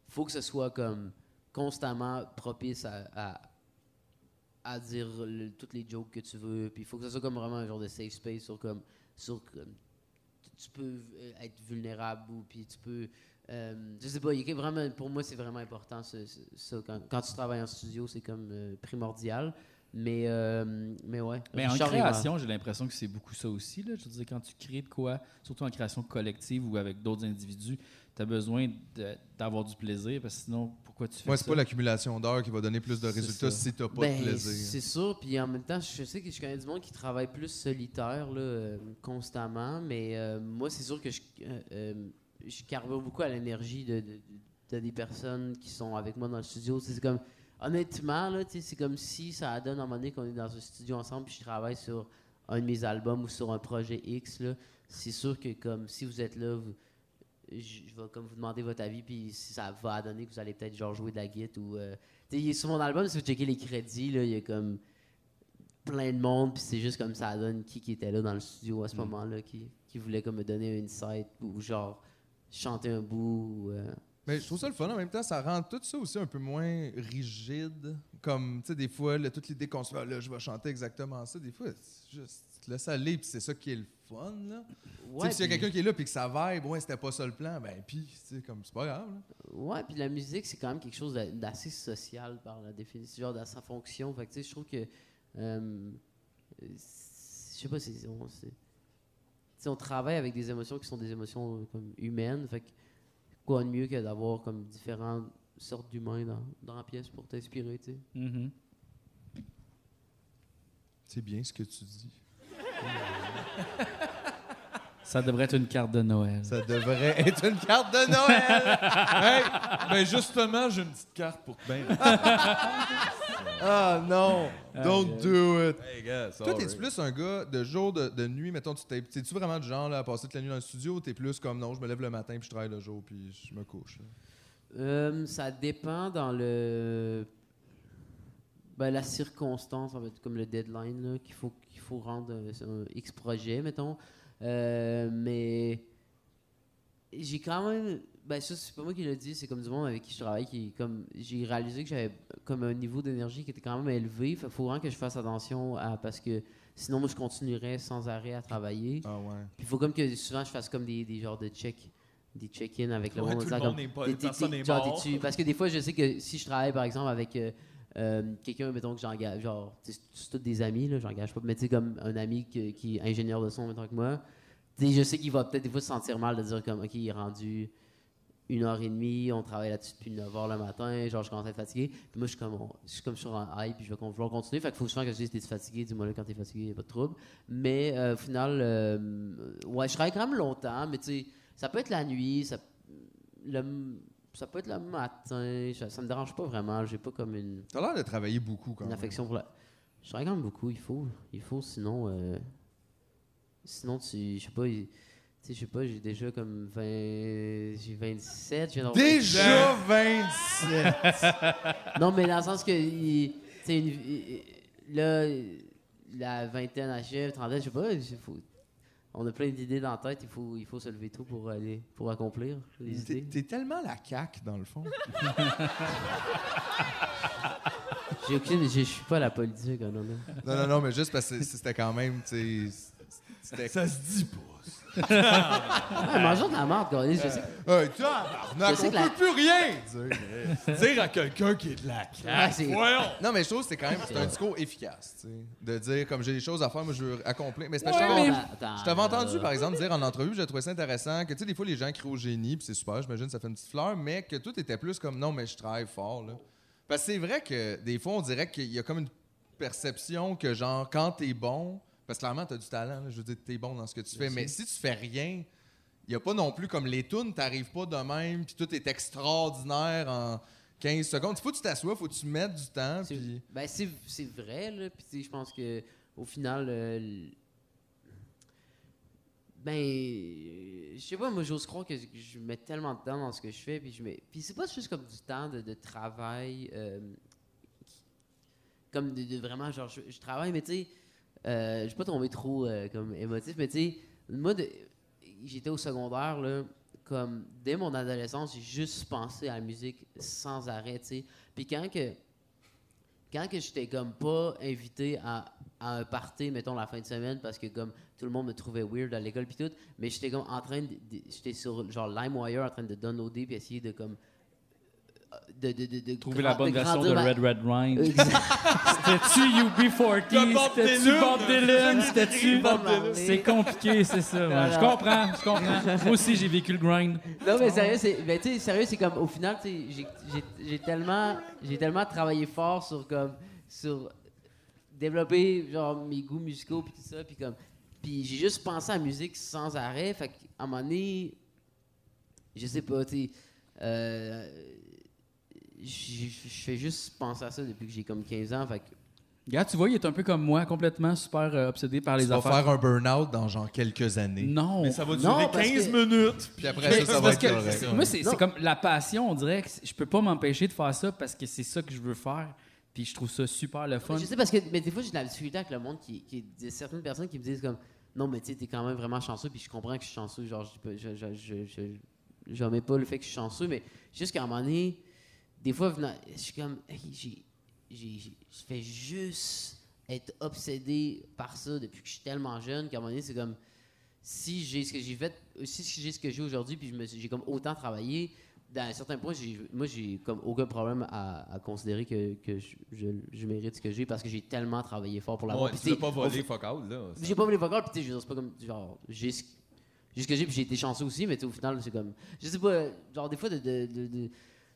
S10: faut que ce soit comme constamment propice à, à, à dire le- toutes les jokes que tu veux. Puis il faut que ce soit comme vraiment un genre de safe space sur comme sur comme, tu- tu peux euh, être vulnérable ou puis tu peux Euh, je sais pas, il y a vraiment, pour moi, c'est vraiment important. ce- ce- ça, quand, quand tu travailles en studio, c'est comme euh, primordial. Mais, euh, mais ouais.
S1: Mais en
S10: Richard Rivard.
S1: création, j'ai l'impression que c'est beaucoup ça aussi. Là. Je veux dire, quand tu crées de quoi, surtout en création collective ou avec d'autres individus, tu as besoin de- d'avoir du plaisir parce que sinon, pourquoi tu fais
S2: Moi,
S1: ça?
S2: c'est pas l'accumulation d'heures qui va donner plus de
S1: C'est
S2: résultats
S1: ça.
S2: si t'as pas
S10: Ben,
S2: de
S10: C'est
S2: plaisir.
S10: sûr, puis en même temps, je sais que je connais du monde qui travaille plus solitaire là, euh, constamment, mais euh, moi, c'est sûr que je, euh, euh, je carbure beaucoup à l'énergie de, de- de des personnes qui sont avec moi dans le studio. C'est comme, honnêtement, là, tu sais, c'est comme si ça donne à un moment donné qu'on est dans un studio ensemble, puis je travaille sur un de mes albums ou sur un projet X. là. C'est sûr que comme si vous êtes là, vous- je, je vais comme vous demander votre avis, puis si ça va donner que vous allez peut-être genre jouer de la guitare ou. euh, tu sais, il est sur mon album, si vous checkez les crédits, là, il y a comme plein de monde, puis c'est juste comme ça donne qui, qui était là dans le studio à ce
S1: Mm.
S10: moment-là, qui, qui voulait comme me donner une site ou genre chanter un bout. ou, euh,
S2: Mais je trouve ça le fun en même temps, ça rend tout ça aussi un peu moins rigide. Comme, tu sais, des fois, là, toute l'idée qu'on se fait, Ah, là, je vais chanter exactement ça. Des fois, c'est juste, tu te laisses aller, puis c'est ça qui est le fun, là. Tu sais,
S10: Ouais,
S2: puis s'il y a
S10: puis-
S2: quelqu'un qui est là, puis que ça vibe, ouais, c'était pas ça le plan, ben, puis, tu sais, comme, c'est pas grave, là.
S10: Ouais, puis la musique, c'est quand même quelque chose d'a- d'assez social par la définition, genre dans sa fonction. Fait que, tu sais, je trouve que. euh, euh, c'est- je sais pas, c'est. On, c'est- tu sais, on travaille avec des émotions qui sont des émotions euh, comme humaines. Fait que, quoi de mieux que d'avoir comme différentes sortes d'humains dans, dans la pièce pour t'inspirer, tu sais.
S2: C'est bien ce que tu dis.
S1: Ça devrait être une carte de Noël.
S2: Ça devrait être une carte de Noël!
S4: Hey, ben justement, j'ai une petite carte pour te bain.
S2: Ah non! Don't do it!
S4: Hey, gars,
S2: Toi, t'es-tu
S4: sorry.
S2: plus un gars de jour, de, de nuit, mettons, tu t'es- t'es-tu vraiment du genre là, à passer toute la nuit dans le studio ou t'es plus comme non, je me lève le matin puis je travaille le jour puis je me couche? là?
S10: Euh, ça dépend dans le. ben, la circonstance, en fait, comme le deadline, là, qu'il faut, qu'il faut rendre euh, sur un X projet, mettons. Euh, mais j'ai quand même. Ben, ça, c'est pas moi qui l'ai dit, c'est comme du monde avec qui je travaille. qui comme J'ai réalisé que j'avais comme un niveau d'énergie qui était quand même élevé. Il faut vraiment que je fasse attention à, parce que sinon, moi, je continuerais sans arrêt à travailler.
S2: Ah ouais.
S10: Puis il faut comme que souvent je fasse comme des, des genres de check des check-in avec le
S4: Ouais,
S10: monde.
S4: tout le
S10: disant
S4: monde
S10: comme,
S4: n'est pas-
S10: t'es-
S4: la
S10: t'es-
S4: personne
S10: t'es-
S4: est
S10: genre,
S4: morte.
S10: t'es-tu- Parce que des fois, je sais que si je travaille, par exemple, avec euh, euh, quelqu'un, mettons que j'engage, genre, tu sais, c'est tous des amis, là, j'engage pas, mais tu sais, comme un ami que- qui est ingénieur de son, mettons que moi, tu sais, je sais qu'il va peut-être des fois se sentir mal de dire comme, OK, il est rendu une heure et demie, on travaille là-dessus depuis 9 heures le matin, genre, je commence à être fatigué. Puis moi, je suis comme, on- je suis comme sur un hype, puis je vais con- vouloir continuer. Fait qu'il faut souvent que je dise, t'es fatigué, dis-moi là quand t'es fatigué, y a pas de trouble. Mais euh, au final, euh, ouais, je travaille quand même longtemps, mais tu sais, ça peut être la nuit, ça, le- ça peut être le matin, ça, ça me dérange pas vraiment, j'ai pas comme une.
S2: T'as l'air de travailler beaucoup quand
S10: Une
S2: même.
S10: affection pour la. Je travaille quand même beaucoup, il faut. Il faut, sinon. euh, Sinon, tu. Je sais pas. il- Tu sais, je sais pas, j'ai déjà comme 20. J'ai 27, je viens d'avoir
S2: Déjà
S10: 27! non, mais dans le sens que. il- Tu sais, une- il- il- là, la vingtaine achève, trentaine, je sais pas. il faut- on a plein d'idées dans la tête, il faut, il faut se lever tôt pour aller. pour accomplir les
S2: T'es-
S10: idées.
S2: T'es tellement la caque dans le fond.
S10: J'ai aucune. Je je suis pas à la politique, non, non.
S2: non, non, non, mais juste parce que c'est- c'était quand même, tu sais. c'était-
S10: Ça se dit
S2: pas. Ah.
S10: Ouais, mangeons de la merde, gars, je sais.
S2: Hey, Euh, tabarnak,
S10: Je sais
S2: on
S10: que la-
S2: peut plus rien! dire.
S4: Dire à quelqu'un qui est de la
S2: Ah,
S4: classe.
S2: c'est-
S4: voyons.
S2: non, mais je trouve que c'est quand même c'est un discours efficace, tu sais, de dire comme j'ai des choses à faire, moi je veux accomplir. Mais c'est parce que
S4: Ouais,
S2: je t'avais-
S4: mais- Attends,
S2: je t'avais entendu
S4: là.
S2: par exemple dire en entrevue, j'ai trouvé ça intéressant que tu sais des fois les gens crient au génie, puis c'est super, j'imagine ça fait une petite fleur, mais que tout était plus comme non mais je travaille fort là. Parce que c'est vrai que des fois on dirait qu'il y a comme une perception que genre quand t'es bon, parce que clairement t'as du talent, là, je veux dire t'es bon dans ce que tu fais,
S4: Merci.
S2: mais si tu fais rien, il n'y a pas non plus comme les tunes, t'arrives pas de même, puis tout est extraordinaire en 15 secondes. Faut que tu t'assoies, faut que tu mettes du temps.
S4: hein,
S2: puis-
S10: Ben, c'est, c'est vrai, là. Puis, tu sais, je pense que au final, euh, l- ben, euh, je sais pas, moi, j'ose croire que je- je mets tellement de temps dans ce que je fais. Puis, je mets... puis c'est pas juste comme du temps de, de travail, euh, qui- comme de, de vraiment, genre, je, je travaille, mais tu sais, euh, je vais pas tomber trop euh, comme émotif, mais tu sais, moi, de- j'étais au secondaire, là. Comme dès mon adolescence, j'ai juste pensé à la musique sans arrêt, tu sais. Puis quand que quand que j'étais comme pas invité à, à à un party, mettons, la fin de semaine, parce que comme tout le monde me trouvait weird à l'école puis tout, mais j'étais comme en train de, de- j'étais sur genre LimeWire en train de downloader puis essayer de comme euh, de, de, de, de-
S1: Trouver la bonne version de
S10: grandir ma-
S1: Red Red Wine.
S10: Exact.
S1: C'était-tu UB40? C'était-tu Bob Dylan? C'était-tu... C'est compliqué, c'est ça. ouais. Je
S10: Voilà.
S1: comprends, je comprends. Moi aussi, j'ai vécu le grind.
S10: Non, mais sérieux, c'est, ben, tu sais, sérieux, c'est comme au final, tu sais, j'ai, j'ai- j'ai tellement, j'ai tellement travaillé fort sur comme sur développer genre mes goûts musicaux puis tout ça, puis comme, puis j'ai juste pensé à la musique sans arrêt. Fait qu'à un moment donné, je sais pas, tu sais, euh, j- j- je fais juste penser à ça depuis que j'ai comme 15 ans. Fait que
S1: Regarde, tu vois, il est un peu comme moi, complètement super euh, obsédé par les
S2: Tu vas
S1: affaires.
S2: faire un burn-out dans genre quelques années.
S1: Non.
S2: Mais ça va durer
S1: Non, parce
S2: 15
S1: que-
S2: minutes, puis après ça,
S1: Mais
S2: ça
S1: c'est
S2: va
S1: parce
S2: être
S1: que-
S2: correct.
S1: Moi, c'est
S2: Non.
S1: c'est comme la passion, on dirait que je peux pas m'empêcher de faire ça parce que c'est ça que je veux faire. Puis je trouve ça super le fun.
S10: Mais Je sais parce que mais des fois j'ai de la difficulté avec le monde qui, qui des- certaines personnes qui me disent comme non mais tu sais t'es quand même vraiment chanceux puis je comprends que je suis chanceux genre je peux- je je je, je, je mets pas le fait que je suis chanceux mais juste qu'à un moment donné des fois venant- je suis comme Hey, j'ai j'ai j'ai- je fais juste être obsédé par ça depuis que je suis tellement jeune qu'à un moment donné c'est comme si j'ai ce que j'ai fait si j'ai ce que j'ai aujourd'hui puis je me suis- j'ai comme autant travaillé dans un certain point, j'ai- moi, j'ai comme aucun problème à, à considérer que, que je, je- je mérite ce que j'ai parce que j'ai tellement travaillé fort pour l'avoir.
S4: Bah Ouais,
S10: Puis
S4: tu l'as
S10: t'sais,
S4: pas volé,
S10: au-
S4: fuck out, là.
S10: J'ai pas volé vocal, puis t'sais, je veux dire, c'est pas comme, genre, j'ai ce j'ai ce que j'ai, puis j'ai été chanceux aussi, mais t'sais, au final, c'est comme, je sais pas, euh, genre, des fois, de, de, de- de-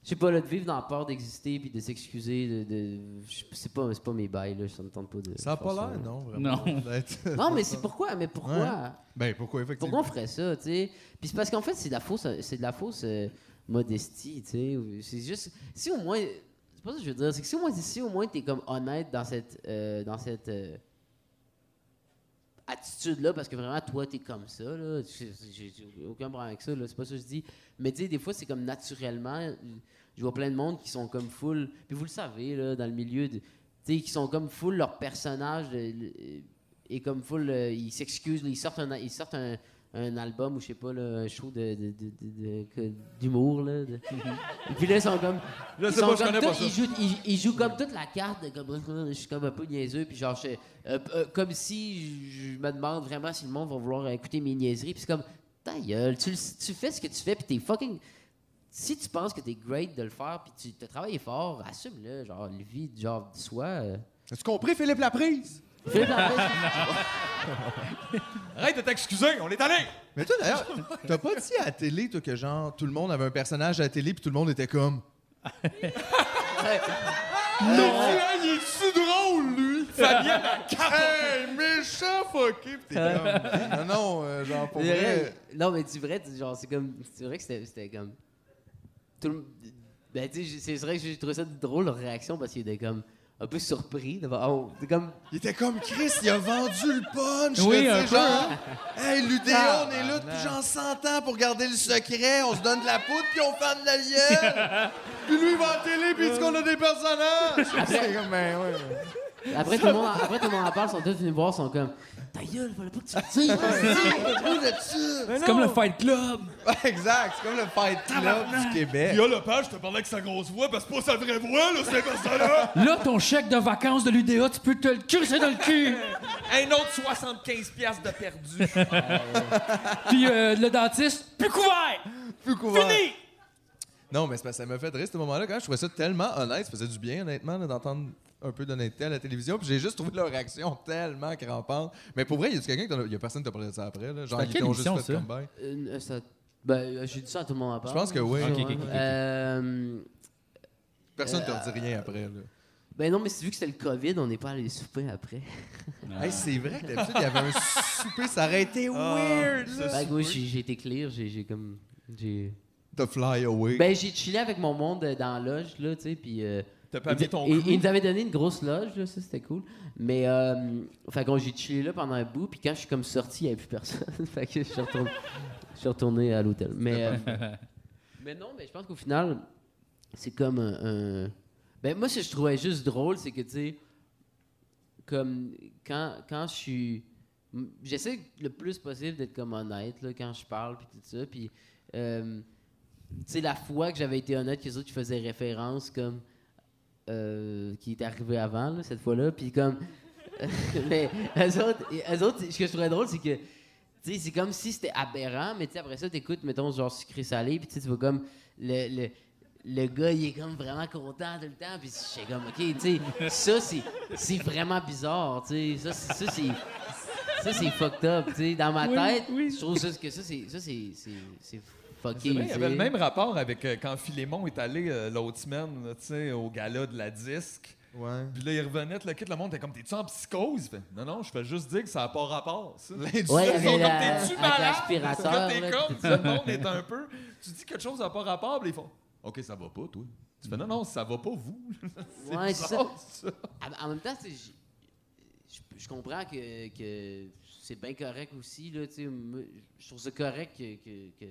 S10: je sais pas, là, de vivre dans la peur d'exister, puis de s'excuser, de, de- je- c'est pas, c'est pas mes bails, là, ça me tente pas de...
S2: Ça a
S10: faire
S2: pas
S10: ça,
S2: l'air,
S10: là.
S2: non, vraiment, Non. d'être-
S10: non, mais c'est pourquoi, mais pourquoi?
S2: Ouais. Ben, pourquoi, effectivement?
S10: Pourquoi on ferait ça, tu sais? Puis c'est parce qu'en fait, c'est de la fausse, c'est de la fausse euh, modestie, tu sais. ou- C'est juste, si au moins, c'est pas ça que je veux dire, c'est que si au moins, si au moins t'es comme honnête dans cette, euh, dans cette euh, attitude-là, parce que vraiment, toi, t'es comme ça, là. J'ai j'ai- j'ai aucun problème avec ça, là. C'est pas ça que je dis. Mais tu sais, des fois, c'est comme naturellement, je vois plein de monde qui sont comme full, puis vous le savez, là, dans le milieu de, tu sais, qui sont comme full leur personnage de- le- et comme full, euh, ils s'excusent, là, ils sortent un, ils sortent un, un album ou je sais pas, là, un show de- de- de- de- de- que- d'humour là. de- puis là, ils sont comme,
S4: Je
S10: ils
S4: sais
S10: sont
S4: pas, je
S10: comme
S4: connais
S10: tout-
S4: pas ça.
S10: ils jouent, ils- ils jouent comme toute la carte, de comme je suis comme un peu niaiseux, puis genre, je- euh, euh, comme si je me demande vraiment si le monde va vouloir écouter mes niaiseries, puis c'est comme, ta gueule, tu, le- tu fais ce que tu fais, puis t'es fucking si tu penses que t'es great de le faire puis tu te travailles fort, assume-le, genre le vide, genre euh. soit.
S2: As-tu compris Philippe Laprise?
S10: Philippe Laprise.
S4: Arrête de t'excuser, on est allé!
S2: Mais toi, d'ailleurs, t'as pas dit à la télé, toi, que genre, tout le monde avait un personnage à la télé, puis tout le monde était comme.
S8: Non! il est-tu drôle, lui?
S2: Fabien,
S8: Hey, méchant fucké!
S2: T'es comme, Non, non, euh, genre, pour Euh. vrai.
S10: Non, mais du vrai, tu- genre, c'est comme. C'est vrai que c'était c'était comme. Tout le- Ben, tu sais, j'ai- c'est vrai que j'ai trouvé ça une drôle leur réaction parce qu'il était comme. Un peu surpris. d'avoir- oh, c'est comme.
S2: Il était comme Chris, il a vendu le punch.
S10: Oui,
S2: là,
S10: un
S2: tu sais,
S10: peu,
S2: genre,
S10: hein?
S2: Hey, l'UDA,
S10: Ah,
S2: on est là depuis
S10: non.
S2: genre 100 ans pour garder le secret. On se donne de la poudre, puis on fait de la lièvre. puis lui, il va à la télé, puis il dit qu'on a des personnages. C'est comme, ben, ouais.
S10: Après, tout le monde, après, tout le monde en parle, sont tous venus me voir, sont comme. Ta gueule, fallait pas que tu le dises!
S2: C'est
S1: C'est comme le Fight Club.
S2: exact, c'est comme le Fight Club du Québec.
S4: Puis là, le page, je te parlais avec sa grosse voix, parce que c'est pas sa vraie voix, là, cette personne-là!
S1: Là, ton chèque de vacances de l'UDA, tu peux te le crisser dans le cul.
S4: Un autre 75$ piastres de perdu.
S1: Puis euh, le dentiste, plus couvert.
S2: Plus couvert. Fini! Non, mais c'est parce que ça m'a fait rire ce moment-là quand même. Je trouvais ça tellement honnête. Ça faisait du bien, honnêtement, là, d'entendre un peu d'honnêteté à la télévision. Puis j'ai juste trouvé leur réaction tellement crampante. Mais pour vrai, il y a quelqu'un qui t'en a- y a personne qui t'a parlé de ça après. Là. Genre,
S10: C'était
S2: ils
S10: quelle
S2: t'ont juste
S10: émission,
S2: fait
S10: ça?
S2: comme ben.
S10: Euh, ça- Ben, euh, j'ai dit ça à tout le monde en parle.
S2: Je pense que oui. Ok, ok, ok, ok.
S10: Euh,
S2: Personne
S10: euh,
S2: ne te dit rien après. Là.
S10: Ben non, mais c'est vu que c'était le COVID, on n'est pas allé souper après.
S2: Hey, c'est vrai que d'habitude, il y avait un souper, ça aurait été
S10: Ah,
S2: weird.
S10: ce
S2: Là.
S10: Ben, moi, j'ai j'ai été clear, j'ai j'ai comme. J'ai.
S2: The Fly Away.
S10: Ben, j'ai chillé avec mon monde euh, dans la loge, là, tu sais, puis. euh,
S4: T'as pas
S10: ils-
S4: mis ton
S10: ils-
S4: crew?
S10: Ils nous avaient donné une grosse loge, là, ça, c'était cool. Mais, euh, fait qu'on j'ai chillé là pendant un bout, puis quand je suis comme sorti, il n'y avait plus personne. fait que je suis retourné, je suis retourné à l'hôtel. Mais. euh, mais non, mais je pense qu'au final, c'est comme un, un- Ben, moi, ce que je trouvais juste drôle, c'est que, tu sais, comme quand, quand je suis. m- J'essaie le plus possible d'être comme honnête, là, quand je parle, puis tout ça. Puis, euh, tu sais, la fois que j'avais été honnête, que les autres qui faisaient référence, comme. euh, qui était arrivé avant, là, cette fois-là. Puis, comme. mais eux autres, eux autres, ce que je trouvais drôle, c'est que. Tu sais, c'est comme si c'était aberrant, mais tu sais, après ça, t'écoutes, mettons, genre sucré salé, puis tu sais, tu vois comme. Le, le, le gars, il est comme vraiment content tout le temps, puis je suis comme, OK, tu sais, ça, c'est- c'est vraiment bizarre, tu sais. Ça, c'est- ça, c'est. Ça, c'est fucked up, tu sais. Dans ma
S4: Oui,
S10: tête, je trouve ça, que ça, c'est. Ça, c'est. c'est- C'est
S4: C'est
S10: fucké.
S4: vrai, il y avait
S10: tu
S4: le
S10: sais.
S4: même rapport avec euh, quand Philémon est allé euh, l'autre semaine là, tu sais, au gala de la disque. Puis là, il revenait, le kit, le monde était comme T'es-tu en psychose Il fait, Non, non, je fais juste dire que ça n'a pas rapport. ça. Les
S10: Ouais,
S4: gens
S10: avec
S4: sont
S10: la-
S4: comme T'es-tu
S10: avec
S4: malade
S10: l'aspirateur,
S4: Quand t'es
S10: là,
S4: comme,
S10: puis
S4: tu
S10: tout
S4: sais,
S10: ça.
S4: le monde est un peu. Tu dis quelque chose n'a pas rapport, puis ils font Ok, ça va pas, toi. Tu fais Non, non, ça va pas, vous. C'est
S10: Ouais, c'est ça.
S4: bizarre,
S10: Ah, En- En même temps, tu sais, j- je, je comprends que, que c'est bien correct aussi. Là, tu sais, moi, je trouve ça correct que, que- que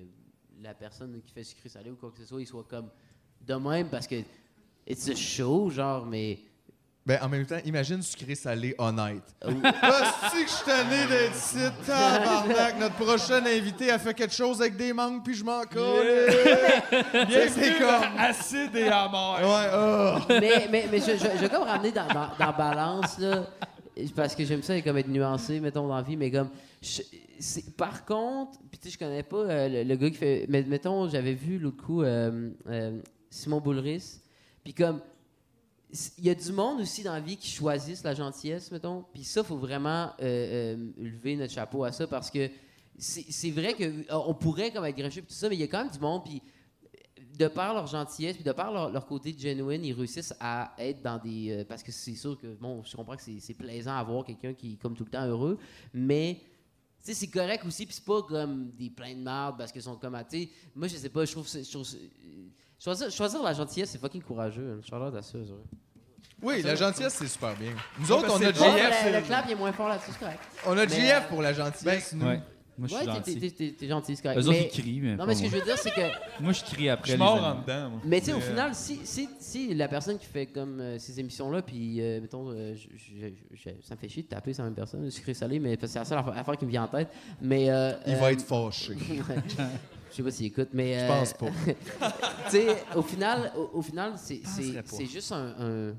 S10: la personne qui fait sucré salé ou quoi que ce soit, il soit comme de même parce que it's a show, genre, mais.
S2: Ben, en même temps, imagine sucré salé honnête.
S10: Oh.
S12: Hostie que je suis tanné d'être ici, tabarnak. Notre prochaine invitée a fait quelque chose avec des mangues, puis je m'en colle.
S4: Bienvenue dans Acide et amer.
S2: oh.
S10: mais, mais, mais je, je, je vais comme ramener dans, dans, dans balance, là, parce que j'aime ça, comme être nuancé, mettons, dans la vie, mais comme. je- c'est- par contre, puis tu sais, je connais pas euh, le, le gars qui fait. Mais mettons, j'avais vu l'autre coup euh, euh, Simon Boulris, puis comme. s- Il y a du monde aussi dans la vie qui choisissent la gentillesse, mettons. Puis ça, faut vraiment euh, euh, lever notre chapeau à ça parce que c'est c'est vrai que euh, on pourrait comme être grincheux pis tout ça, mais il y a quand même du monde. Puis de par leur gentillesse, puis de par leur, leur côté genuine, ils réussissent à être dans des. euh, parce que c'est sûr que, bon, je comprends que c'est c'est plaisant à voir quelqu'un qui est comme tout le temps heureux, mais. Tu sais, c'est correct aussi, puis c'est pas comme des pleins de marde parce qu'ils sont comme. à- Tu sais, moi, je sais pas, je trouve. ça- Je trouve ça- euh, choisir, choisir la gentillesse, c'est fucking courageux. Hein. Charlotte à ça, c'est vrai.
S2: Oui, la gentillesse, c'est super bien. Nous
S10: Ouais,
S2: autres,
S10: parce
S2: on
S10: que
S2: a
S10: c'est- Ouais,
S2: JF.
S10: le, le clap, il est moins fort là-dessus, c'est correct.
S2: On a
S10: Mais,
S2: JF
S10: euh,
S2: pour la gentillesse, nous.
S1: Ouais. Moi, je
S10: ouais,
S1: suis
S10: t'es-
S1: gentil.
S10: t'es- t'es- t'es gentil, c'est correct.
S1: Eux autres, ils crient, mais
S10: Non,
S1: pas
S10: mais ce que
S1: moi.
S10: je veux dire, c'est que.
S1: Moi, je crie après. les
S10: Je mords
S1: amis.
S10: en dedans, Mais tu sais, au
S2: euh,
S10: final, si, si, si la personne qui fait comme euh, ces émissions-là, puis euh, mettons, euh, je- je- je- ça me fait chier de taper sur la même personne, sucré salé, mais parce que c'est la seule affaire, affaire qui me vient en tête. Mais, euh,
S2: Il
S10: euh,
S2: va être fâché.
S10: Ouais. Je sais pas s'il écoute, mais.
S2: Je
S10: euh,
S2: pense pas.
S10: tu sais, au final, au, au final c'est, c'est,
S2: penserais pas.
S10: c'est juste un. un-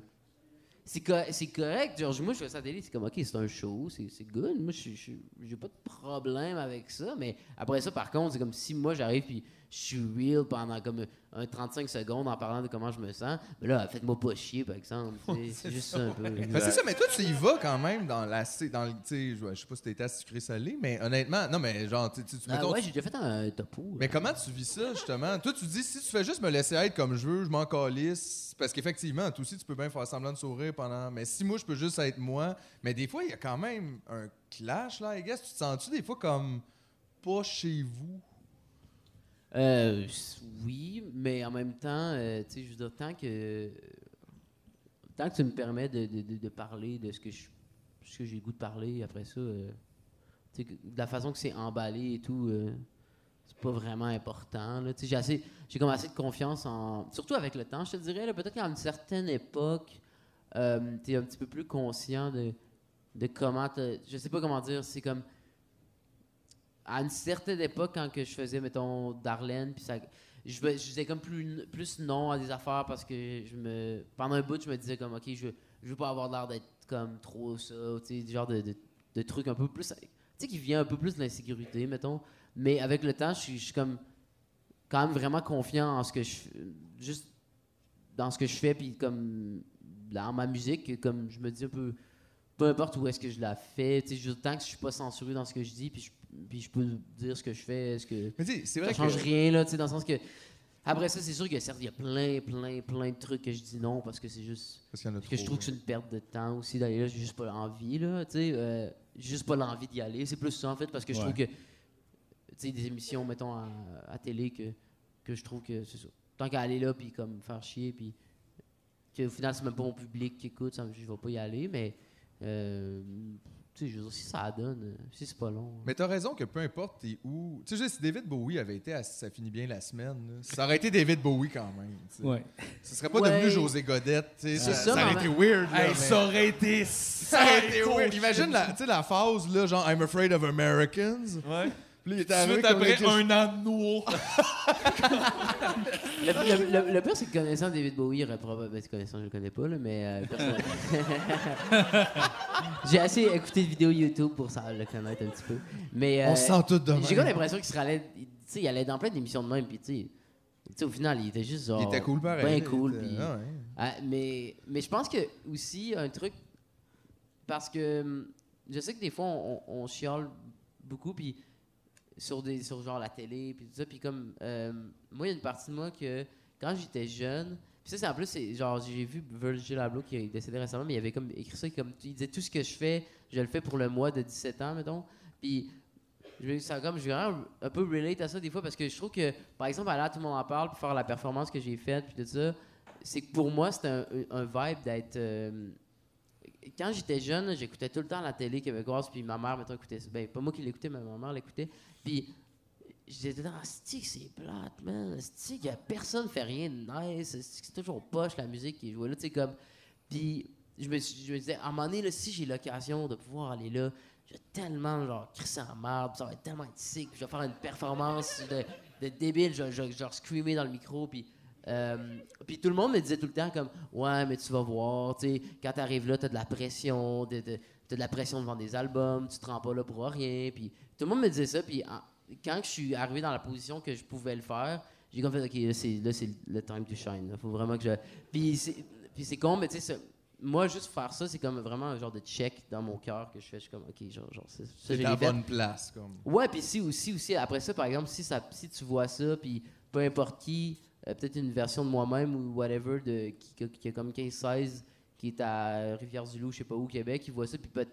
S10: c'est, co- c'est correct. Genre, moi, je fais ça à la télé, c'est comme, OK, c'est un show, c'est, c'est good. Moi, je- je- j'ai pas de problème avec ça. Mais après ça, par contre, c'est comme si moi, j'arrive puis je suis real pendant comme un 35 secondes en parlant de comment je me sens. Mais là, faites-moi pas chier, par exemple. tu sais, c'est juste ça un peu.
S2: Parce que Ben, c'est ça, mais toi, tu y vas quand même dans la. Dans le, tu sais, je je sais pas si t'étais à sucré-salé, mais honnêtement, non, mais genre, tu, tu, tu-
S10: Ah
S2: mettons,
S10: ouais,
S2: tu-
S10: j'ai déjà fait un topo.
S2: Mais comment tu vis ça, justement? Toi, tu dis, si tu fais juste me laisser être comme je veux, je m'en calisse. Parce qu'effectivement, toi aussi, tu peux bien faire semblant de sourire pendant. Mais si moi, je peux juste être moi. Mais des fois, il y a quand même un clash, là, I guess. Tu te sens-tu des fois comme pas chez vous?
S10: Euh, s- oui, mais en même temps, euh, tu sais, je veux dire, tant que, tant que tu me permets de, de- de- de parler de ce que je- ce que j'ai le goût de parler, après ça, euh, tu sais, que- de la façon que c'est emballé et tout, euh, c'est pas vraiment important. là. Tu sais, J'ai assez- j'ai comme assez de confiance en. Surtout avec le temps, je te dirais. là, Peut-être qu'à une certaine époque, euh, tu es un petit peu plus conscient de, de comment. te- Je sais pas comment dire. C'est comme à une certaine époque, quand que je faisais, mettons, Darlene, puis ça, je, me- je disais comme plus, plus non à des affaires parce que je me, pendant un bout, je me disais comme, OK, je, je veux pas avoir l'air d'être comme trop ça, tu sais, du genre de, de, de truc un peu plus, tu sais, qui vient un peu plus de l'insécurité, mettons. Mais avec le temps, je suis je suis comme, quand même vraiment confiant en ce que je, juste dans ce que je fais, puis comme, dans ma musique, comme je me dis un peu, peu importe où est-ce que je la fais, tu sais, juste tant que je suis pas censuré dans ce que je dis, puis je, puis je peux dire ce que je fais, ce que
S2: Mais tu sais, c'est vrai
S10: ça change
S2: que-
S10: rien là, tu sais, dans le sens que après ça, c'est sûr que certes, il y a plein, plein, plein de trucs que je dis non parce que c'est juste
S2: Parce qu'il y en a
S10: que je
S2: trop,
S10: trouve que c'est une perte de temps aussi d'aller là, j'ai juste pas l'envie là, tu sais, euh, j'ai juste pas l'envie d'y aller, c'est plus ça en fait parce que je
S1: Ouais.
S10: trouve que tu sais des émissions mettons à, à télé que que je trouve que c'est ça. Tant qu'à aller là puis comme faire chier puis que au final c'est même pas mon public qui écoute, ça, me- je vais pas y aller mais euh, tu sais, je veux dire, si ça donne, euh, si c'est pas long.
S2: Mais t'as raison que peu importe t'es où. Tu sais, je veux dire, si David Bowie avait été à Ça finit bien la semaine, là, ça aurait été David Bowie quand même. tu sais.
S1: Ouais.
S2: Ce serait pas
S4: Ouais.
S2: devenu José Godette. tu sais,
S4: C'est
S2: Ça,
S4: ça,
S2: ça aurait
S4: mais-
S2: été weird. là,
S4: Hey,
S2: mais-
S4: ça aurait été
S2: Ça aurait été
S4: psycho
S2: weird. Imagine la, tu sais, la phase, là, genre I'm afraid of Americans.
S4: Ouais.
S2: Puis il est
S4: Tout de
S2: arrivé
S4: suite
S2: qu'on a
S4: après,
S2: juste-
S4: un an de noir.
S10: Le, le- le- le pire, c'est que connaissant David Bowie, il aurait probablement. ben, Connaissant, je le connais pas, là, mais. euh, personne- J'ai assez écouté de vidéos YouTube pour ça, le connaître un petit peu. Mais, euh,
S2: On se sent tous de
S10: J'ai
S2: même.
S10: comme l'impression qu'il se rallait. Tu sais, il allait dans plein d'émissions de même, puis tu sais. tu sais, au final, il était juste genre.
S2: Il était cool pareil,
S10: Ben
S2: il
S10: cool,
S2: était-
S10: puis.
S2: ah ouais.
S10: Ah, mais, mais je pense que aussi, un truc. Parce que hum, je sais que des fois, on, on- on chiale beaucoup, puis sur des sur genre la télé puis tout ça puis comme euh, moi il y a une partie de moi que quand j'étais jeune puis ça c'est en plus c'est genre j'ai vu Virgil Abloh qui est décédé récemment mais il avait comme écrit ça comme il disait tout ce que je fais je le fais pour le mois de 17 ans mettons puis je me ça comme je vais vraiment un peu relate à ça des fois parce que je trouve que par exemple aller à tout le monde en parle puis faire la performance que j'ai faite puis tout ça c'est que pour moi c'est un, un vibe d'être euh, quand j'étais jeune, j'écoutais tout le temps la télé québécoise, puis ma mère, mettons, écoutait ça. Ben, pas moi qui l'écoutais, mais ma mère l'écoutait. Puis j'étais dans Stick, c'est plate, man. Stick, personne fait rien de nice. Asti que C'est toujours poche la musique qui est jouée là, tu sais, comme. Puis je me, suis- je me disais, à un moment donné, là, si j'ai l'occasion de pouvoir aller là, je vais tellement, genre, crisser en marbre, ça va être tellement être sick, puis je vais faire une performance de, de débile, je je- genre, screamer dans le micro, puis. euh, puis tout le monde me disait tout le temps comme ouais mais tu vas voir tu sais quand t'arrives là t'as de la pression de, de- t'as de la pression devant des albums tu te rends pas là pour rien puis tout le monde me disait ça puis en- quand je suis arrivé dans la position que je pouvais le faire j'ai comme fait ok là c'est là, c'est le time to shine là. faut vraiment que je puis c'est puis c'est con mais tu sais ça- moi juste faire ça c'est comme vraiment un genre de check dans mon cœur que je fais je suis comme ok genre, genre c'est- ça,
S2: T'es
S10: je
S2: à
S10: l'ai fait.
S2: bonne place, comme.
S10: Ouais, puis si aussi, aussi, après ça, par exemple, si, ça, si tu vois ça, puis peu importe qui, euh, peut-être une version de moi-même ou whatever, de, qui, qui a- qui a comme 15-16, qui est à Rivière-du-Loup, je sais pas où, au Québec, qui voit ça, puis peut-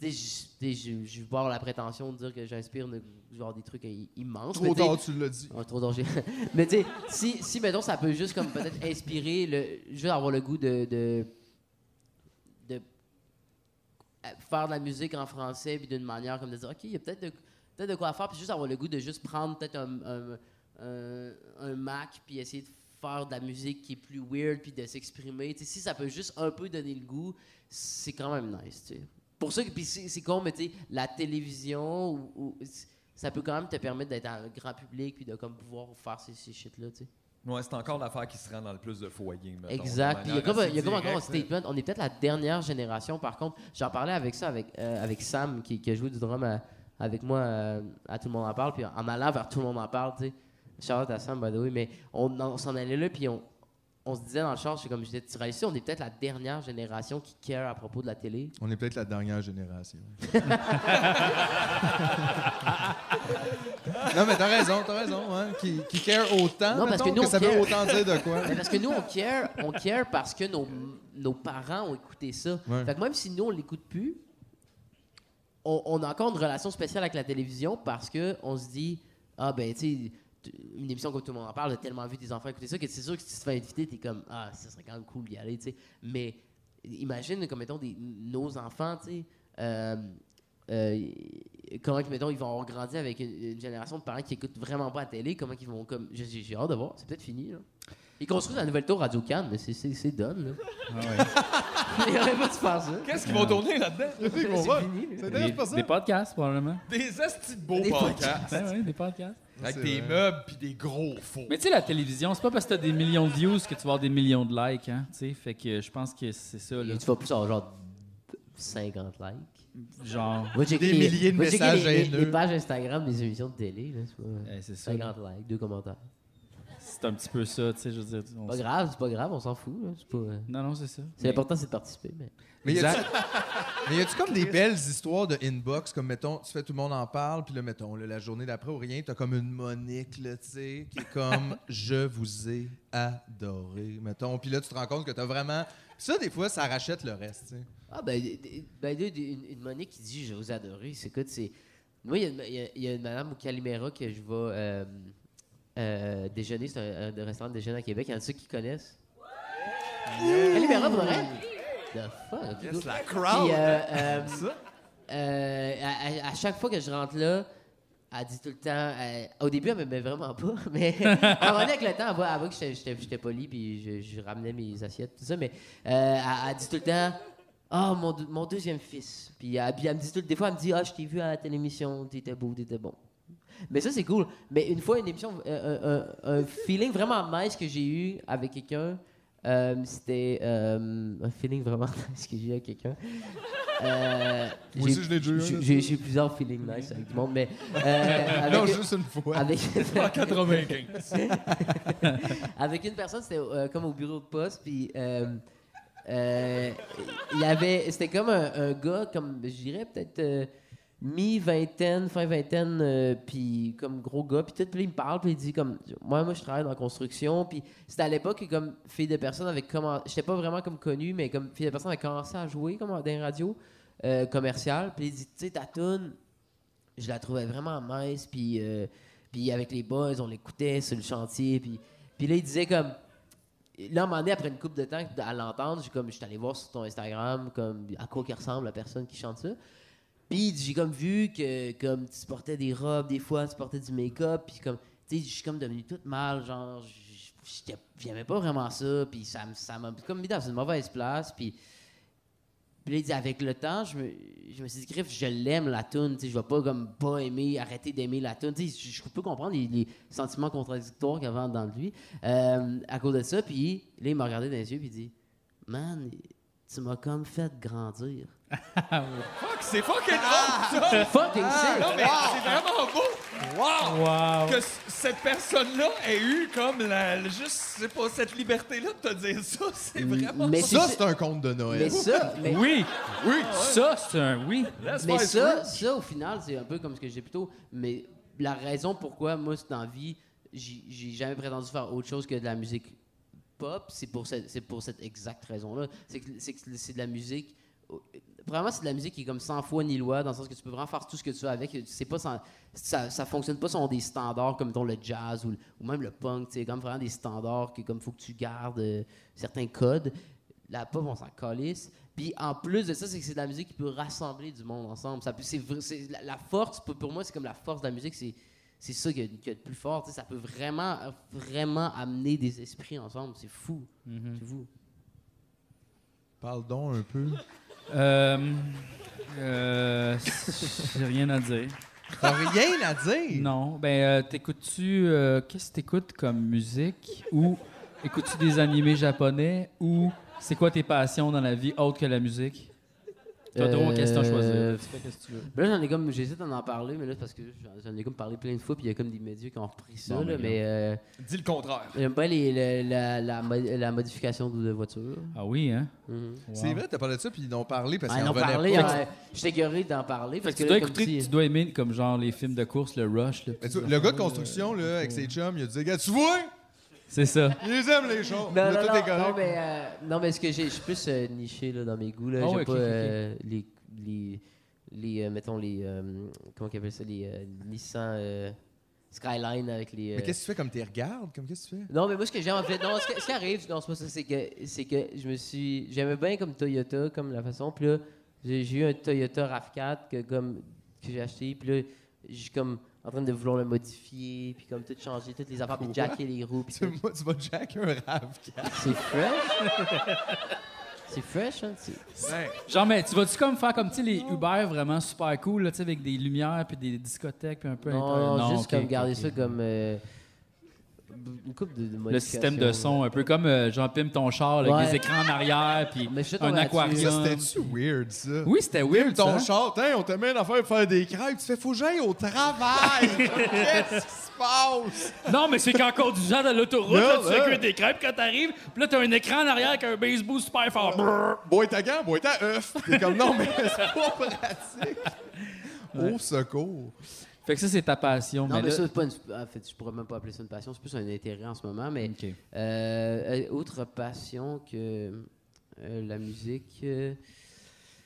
S10: tu sais, je- tu sais, je je vais avoir la prétention de dire que j'inspire de- genre des trucs i- immenses.
S2: Trop
S10: mais tu sais-
S2: tard, tu l'as dit.
S10: Ouais, trop tard, j'ai- mais tu sais, si, si, mettons, ça peut juste comme peut-être inspirer, le, juste avoir le goût de- de de euh, faire de la musique en français puis d'une manière comme de dire ok il y a peut-être de, peut-être de quoi faire puis juste avoir le goût de juste prendre peut-être un, un, un- un Mac puis essayer de faire de la musique qui est plus weird puis de s'exprimer Tu sais, si ça peut juste un peu donner le goût c'est quand même nice tu sais. pour ça que puis c'est, c'est con mais tu sais, la télévision ou, ou- ça peut quand même te permettre d'être un grand public puis de comme pouvoir faire ces, ces shit là tu sais
S4: Ouais, c'est encore l'affaire qui se rend dans le plus de foyers. mettons,
S10: Exact.
S4: de
S10: Puis il y a
S4: manière
S10: comme, un-
S4: assez
S10: il y a comme encore un
S4: directe, là.
S10: statement. On est peut-être la dernière génération, par contre. J'en parlais avec ça, avec, euh, avec Sam, qui, qui a joué du drum à- avec moi euh, à Tout le monde en parle. Puis en allant vers Tout le monde en parle, tu sais. Charlotte à Sam, by the way. Mais on, on s'en allait là, puis on, on se disait dans le char, c'est comme je disais, tu réalises, ça, on est peut-être la dernière génération qui care à propos de la télé.
S2: On est peut-être la dernière génération. non, mais t'as raison, t'as raison. Hein, qui, qui care autant,
S10: Non, parce que
S2: mettons,
S10: nous, on
S2: ça
S10: care.
S2: veut autant dire de quoi.
S10: Mais Ben, parce que nous, on care, on care parce que nos, nos parents ont écouté ça.
S2: Ouais.
S10: Fait que même si nous, on l'écoute plus, on, on a encore une relation spéciale avec la télévision parce que on se dit Ah, ben, tu sais, t- une émission comme tout le monde en parle, a tellement vu des enfants écouter ça que c'est sûr que si tu te fais inviter, t'es comme Ah, ça serait quand même cool d'y aller, tu sais. Mais imagine, comme mettons, des, nos enfants, tu sais. euh, euh, comment que, mettons, ils vont grandir avec une, une génération de parents qui écoutent vraiment pas la télé, comment qu'ils vont comme. J'ai j'ai hâte de voir, c'est peut-être fini, là. Ils construisent la nouvelle tour Radio Cannes, mais c'est- c'est c'est done, là.
S1: Ah
S10: Ils auraient pas dû faire ça.
S4: Qu'est-ce qu'ils vont tourner là-dedans?
S1: C'est fini, là. Des- Des podcasts, probablement.
S4: Des astis de beaux
S1: Des
S4: podcasts.
S1: podcasts. Ouais, ouais, des podcasts.
S4: Avec
S1: C'est
S4: des
S1: vrai.
S4: meubles puis des gros faux.
S1: Mais tu sais, la télévision, c'est pas parce que t'as des millions de views que tu vas avoir des millions de likes, hein. Tu sais, fait que je pense que c'est ça, là.
S10: tu vas plus avoir genre 50 likes.
S1: Genre.
S10: Va checker
S1: Des
S10: les-
S1: milliers de
S10: va checker
S1: messages
S10: les, les-
S1: haineux.
S10: les pages Instagram des émissions de télé, là, c'est pas-
S1: c'est ça,
S10: 50 likes, deux commentaires.
S1: C'est un petit peu ça, tu sais, je veux dire. on
S10: Pas
S1: s-
S10: grave, c'est pas grave, on s'en fout, là, c'est pas...
S1: Non, non, c'est ça.
S10: C'est l'important, c'est de participer, mais...
S2: Mais y a-tu- mais y a-tu comme des belles histoires de inbox, comme mettons, tu fais tout le monde en parle, puis là, mettons, là, la journée d'après ou rien, t'as comme une Monique, là, tu sais, qui est comme je vous ai adoré, mettons. Puis là, tu te rends compte que t'as vraiment. Ça, des fois, ça rachète le reste, tu sais.
S10: Ah, ben, des- des- ben, des- des- une, une Monique qui dit Je vous adore. C'est quoi, c'est. Moi, il y a une- il y, a- il y a une madame au Calimera que je vais euh, euh, déjeuner. C'est un, un restaurant de déjeuner à Québec. Il y en a ceux qui connaissent. Calimera, pour vrai? The fuck?
S4: Yes,
S10: Cool.
S4: la crowd.
S10: Puis, euh, euh,
S4: Ça.
S10: euh, à, à- à chaque fois que je rentre là, elle dit tout le temps. euh, au début, elle m'aimait vraiment pas, mais à un moment donné, avec le temps, elle voit, elle voit que j'étais- j'étais j'étais poli, puis je, je ramenais mes assiettes, tout ça, mais euh, elle, elle dit tout le temps. Ah, mon, deux- mon deuxième fils. Puis elle, puis elle me dit tout le Des fois, elle me dit Ah, je t'ai vu à la télévision, t'étais beau, t'étais bon. Mais ça, c'est cool. Mais une fois, une émission, euh, euh, euh, un feeling vraiment nice que j'ai eu avec quelqu'un, euh, c'était euh, un feeling vraiment nice que j'ai eu avec quelqu'un. Euh,
S8: Moi
S10: j'ai-
S8: aussi, je l'ai déjà eu,
S10: j'ai-
S8: là.
S10: J'ai j'ai eu plusieurs feelings nice avec du monde, mais. euh,
S8: Non, juste une fois.
S10: Avec,
S8: En 95.
S10: avec une personne, c'était euh, comme au bureau de poste, puis. euh, euh, il y avait c'était comme un, un gars comme je dirais peut-être euh, mi-vingtaine fin vingtaine euh, puis comme gros gars puis tout puis il me parle puis il dit comme moi moi je travaille dans la construction puis c'était à l'époque que comme fille de personne avait commencé j'étais pas vraiment comme connu mais comme fille de personne avait commencé à jouer comme dans les radios euh, commerciales puis il dit tu sais ta tune je la trouvais vraiment mince puis euh, puis avec les boys on l'écoutait sur le chantier puis puis là il disait comme là, à un moment donné, après une coupe de temps à l'entendre, j'ai comme, je suis allé voir sur ton Instagram comme, à quoi qui ressemble la personne qui chante ça. Puis il dit, j'ai comme vu que comme tu portais des robes des fois, tu portais du make-up, puis comme, tu sais, je suis comme devenu toute mal, genre, j- j'étais- j'aimais pas vraiment ça, puis ça me- ça m'a comme mis dans une mauvaise place, puis. Puis là, il dit, avec le temps, je me, je me suis dit, Griff, je l'aime la toune, tu sais, je vais pas comme pas aimer, arrêter d'aimer la toune. Tu sais, je je peux comprendre les, les sentiments contradictoires qu'il y avait en dedans de lui euh, à cause de ça. Puis là, il m'a regardé dans les yeux, puis il dit, man, tu m'as comme fait grandir.
S4: Fuck, c'est fucking hot, ça!
S10: Fucking
S2: Ah,
S10: sick.
S4: Non, mais
S10: Wow.
S4: c'est vraiment beau! Wow!
S1: Wow.
S4: Que c- cette personne-là ait eu comme la, le- juste, c'est pas, cette liberté-là de te dire ça, c'est vraiment
S10: mais
S4: ça.
S2: ça, c'est un conte de Noël.
S10: Mais ça, mais-
S1: Oui.
S2: Oui.
S1: Ça, c'est un oui.
S10: Mais ça, ça, au final, c'est un peu comme ce que j'ai plus tôt. Mais la raison pourquoi, moi, c'est en vie, j'ai j'ai jamais prétendu faire autre chose que de la musique pop, c'est pour, cette- c'est pour cette exacte raison-là. C'est que c'est que c'est de la musique. Vraiment, c'est de la musique qui est comme sans foi ni loi, dans le sens que tu peux vraiment faire tout ce que tu veux avec. C'est pas sans- ça, ça fonctionne pas sur des standards comme dans le jazz ou, le- ou même le punk. C'est comme vraiment des standards que comme faut que tu gardes euh, certains codes. La pop, on s'en calisse. Puis en plus de ça, c'est que c'est de la musique qui peut rassembler du monde ensemble. Ça peut- c'est vrai- c'est la, la force, pour, pour moi, c'est comme la force de la musique, c'est c'est ça qu'il y a- qu'il y a de plus fort. tu sais, Ça peut vraiment, vraiment amener des esprits ensemble. C'est fou.
S1: Mhm.
S10: C'est fou.
S2: Parle donc un peu.
S1: Euh, euh, J'ai rien à dire.
S2: T'as rien à dire?
S1: Non. Ben, euh, t'écoutes-tu. euh, Qu'est-ce que t'écoutes comme musique? Ou écoutes-tu des animés japonais? Ou c'est quoi tes passions dans la vie autre que la musique? T'as
S10: Euh,
S1: droit aux questions à choisir. Tu fais qu'est-ce que tu veux.
S10: Là, j'en ai comme, j'hésite à en parler, mais là, c'est parce que j'en- j'en ai comme parlé plein de fois, puis il y a comme des médias qui ont repris ça,
S1: Bon,
S10: là,
S1: ben,
S10: mais. euh,
S4: Dis le contraire.
S10: J'aime pas les, le- la, la, mo- la modification de voiture.
S1: Ah oui, hein?
S2: C'est vrai, t'as parlé de ça, puis ils n'ont parlé parce
S10: Ah,
S2: qu'ils
S10: ils
S2: en
S10: ont
S2: revenaient
S10: parlé,
S2: pas.
S10: euh, j'étais écœuré d'en parler.
S1: Fait
S10: Parce
S1: que
S10: que
S1: tu
S10: là,
S1: dois
S10: comme
S1: écouter,
S10: si-
S1: tu dois aimer comme genre les films de course, le Rush. Le,
S2: Mais tu- le gars de construction, là, avec ses chums, il a dit Gars, tu vois,
S1: C'est ça.
S2: ils aiment les choses.
S10: Non,
S2: Là,
S10: non,
S2: tout
S10: non,
S2: est correct.
S10: non, mais, euh, non, mais ce que j'ai, je suis plus euh, niché là, dans mes goûts. Là.
S1: Ah
S10: J'aime
S1: ouais, ok,
S10: pas
S1: ok, ok.
S10: euh, les, les, les euh, mettons, les, euh, comment qu'ils appellent ça, les euh, Nissan euh, Skyline avec les... euh,
S2: Mais qu'est-ce que tu fais comme t'es regardes Comme qu'est-ce que tu fais
S10: Non, mais moi, ce que j'ai en fait, non, ce, que- ce qui arrive, non, c'est pas ça, c'est que, c'est que je me suis. J'aimais bien comme Toyota, comme la façon. Puis là, j'ai j'ai eu un Toyota RAV4 que, comme, que j'ai acheté. Puis là, je suis comme en train de vouloir le modifier, puis comme tout changer, toutes les affaires, puis
S2: Quoi?
S10: jacker les roues. Puis
S2: Tu,
S10: tout.
S2: moi, tu vas jack un RAV4.
S10: C'est fresh. c'est fresh, hein? c'est-
S1: Genre, mais tu vas-tu comme faire comme tu sais, les Uber vraiment super cool, là, tu sais, avec des lumières puis des discothèques puis un peu. à
S10: Non,
S1: l'intérieur?
S10: non, juste
S1: ok,
S10: comme garder
S1: ok.
S10: ça comme. euh, une coupe de, de
S1: Le système de
S10: modifications,
S1: son, un peu comme euh, Jean Pim ton char, là,
S10: Ouais.
S1: avec des écrans en arrière, puis
S10: je suis
S1: un
S10: tombé là-dessus.
S1: aquarium.
S10: Ça,
S4: euh,
S2: C'était-tu weird,
S4: Hein?
S2: ça?
S1: Oui, c'était weird.
S2: Ton
S1: ça. hein?
S2: char, tiens, on te met une affaire pour faire des crêpes. Tu fais, faut que j'aille au travail. Qu'est-ce qui se passe?
S1: Non, mais c'est qu'en conduisant dans l'autoroute,
S2: Là,
S1: là, tu fais
S2: là.
S1: cuire des crêpes quand t'arrives, puis là, t'as un écran en arrière avec un baseball super fort. Brrr.
S2: Bois ta gant, bois ta œuf. T'es comme, non, mais c'est pas pratique. Au secours.
S1: Fait que ça, c'est ta passion.
S10: Non, mais,
S1: mais là-
S10: ça, c'est pas une. En fait, je pourrais même pas appeler ça une passion, c'est plus un intérêt en ce moment. Mais
S1: Ok.
S10: euh, euh, autre passion que euh, la musique, euh,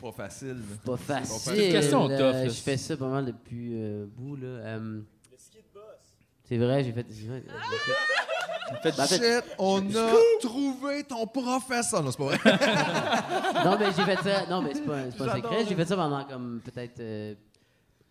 S4: Pas facile.
S10: pas
S1: C'est une
S10: facile.
S1: question
S10: euh,
S1: tough, là.
S10: je fais ça pas mal depuis euh, bout, là. euh, c'est vrai, j'ai fait. j'ai fait- j'ai fait- ben, en fait,
S2: Shit, on a trouvé ton professeur. Non, c'est pas vrai.
S10: non, mais j'ai fait ça. Non, mais c'est pas, c'est pas un
S2: J'adore
S10: secret.
S2: le-
S10: J'ai fait ça pendant comme peut-être euh,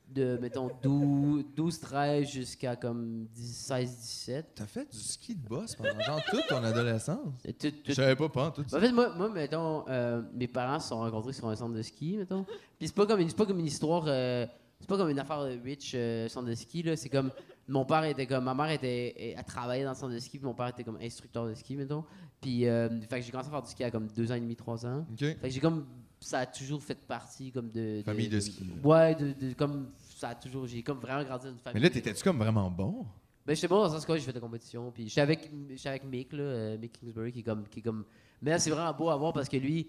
S10: de, mettons, 12, 12 13 jusqu'à comme 10, 16, 17.
S2: T'as fait du ski de boss pendant genre toute ton adolescence?
S10: Tout- tout-
S2: Je savais pas, pas en tout.
S10: En fait, moi, moi mettons, euh, mes parents se sont rencontrés sur un centre de ski, mettons. Puis c'est pas comme une, c'est pas comme une histoire. euh, c'est C'est pas comme une affaire de rich euh, centre de ski, là. C'est comme. Mon père était comme. Ma mère était. à travailler dans le centre de ski, puis mon père était comme instructeur de ski, mettons. Puis. euh, fait que j'ai commencé à faire du ski à comme deux ans et demi, trois ans. Fait que j'ai comme. Ça a toujours fait partie, comme de.
S2: Famille de ski, là.
S10: Ouais, de, de- comme. Ça a toujours. J'ai comme vraiment grandi dans une famille.
S2: Mais là, t'étais-tu comme vraiment bon?
S10: Ben, j'étais bon dans le sens que ouais, j'ai fait de la compétition. Puis j'étais avec, j'étais avec Mick, là, euh, Mick Kingsbury, qui est comme. Qui est comme... Mais là, c'est vraiment beau à voir parce que lui.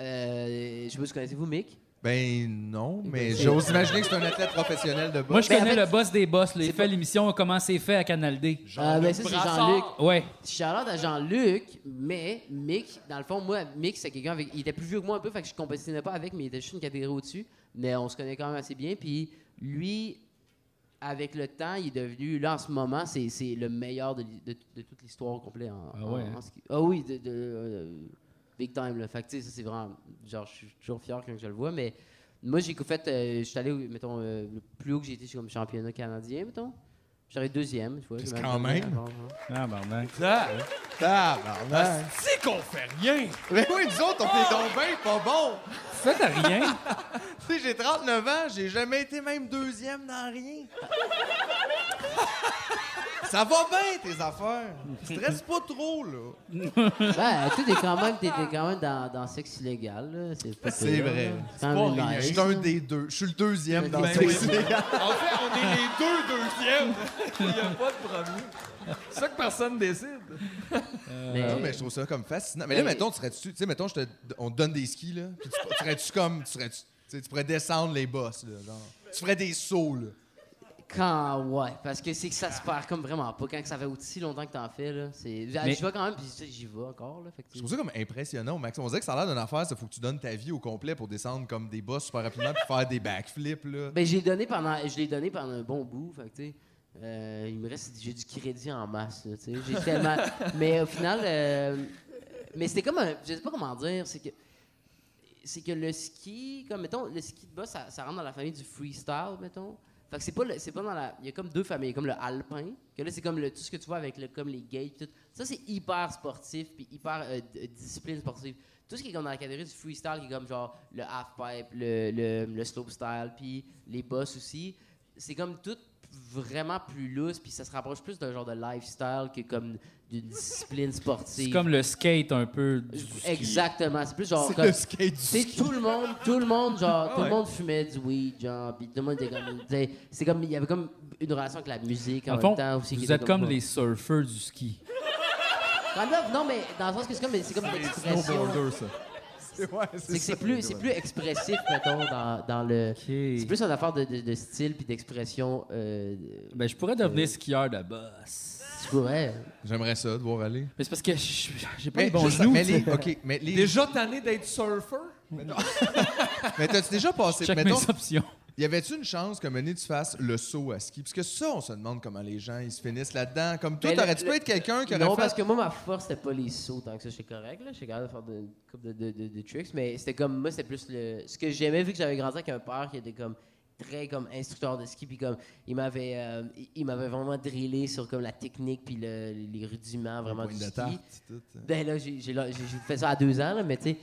S10: euh, je sais pas si connaissez-vous Mick.
S2: Ben non, mais j'ose imaginer que c'est un athlète professionnel de boxe.
S1: Moi, je connais le boss des boss. Là, il fait l'émission Comment c'est fait à Canal D.
S10: Ah, ben ça, c'est Jean-Luc.
S1: Ouais.
S10: Charlotte à Jean-Luc, mais Mick, dans le fond, moi, Mick, c'est quelqu'un avec. Il était plus vieux que moi un peu, fait que je compétitionnais pas avec, mais il était juste une catégorie au-dessus. Mais on se connaît quand même assez bien. Puis lui, avec le temps, il est devenu. Là, en ce moment, c'est c'est le meilleur de, l'hi- de- de toute l'histoire au complet. en-
S1: Ah
S10: en-
S1: ouais,
S10: en
S1: hein?
S10: ski. Ah oui, de, de- euh, big time. Là. Fait que, tu sais, ça, c'est vraiment. Genre, je suis toujours fier quand je le vois, mais moi, j'ai fait. euh, je suis allé, mettons, euh, le plus haut que j'ai été, c'est comme championnat canadien, mettons. J'arrive deuxième, tu vois.
S2: C'est
S10: j'ai
S2: quand
S10: mal-
S2: même.
S1: Ah, ben,
S2: Tabarnak.
S4: C'est qu'on fait rien!
S2: Mais oui, nous autres, on est donc bien pas bon.
S1: Faites rien.
S2: tu sais, j'ai 39 ans, j'ai jamais été même deuxième dans rien. Ça va bien, tes affaires. Stresse pas trop, là.
S10: Ben, tu sais, t'es quand même, t'es, t'es quand même dans, dans sexe illégal, là. C'est, pas
S2: C'est
S10: pire,
S2: vrai.
S10: là.
S2: C'est
S10: quand
S2: pas
S10: même
S2: rien.
S10: nice,
S2: Je suis un
S10: là.
S2: des deux. Je suis le deuxième dans
S10: Ben
S2: ce
S10: oui.
S2: série.
S4: En fait, on est les deux deuxièmes. Il n'y a pas de problème. C'est ça que personne décide.
S10: Mais-
S2: Non, mais je trouve ça comme fascinant. Mais là,
S4: Mais-
S2: mettons, tu serais-tu. Tu sais, mettons, je te- on te donne des skis, là. Puis tu, tu serais-tu comme. Tu, serais-tu, tu sais, tu pourrais descendre les bosses, là. genre. Tu ferais des sauts, là.
S10: Quand, ouais, parce que c'est que ça se perd comme vraiment pas. Quand ça fait aussi longtemps que t'en fais, là. C'est,
S2: Mais-
S10: J'y vais quand même, puis tu sais, j'y vais encore, là. Fait que,
S2: Je trouve ça comme impressionnant, Max. On dirait que ça a l'air d'une affaire, ça faut que tu donnes ta vie au complet pour descendre comme des bosses super rapidement puis faire des backflips, là.
S10: Ben, j'ai donné pendant, je l'ai donné pendant un bon bout, fait que, tu sais, euh, il me reste, j'ai du crédit en masse, là, tu sais, j'ai tellement, mais au final, euh, mais c'était comme, un, je sais pas comment dire, c'est que, c'est que le ski, comme, mettons, le ski de bas, ça, ça rentre dans la famille du freestyle, mettons, fait que c'est pas, le- c'est pas dans la, il y a comme deux familles, comme le alpin, que là, c'est comme le, tout ce que tu vois avec le, comme les gates, tout, ça, c'est hyper sportif, puis hyper euh, d- discipline sportive, tout ce qui est comme dans la catégorie du freestyle, qui est comme genre le half-pipe, le, le, le slopestyle, puis les boss aussi, c'est comme tout vraiment plus loose, puis ça se rapproche plus d'un genre de lifestyle que comme d'une discipline sportive.
S1: C'est comme le skate un peu. du ski.
S10: Exactement, c'est plus genre
S1: C'est
S10: comme-
S1: le skate du
S10: c'est
S1: ski.
S10: tout le monde, tout le monde genre,
S1: Ah
S10: tout
S1: ouais.
S10: le monde fumait du weed, genre, puis tout le monde était comme, t'sais, c'est comme il y avait comme une relation avec la musique
S1: Dans
S10: en,
S1: le fond,
S10: même temps aussi. qui
S1: vous
S10: était
S1: êtes comme
S10: quoi.
S1: les surfeurs du ski.
S10: Quand même, Non mais dans le sens que c'est comme, c'est comme
S1: C'est des
S10: l'expression.
S1: snowboarders, ça.
S10: C'est
S2: ouais,
S10: c'est que c'est plus, c'est plus expressif, mettons, dans, dans le. C'est plus une affaire de, de- de style puis d'expression. euh,
S1: ben, je pourrais devenir skieur de boss.
S10: Tu pourrais.
S2: J'aimerais ça, devoir aller.
S1: Mais c'est parce que je- j'ai pas
S2: Mais
S1: les bons
S2: juste-
S1: genoux.
S2: mais
S1: tu sais.
S2: les- ok, mais les-
S4: Déjà tanné d'être surfer?
S2: Mais t'as-tu déjà passé...
S1: Check
S2: mettons,
S1: mes options.
S2: Y avait-tu une chance que mener tu fasses le saut à ski? Parce que ça, on se demande comment les gens ils se finissent là-dedans. Comme toi,
S10: Mais le-
S2: t'aurais-tu pu
S10: le-
S2: être quelqu'un qui aurait
S10: Non,
S2: fait...
S10: parce que moi, ma force, c'était pas les sauts tant que ça, j'étais correct. là. J'étais capable de faire de- une couple de, de- de- de tricks, mais c'était comme, moi, c'était plus le. Ce que j'aimais, vu que j'avais grandi avec un père qui était comme très comme instructeur de ski, puis comme, il m'avait euh, il- il m'avait vraiment drillé sur comme la technique, puis le- les rudiments vraiment
S2: point
S10: du
S2: de
S10: ski.
S2: tarte, tout, euh.
S10: Ben là, j'ai j'ai- j'ai- j'ai fait ça à deux ans, là, mais tu sais,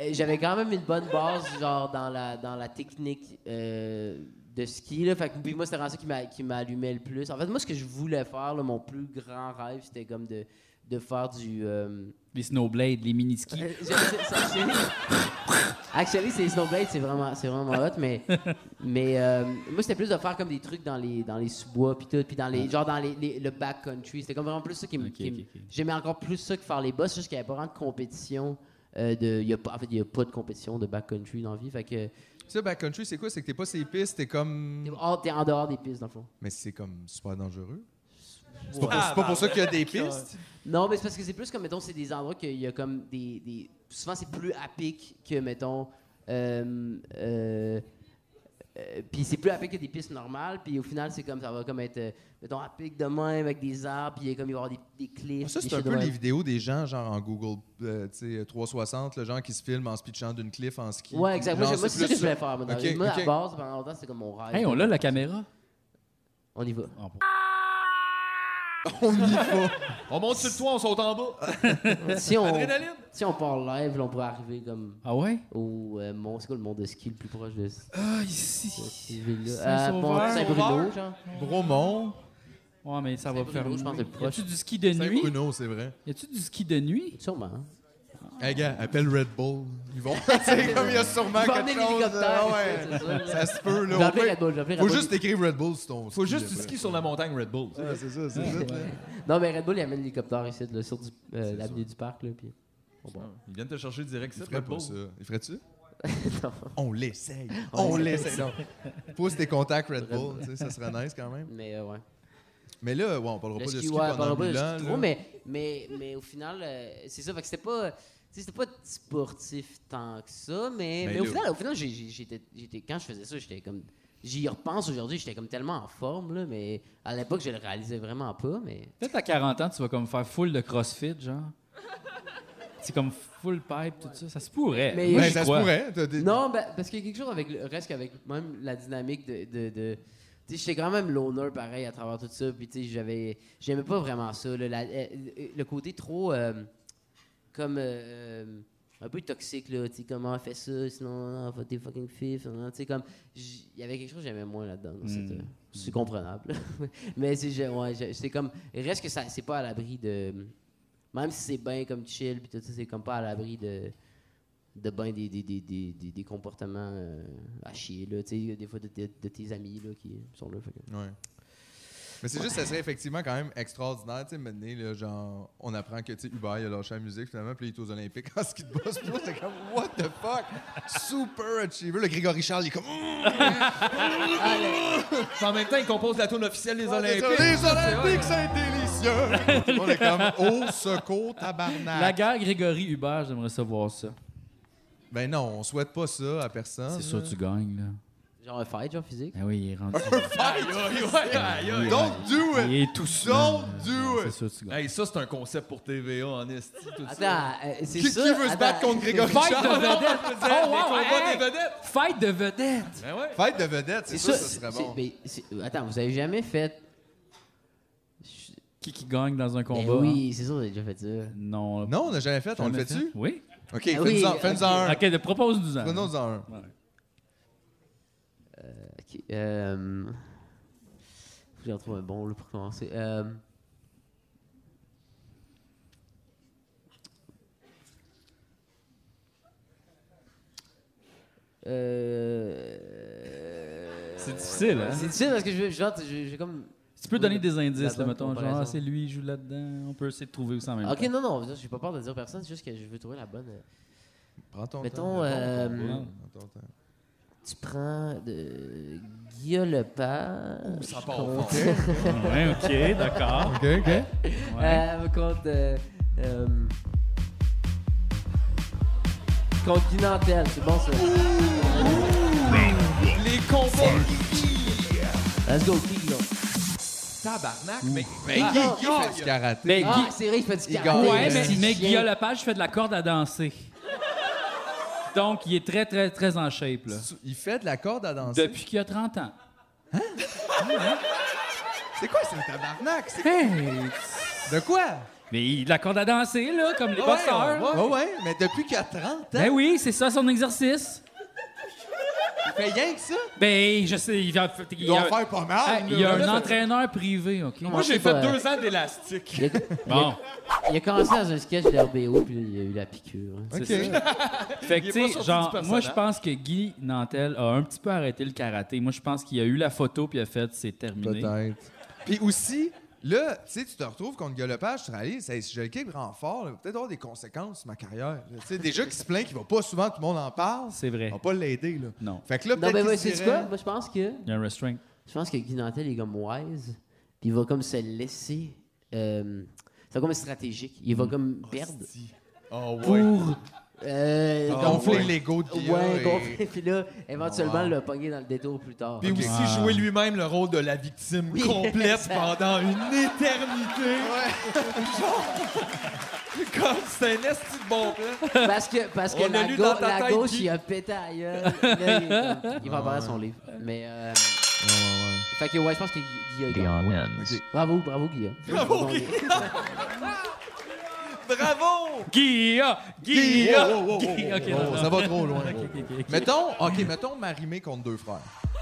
S10: euh, j'avais quand même une bonne base, genre, dans la, dans la technique euh, de ski, là. Fait que, puis moi, c'était vraiment ça qui m'a- qui m'allumait le plus. En fait, moi, ce que je voulais faire, là, mon plus grand rêve, c'était comme de, de faire du... euh,
S1: Les snowblades, les mini-skis.
S10: euh, je- c'est- c'est- c'est- Actually, c'est Snowblade, c'est vraiment, c'est vraiment hot, mais, mais euh, moi, c'était plus de faire comme des trucs dans les, dans les sous-bois, puis tout, puis dans les, genre dans les, les- le backcountry. C'était comme vraiment plus ça qui me. qui me- J'aimais encore plus ça que faire les boss, juste qu'il n'y avait pas vraiment de compétition. euh, de, il y a pas, en fait, il n'y a pas de compétition de backcountry dans la vie. Fait que,
S2: Ça, backcountry, c'est quoi? C'est que t'es pas ces pistes, t'es comme...
S10: oh, t'es en dehors des pistes, dans le fond. Ah,
S2: Mais c'est comme super dangereux. C'est
S10: Ouais.
S2: pas, pour- c'est pas pour ça qu'il y a des
S10: bah,
S2: pistes.
S10: Non, mais c'est parce que c'est plus comme, mettons, c'est des endroits qu'il y a comme des. des- souvent, c'est plus à pic que, mettons. euh, euh, euh, puis c'est plus à pic que des pistes normales, puis au final, c'est comme ça va comme être, euh, mettons, à pic de même avec des arbres, puis il y a comme il va y avoir des, des cliffs.
S2: Ça,
S10: des
S2: c'est un
S10: shit de
S2: peu
S10: même.
S2: les vidéos des gens, genre en Google euh, tu sais, 360, le genre qui se filme en se pitchant d'une cliff en ski.
S10: Ouais, exact. Moi,
S2: Genre,
S10: j'ai- moi, c'est ça
S2: plus
S10: que je voulais faire. Moi, dans-
S2: Ok,
S10: moi, à
S2: ok.
S10: la base, pendant longtemps, c'était comme mon rêve.
S1: Hey, on l'a la caméra.
S10: On y va.
S2: On y va.
S4: on monte sur le toit, on saute en bas.
S10: si, on,
S4: Adrénaline.
S10: si on part live, là, on pourrait arriver comme.
S1: Ah ouais?
S10: Au euh, mont. C'est quoi le mont de ski le plus proche de.
S1: Ah, ici.
S10: À Mont-Saint-Bruno,
S1: Saint-Sauveur,
S10: genre.
S2: Bromont.
S1: Ouais, mais ça va faire.
S10: Saint-Bruno, je pense, le plus
S1: Y
S10: proche.
S1: a-tu du ski de nuit?
S2: Bruno, c'est vrai.
S1: Y a-tu du ski de nuit?
S10: Sûrement.
S2: Hey, gars, appelle Red Bull. Ils vont. c'est comme il y a sûrement
S10: Ils vont
S2: quelque
S10: amener
S2: chose. euh,
S10: l'hélicoptère,
S2: ouais.
S10: c'est ça.
S2: ça se peut, là.
S10: J'ai
S2: Au
S10: appelé
S2: pire,
S10: Red Bull, j'ai appelé Red
S2: Faut
S10: Bull.
S2: juste écrire Red Bull sur ton.
S4: Faut juste du ski sur la montagne Red Bull.
S2: Ouais, c'est ça, c'est ça.
S10: Non, mais Red Bull, il amène l'hélicoptère ici, là, sur du- euh, l'avenue du parc. Là, puis... bon, bon.
S4: Ils viennent te chercher direct,
S2: Il
S4: ça,
S2: ferait
S4: Red
S2: pas
S4: Bull.
S2: ça. Il ferait-tu?
S10: Non.
S2: On l'essaye.
S10: On
S2: On l'essaye.
S10: l'essaye.
S2: Non. Pousse tes contacts Red Bull. tu sais, ça serait nice quand même.
S10: Mais euh, ouais.
S2: Mais là, ouais, on parlera
S10: Le
S2: pas de
S10: ski,
S2: ski
S10: ouais, on
S2: pendant
S10: parlera pas de
S2: mille ans.
S10: ski
S2: là.
S10: trop, mais, mais, mais au final, euh, c'est ça. Fait que c'était pas, tu sais, c'était pas sportif tant que ça, mais,
S2: Mais
S10: mais au
S2: là-
S10: final, au final j'ai- j'ai- j'étais, j'étais- quand je faisais ça, j'étais comme. J'y repense aujourd'hui, j'étais comme tellement en forme, là, mais à l'époque, je le réalisais vraiment pas, mais.
S1: Peut-être à 40 ans, tu vas comme faire full de crossfit, genre. C'est comme full pipe, tout ça. Ça se pourrait.
S10: Mais-
S1: Moi,
S10: Ben,
S1: j'y
S10: ça se
S1: crois.
S2: pourrait, t'as des-
S10: Non, ben, parce qu'il y a quelque chose avec le reste qu'avec même la dynamique de. de, de tu sais, j'étais quand même l'honneur pareil à travers tout ça. Puis, tu sais, j'avais. J'aimais pas vraiment ça. là, la- euh, euh, le côté trop. euh, comme. euh, euh, un peu toxique, là. Tu sais, comment on fait ça, sinon, on va t'es fucking fif. hein, Tu sais, comme. j- Il y avait quelque chose que j'aimais moins là-dedans. dans cette,
S1: Mm.
S10: euh, C'est comprenable. Mais c'est j'ai- ouais, j'ai- c'est comme. Reste que ça, c'est pas à l'abri de. Même si c'est bien comme chill, puis tout ça, c'est comme pas à l'abri de de ben des, des, des, des, des, des comportements euh, à chier, là, tu sais, des fois de, de- de tes amis là, qui sont là. fait que-
S2: Ouais. Mais c'est juste, ça serait effectivement quand même extraordinaire, tu sais, maintenant, là, genre, on apprend que, tu sais, Hubert, il a lâché la musique, finalement, puis là, il est aux Olympiques en ski de boss, puis là, c'est comme, what the fuck? Super achiever. Le Grégory Charles, il est comme, hum,
S1: Ah,
S4: Puis en même temps, ils composent la tourne officielle des
S2: Ah,
S4: Olympiques.
S2: les Olympiques,
S4: C'est
S2: c'est délicieux! Tout le monde est comme, au secours, tabarnak!
S1: La guerre Grégory Hubert, j'aimerais savoir ça.
S2: Ben non, on souhaite pas ça à personne.
S10: Ah,
S1: C'est sûr, tu gagnes, là.
S10: Genre un fight, genre physique.
S1: Ben oui, il est rendu.
S4: ouais.
S2: Don't do it!
S1: Il est tout seul.
S2: Don't
S1: Ouais, C'est
S2: do it!
S1: sûr, tu gagnes.
S4: Hey, ça, c'est un concept pour TVA en esti, tout ça.
S10: Attends, euh, c'est
S2: Qui,
S10: ça.
S2: qui veut se
S10: attends.
S2: battre contre Grégory
S1: Fight de
S2: Charles?
S1: vedettes!
S4: Je veux dire,
S1: Oh,
S4: les
S1: wow,
S4: combats
S1: hey,
S4: des vedettes!
S1: Fight de vedettes!
S4: Ben ouais.
S2: Fête de vedette,
S10: C'est
S2: c'est sûr,
S10: ça.
S2: ça serait
S10: c'est-
S2: bon.
S10: mais c'est- euh, attends, vous avez jamais fait.
S1: Qui qui gagne dans un
S10: Ben
S1: combat?
S10: oui, c'est sûr, vous avez déjà fait ça.
S1: hein? Non.
S2: Non, on l'a jamais fait, on le
S1: Jamais
S2: fait-tu?
S1: Oui.
S2: Ok,
S10: Ah oui,
S2: fais-nous-en fais-nous-en un.
S1: Ok, de- propose-nous en.
S2: Fais-nous-en un.
S10: Ok, euh, Faut que j'en trouve un bon là, pour commencer. Euh, Euh,
S1: C'est difficile, hein?
S10: C'est difficile parce que je genre, je- j'ai comme.
S1: Tu peux donner des indices, là,
S10: Là-dedans,
S1: mettons, genre,
S10: comparaison.
S1: ah, c'est lui, il joue là-dedans. On peut essayer de trouver ça en même
S10: Ok,
S1: temps.
S10: non, non, j'ai pas peur de dire personne, c'est juste que je veux trouver la bonne. euh,
S2: Prends ton
S10: Mettons,
S2: temps.
S10: euh,
S2: Prends ton temps.
S10: Tu prends de Guillaume Lepage.
S4: Ça part fort.
S10: contre-
S1: Ouais, ok, d'accord.
S2: Ok, ok.
S1: Ouais.
S10: Euh, contre. Euh, euh, contre Guy Nantel, c'est bon ça.
S4: Les combats.
S10: Let's go, Guy Guillaume.
S4: Tabarnak, mais.
S2: Mais
S10: Ah,
S2: Guy,
S10: non,
S2: Guy fait du karaté.
S1: Mais
S10: Ah,
S1: Guy-
S10: c'est vrai, il fait du
S2: Il
S10: karaté. euh,
S2: gagne.
S1: Ouais,
S2: le
S1: mais,
S10: petit
S1: mais
S10: chien.
S1: Guillaume Lepage fait de la corde à danser. Donc, il est très, très, très en shape, là.
S2: Il fait de la corde à danser.
S1: Depuis qu'il a 30 ans.
S2: C'est quoi ce tabarnak? C'est-
S1: Hey!
S2: De quoi?
S1: Mais il a de la corde à danser, là, comme les boxeurs.
S2: ouais, ouais, ouais, mais depuis qu'il a 30 ans,
S1: Ben oui, c'est ça son exercice.
S2: il fait rien que ça.
S1: Ben, je sais, il vient il
S2: Il
S1: y
S2: doit
S1: a,
S2: en faire pas
S1: Hey,
S2: mal.
S1: il y a un entraîneur privé, OK?
S4: Moi, j'ai
S10: c'est pas-
S4: fait deux ans d'élastique.
S10: Il a,
S1: Bon,
S10: il a commencé dans un sketch d'RBO, puis il a eu la piqûre.
S2: Ok.
S1: c'est fait que,
S4: Il
S1: tu
S4: est pas
S1: sais,
S4: sorti du
S1: genre,
S4: personnage.
S1: moi, je pense que Guy Nantel a un petit peu arrêté le karaté. Moi, je pense qu'il a eu la photo, puis il a fait, c'est terminé.
S2: Peut-être. Puis aussi, là, tu sais, tu te retrouves contre Golopage, tu réalises, hey, si je le kick vraiment fort, là, il va peut-être avoir des conséquences sur ma carrière. là. Tu sais, déjà qui se plaint qu'il va pas souvent, tout le monde en parle,
S1: C'est vrai.
S2: on va pas l'aider, là.
S1: Non. ben
S2: Fait que là,
S10: Non,
S2: peut-être
S10: mais
S2: qu'il
S10: moi,
S2: se
S10: c'est
S2: dirait-
S10: quoi? Moi, je pense que.
S1: Il y a un restraint.
S10: Je pense que Guy Nantel est comme wise, puis il va comme se laisser. Euh, c'est comme stratégique. Il va comme perdre.
S4: Ah,
S2: Oh, ouais.
S10: Pour. Euh,
S2: Gonfler
S10: gonfler-
S2: l'ego de Guilla
S10: Ouais,
S2: et-
S10: gonfler, puis là, éventuellement,
S2: wow.
S10: le pogner dans le détour plus tard.
S4: Puis aussi
S1: Ah.
S4: jouer lui-même le rôle de la victime
S10: Oui.
S4: complète pendant une éternité. Genre, comme c'est un esti de bon plan.
S10: Parce que, parce que
S4: On l'a
S10: la,
S4: lu
S10: gau-
S4: dans ta
S10: la
S4: tête,
S10: gauche,
S4: Guy.
S10: il a pété à la gueule. Là, il, est comme- il va parler son livre. Mais, euh,
S2: Ouais, ouais, ouais.
S10: Fait que ouais, je pense que Gu- Guillaume.
S11: Guillaume wins.
S10: Ok. Bravo, bravo Guillaume.
S11: Bravo,
S4: Bravo!
S1: Guilla!
S2: Guilla!
S1: Guilla! Guilla!
S2: Oh,
S1: Ok, non,
S2: ça
S1: non.
S2: va trop loin.
S1: Ok, ok, ok.
S2: Mettons, ok, mettons Marimé contre deux frères.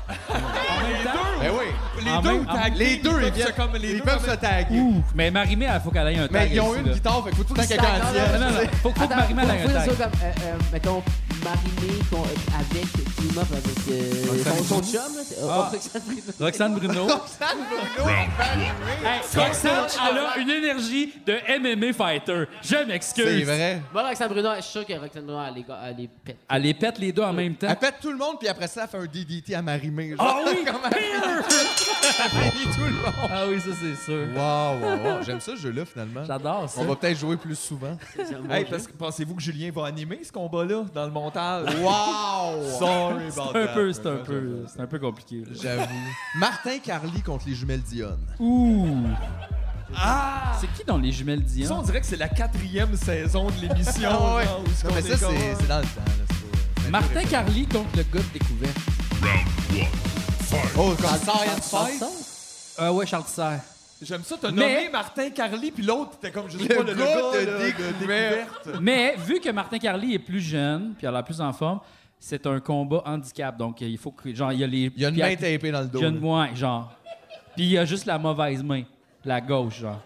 S2: Ben oui.
S1: En même- en-
S2: les deux, ils peuvent se, comme, les deux peuvent se taguer.
S1: Ouh, mais Marimé, il faut qu'elle ait un tag.
S2: Mais ils ont
S1: aussi,
S2: une
S1: là.
S2: guitare, fait que faut tout le temps
S1: Faut
S2: quelqu'un
S1: que-
S2: tienne.
S1: Non, non, non, Faut faut que
S10: Attends,
S1: Marimé ait
S10: faut
S1: un
S10: dire
S1: tag.
S10: ça comme, euh, euh, mettons, marimé con- euh, avec team up avec euh,
S1: Roxane
S10: son- son
S1: Bruno.
S10: chum, là. c'est-
S1: Ah.
S10: oh, Roxane Bruno.
S1: Roxane Bruno.
S2: Roxane Bruno,
S1: Hey, Roxane, elle a une énergie de MMA fighter. Je m'excuse.
S10: Moi, Roxane Bruno, je suis sûr que Roxane Bruno, elle les, elle les pète.
S1: Elle les pète les deux en même temps.
S2: Elle pète tout le monde, puis après ça, elle fait un DDT à Marimé.
S1: Ah oui!
S2: Comme elle-
S1: Pire!
S2: elle finit tout le monde.
S1: Ah oui, ça, c'est sûr.
S2: Wow, wow, wow. J'aime ça, ce jeu-là, finalement.
S1: J'adore ça.
S2: On va peut-être jouer plus souvent.
S4: Hey, parce que pensez-vous que Julien va animer ce combat-là dans le montage?
S2: Wow!
S4: Sorry
S2: C'est
S4: about
S1: C'est un
S4: that.
S1: peu, c'est un peu, c'est un peu compliqué. là.
S2: J'avoue. Martin Carly contre les jumelles Dionne.
S1: Ouh! Ah! C'est qui dans les jumelles Dion?
S4: Ça, on dirait que c'est la quatrième saison de l'émission.
S2: Ah ouais.
S4: genre, où est-ce
S2: Non,
S4: qu'on
S2: mais
S4: est
S2: ça,
S4: comme,
S2: c'est
S4: ah.
S2: c'est dans le temps. là, c'est- euh, c'est
S1: Martin
S2: intéressant.
S1: Carly contre le gars de découverte.
S2: Oh, quand Science Fight.
S1: Ah ouais, Charles Serre.
S4: J'aime ça, t'as
S1: Mais-
S4: nommé Martin Carly, puis l'autre, t'es comme, je sais
S2: Le
S4: pas, le, le
S2: gars de
S4: là,
S2: découverte.
S1: Mais vu que Martin Carly est plus jeune, puis elle a l'air plus en forme, c'est un combat handicap. Donc il faut que genre il y a les
S2: Il y a une
S1: puis
S2: main
S1: elle-
S2: tapée dans le dos.
S1: il y a une-
S2: là.
S1: ouais, genre. Puis il y a juste la mauvaise main, la gauche genre.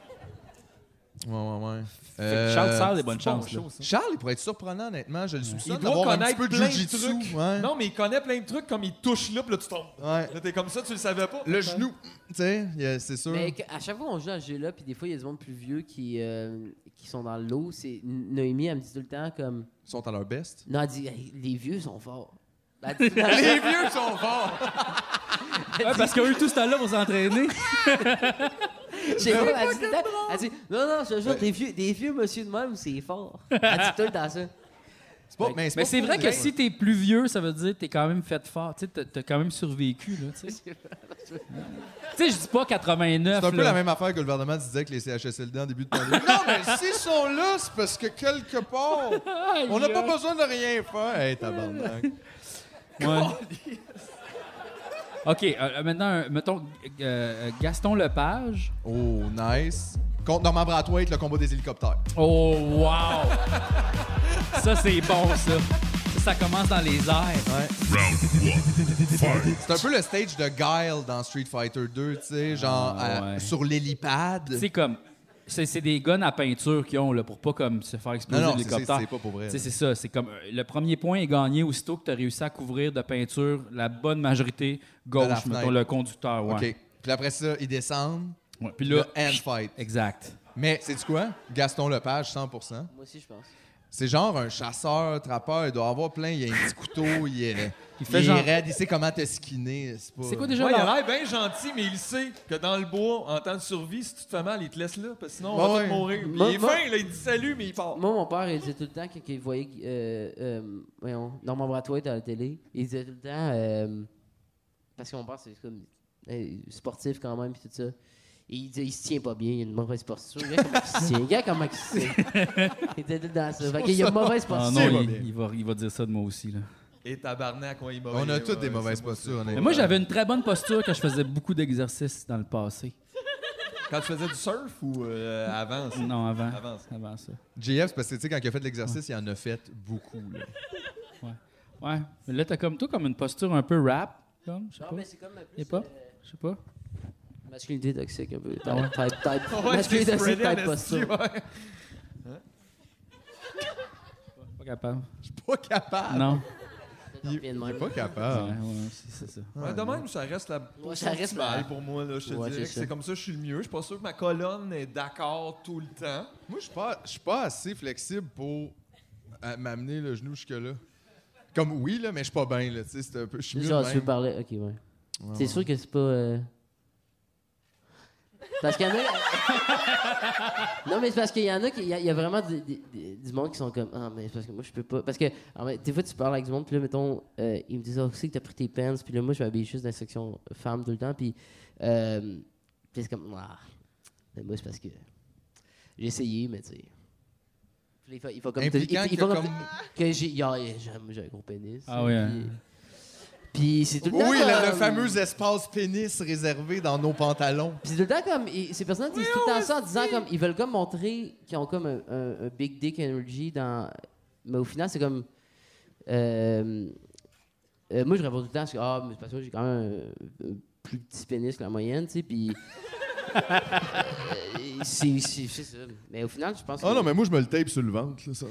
S2: Ouais, ouais, ouais.
S1: que Charles Serre, des bonnes
S2: c'est bon,
S1: chances, là.
S2: chaud, ça. Charles, il pourrait être surprenant, honnêtement. Je le soupçonne
S4: Il doit
S2: d'avoir un petit
S4: connaître
S2: peu de
S4: plein de
S2: jujitsu.
S4: trucs.
S2: Ouais.
S4: Non, mais il connaît plein de trucs, comme il touche là, puis là, tu tombes.
S2: Ouais.
S4: Là, t'es comme ça, tu le savais pas.
S2: Le genou, tu sais, il y a- c'est sûr.
S10: Mais que- à chaque fois qu'on joue à ce jeu-là, puis des fois, il y a des monde plus vieux qui, euh, qui sont dans l'eau. C'est Noémie, elle me dit tout le temps comme.
S2: Ils sont à leur best.
S10: Non, elle dit, Hey, les vieux sont forts. Elle dit tout le temps-
S2: Les vieux sont forts!
S1: Ouais, parce qu'ils ont eu tout ce temps-là pour s'entraîner.
S10: Je sais pas, elle dit tout le temps- elle dit, non, non, je te jure, des vieux, des vieux monsieur de même, c'est fort. Elle dit tout le temps ça.
S2: pas- mais c'est
S1: Mais
S2: pas
S1: c'est
S2: pour
S1: vrai que
S2: rien.
S1: si t'es plus vieux, ça veut dire que t'es quand même fait fort. Tu sais, t'as- t'as quand même survécu là. Tu sais, Tu sais, je dis pas 89.
S2: C'est un peu
S1: là.
S2: la même affaire que le gouvernement disait que les CHSLD en début de pandémie. non, mais s'ils sont là, c'est parce que quelque part, on n'a pas
S1: Aïe, aïe.
S2: besoin de rien faire. Hey, tabarnak.
S1: Ouais. OK, euh, maintenant, un- mettons euh, Gaston Lepage.
S2: Oh, nice. Contre Norman Brathwaite, le combat des hélicoptères.
S1: Oh, wow! ça, c'est bon, ça. Ça, ça commence dans les airs.
S2: C'est un peu le stage de Guile dans Street Fighter 2, tu sais, genre
S1: Ah,
S2: euh,
S1: ouais.
S2: sur l'hélipad.
S1: C'est comme... C'est c'est des guns à peinture qu'ils ont là, pour pas comme se faire exploser
S2: Non, non,
S1: l'hélicoptère.
S2: c'est- c'est pas pour vrai,
S1: Tu sais,
S2: là.
S1: C'est ça. C'est comme euh, le premier point est gagné aussitôt que tu as réussi à couvrir de peinture la bonne majorité
S2: De la
S1: gauche,
S2: fenêtre.
S1: mettons le conducteur. Ouais.
S2: OK. Puis après ça, ils descendent.
S1: Ouais, Puis
S2: Le
S1: là,
S2: hand fight.
S1: exact.
S2: Mais c'est du quoi? Gaston Lepage, 100
S10: Moi aussi, je pense.
S2: C'est genre un chasseur, trappeur, il doit avoir plein, il a un petit couteau, il est, euh, il
S1: fait
S2: est
S1: genre-
S2: raide, il sait comment te skinner. C'est, pas...
S1: C'est quoi déjà
S4: Ouais, il
S1: la-
S4: a l'air bien gentil, mais il sait que dans le bois, en temps de survie, si tu te fais mal, il te laisse là, parce que sinon,
S2: Ouais,
S4: on va
S2: ouais.
S4: tous mourir. Puis
S10: Moi-
S4: il est
S10: moi-
S4: fin, là, il dit salut, mais il part.
S10: Moi, mon père, il disait tout le temps que- qu'il voyait euh, euh, voyons, Norman Brathwaite à la télé. Il disait tout le temps, euh, parce que mon père, c'est comme euh, sportif quand même, puis tout ça. Et il disait, il se tient pas bien, il a une mauvaise posture. Regarde comment il se tient. Regarde comment il se tient. il disait tout le temps ça. Fait qu'il a une mauvaise
S1: Ah
S10: posture.
S1: non,
S2: va
S1: il,
S2: bien.
S1: il va, il va dire ça de moi aussi. Là.
S4: Et tabarnak, ouais, il m'a
S2: On a
S4: ouais,
S2: toutes des
S4: ouais,
S2: mauvaises
S4: c'est moi,
S2: postures,
S4: c'est
S2: honnêtement.
S1: Mais moi, j'avais une très bonne posture quand je faisais beaucoup d'exercices dans le passé.
S4: pas- Quand tu faisais du surf ou euh, avant? ça?
S1: Non, avant.
S4: Avant, ça.
S1: Avant ça.
S2: JF, c'est parce que tu sais, quand il a fait de l'exercice, il en a fait beaucoup. là.
S1: Ouais. Mais là, t'as comme toi comme une posture un peu rap. Comme, je sais
S10: Non,
S1: pas.
S10: mais c'est comme un
S1: Je sais
S10: peu euh,
S1: pas. Je sais pas.
S10: masculinité toxique, un peu. Type,
S1: Ah ouais.
S10: type, type.
S4: Ouais, c'est
S10: masculinité toxique,
S4: spreadé en
S10: type
S4: esti,
S10: posture.
S4: ouais.
S1: Pas capable.
S2: Pas capable.
S1: Non.
S10: Il, de même.
S2: Pas
S1: Ouais,
S2: capable.
S1: ouais, c'est c'est ça.
S4: Ouais, de même, ça reste la
S10: Ouais,
S4: position
S10: ça reste la-
S4: optimale pour moi. Là, je te
S10: Ouais,
S4: dirais
S10: c'est
S4: que
S10: ça.
S4: c'est comme ça que je suis le mieux. Je suis pas sûr que ma colonne est d'accord tout le temps.
S2: Moi, je suis pas, je suis pas assez flexible pour euh, m'amener le genou jusque-là. Comme oui, là, mais je suis pas bien. là, tu sais, c'est un peu- Je suis mieux. de
S10: Genre, tu veux
S2: même.
S10: parler. Ok, ouais. c'est sûr que c'est pas. euh, Parce qu'il y en a. non, mais c'est parce qu'il y en a qui. Il y, a- il y a vraiment du, du- du- du monde qui sont comme. Ah, mais c'est parce que moi, je peux pas. Parce que, en fait, des fois, tu parles avec du monde, puis là, mettons, euh, ils me disent, oh, c'est que t'as pris tes pants, puis là, moi, je m'habille juste dans la section femme tout le temps, puis. euh, puis c'est comme. Ah. Mais moi, c'est parce que. J'ai essayé, mais tu sais. Puis là, Il faut, il faut comme. te- il
S2: Impliquant
S10: faut- il
S2: que
S10: faut comme-
S2: comme-
S10: que j'ai. ah, j'ai j'ai un gros pénis.
S1: Ah oui,
S10: puis-
S1: hein.
S10: Puis c'est tout le temps.
S2: Oui, là,
S10: comme-
S2: le fameux espace pénis réservé dans nos pantalons.
S10: Puis c'est tout le temps comme. et ces personnes disent tout le temps ça en disant comme. Ils veulent comme montrer qu'ils ont comme un, un- un big dick energy dans. Mais au final, c'est comme. euh, euh, moi, je réponds tout le temps parce que. Ah, mais c'est parce que j'ai quand même un, un plus petit pénis que la moyenne, tu sais. Puis. Euh, c'est c'est- c'est ça. Mais au final, je pense que.
S12: Ah non, mais moi, je me le tape sur le ventre. Là, ça.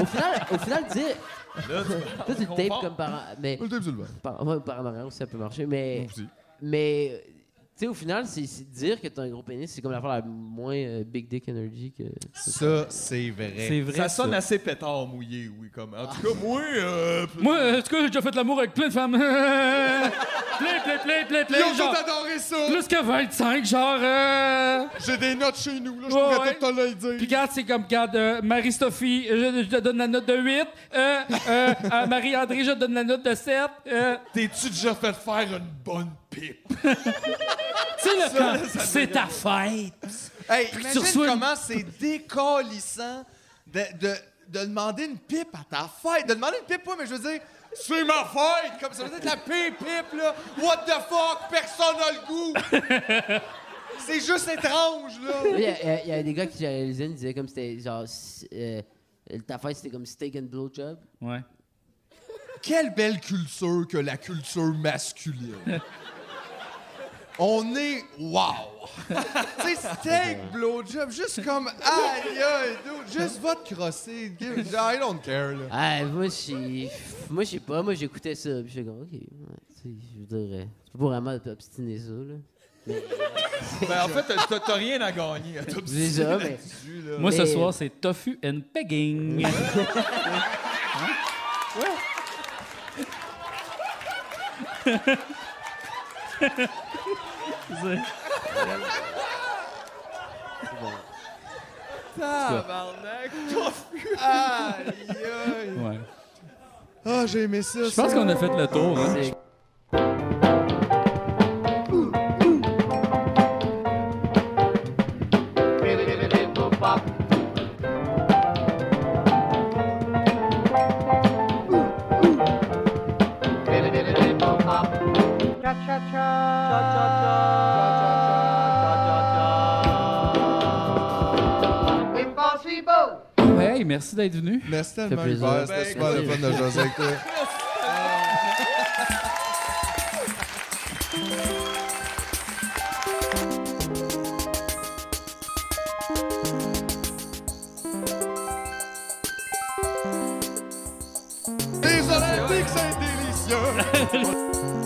S10: au final, au final, dire. Toi, tu le tapes comme par. Mais...
S12: Je le tape sur le ventre.
S10: Par, ouais, par en arrière aussi, ça peut marcher. Mais. Mais. Tu sais, au final, c'est c'est dire que t'as un gros pénis, c'est comme l'affaire la moins euh, big dick energy que.
S2: Ça, c'est vrai.
S4: ça sonne assez pétard mouillé, oui. Comme,
S10: Ah.
S4: en tout cas, moi. euh,
S1: Moi, euh, en tout cas, j'ai déjà fait l'amour avec plein de femmes. plein, plein, plein, plein, plein.
S2: Ils ont
S1: genre,
S2: tout adoré ça!
S1: Plus que 25, genre. euh,
S2: J'ai des notes chez nous, là, je
S1: Ouais,
S2: pourrais
S1: ouais.
S2: tout le temps les dire.
S1: Puis regarde, c'est comme, regarde, euh, Marie-Sophie, euh, je, je te donne la note de 8. Euh, euh, à Marie-André, je te donne la note de 7. Euh,
S4: T'es-tu déjà fait faire une bonne pipe?
S1: tu sais, là,
S2: Ça,
S1: quand
S2: ça me
S1: c'est ta fête.
S2: Hey,
S1: Puis tu
S2: imagine
S1: reçois une-
S2: comment c'est décollissant de, de, de demander une pipe à ta fête. De demander une pipe, ouais, mais je veux dire, c'est ma fête! Comme ça veut dire de la pipe, pipe, là. What the fuck? Personne n'a le goût! c'est juste étrange,
S10: Il y,
S2: là.
S10: a- il y a des gars qui réalisaient, ils disaient comme c'était genre. si- euh, ta fête, c'était comme steak and blowjob.
S1: Ouais.
S2: Quelle belle culture que la culture masculine. On est wow! tu sais, steak, blowjob, juste comme aïe aïe, dude, juste va te crosser. Give- I don't care, là.
S10: Ah, moi, je sais- moi, je sais pas. Moi, j'écoutais ça. Puis j'étais comme, OK. ouais, tu sais, je veux dire, euh, tu peux pas vraiment t'obstiner ça, là. Mais-
S4: Ben, en fait, t'as- t'as- t'as rien à gagner à t'obstiner
S10: Déjà, mais-
S4: là-dessus, là.
S1: Moi, ce
S10: Mais-
S1: soir, c'est Tofu and Pegging. Hein? C'est-
S2: Tabarnak! Aïe aïe!
S1: ouais.
S2: Ah, j'ai aimé ça.
S1: Je pense qu'on a fait le tour. hein.
S13: Impossible.
S1: Hey, merci d'être venu.
S2: Merci
S1: tellement,
S2: Hubert.
S4: Ben,
S2: C'était super le fun de jaser avec toi.
S12: Les Olympiques, c'est délicieux!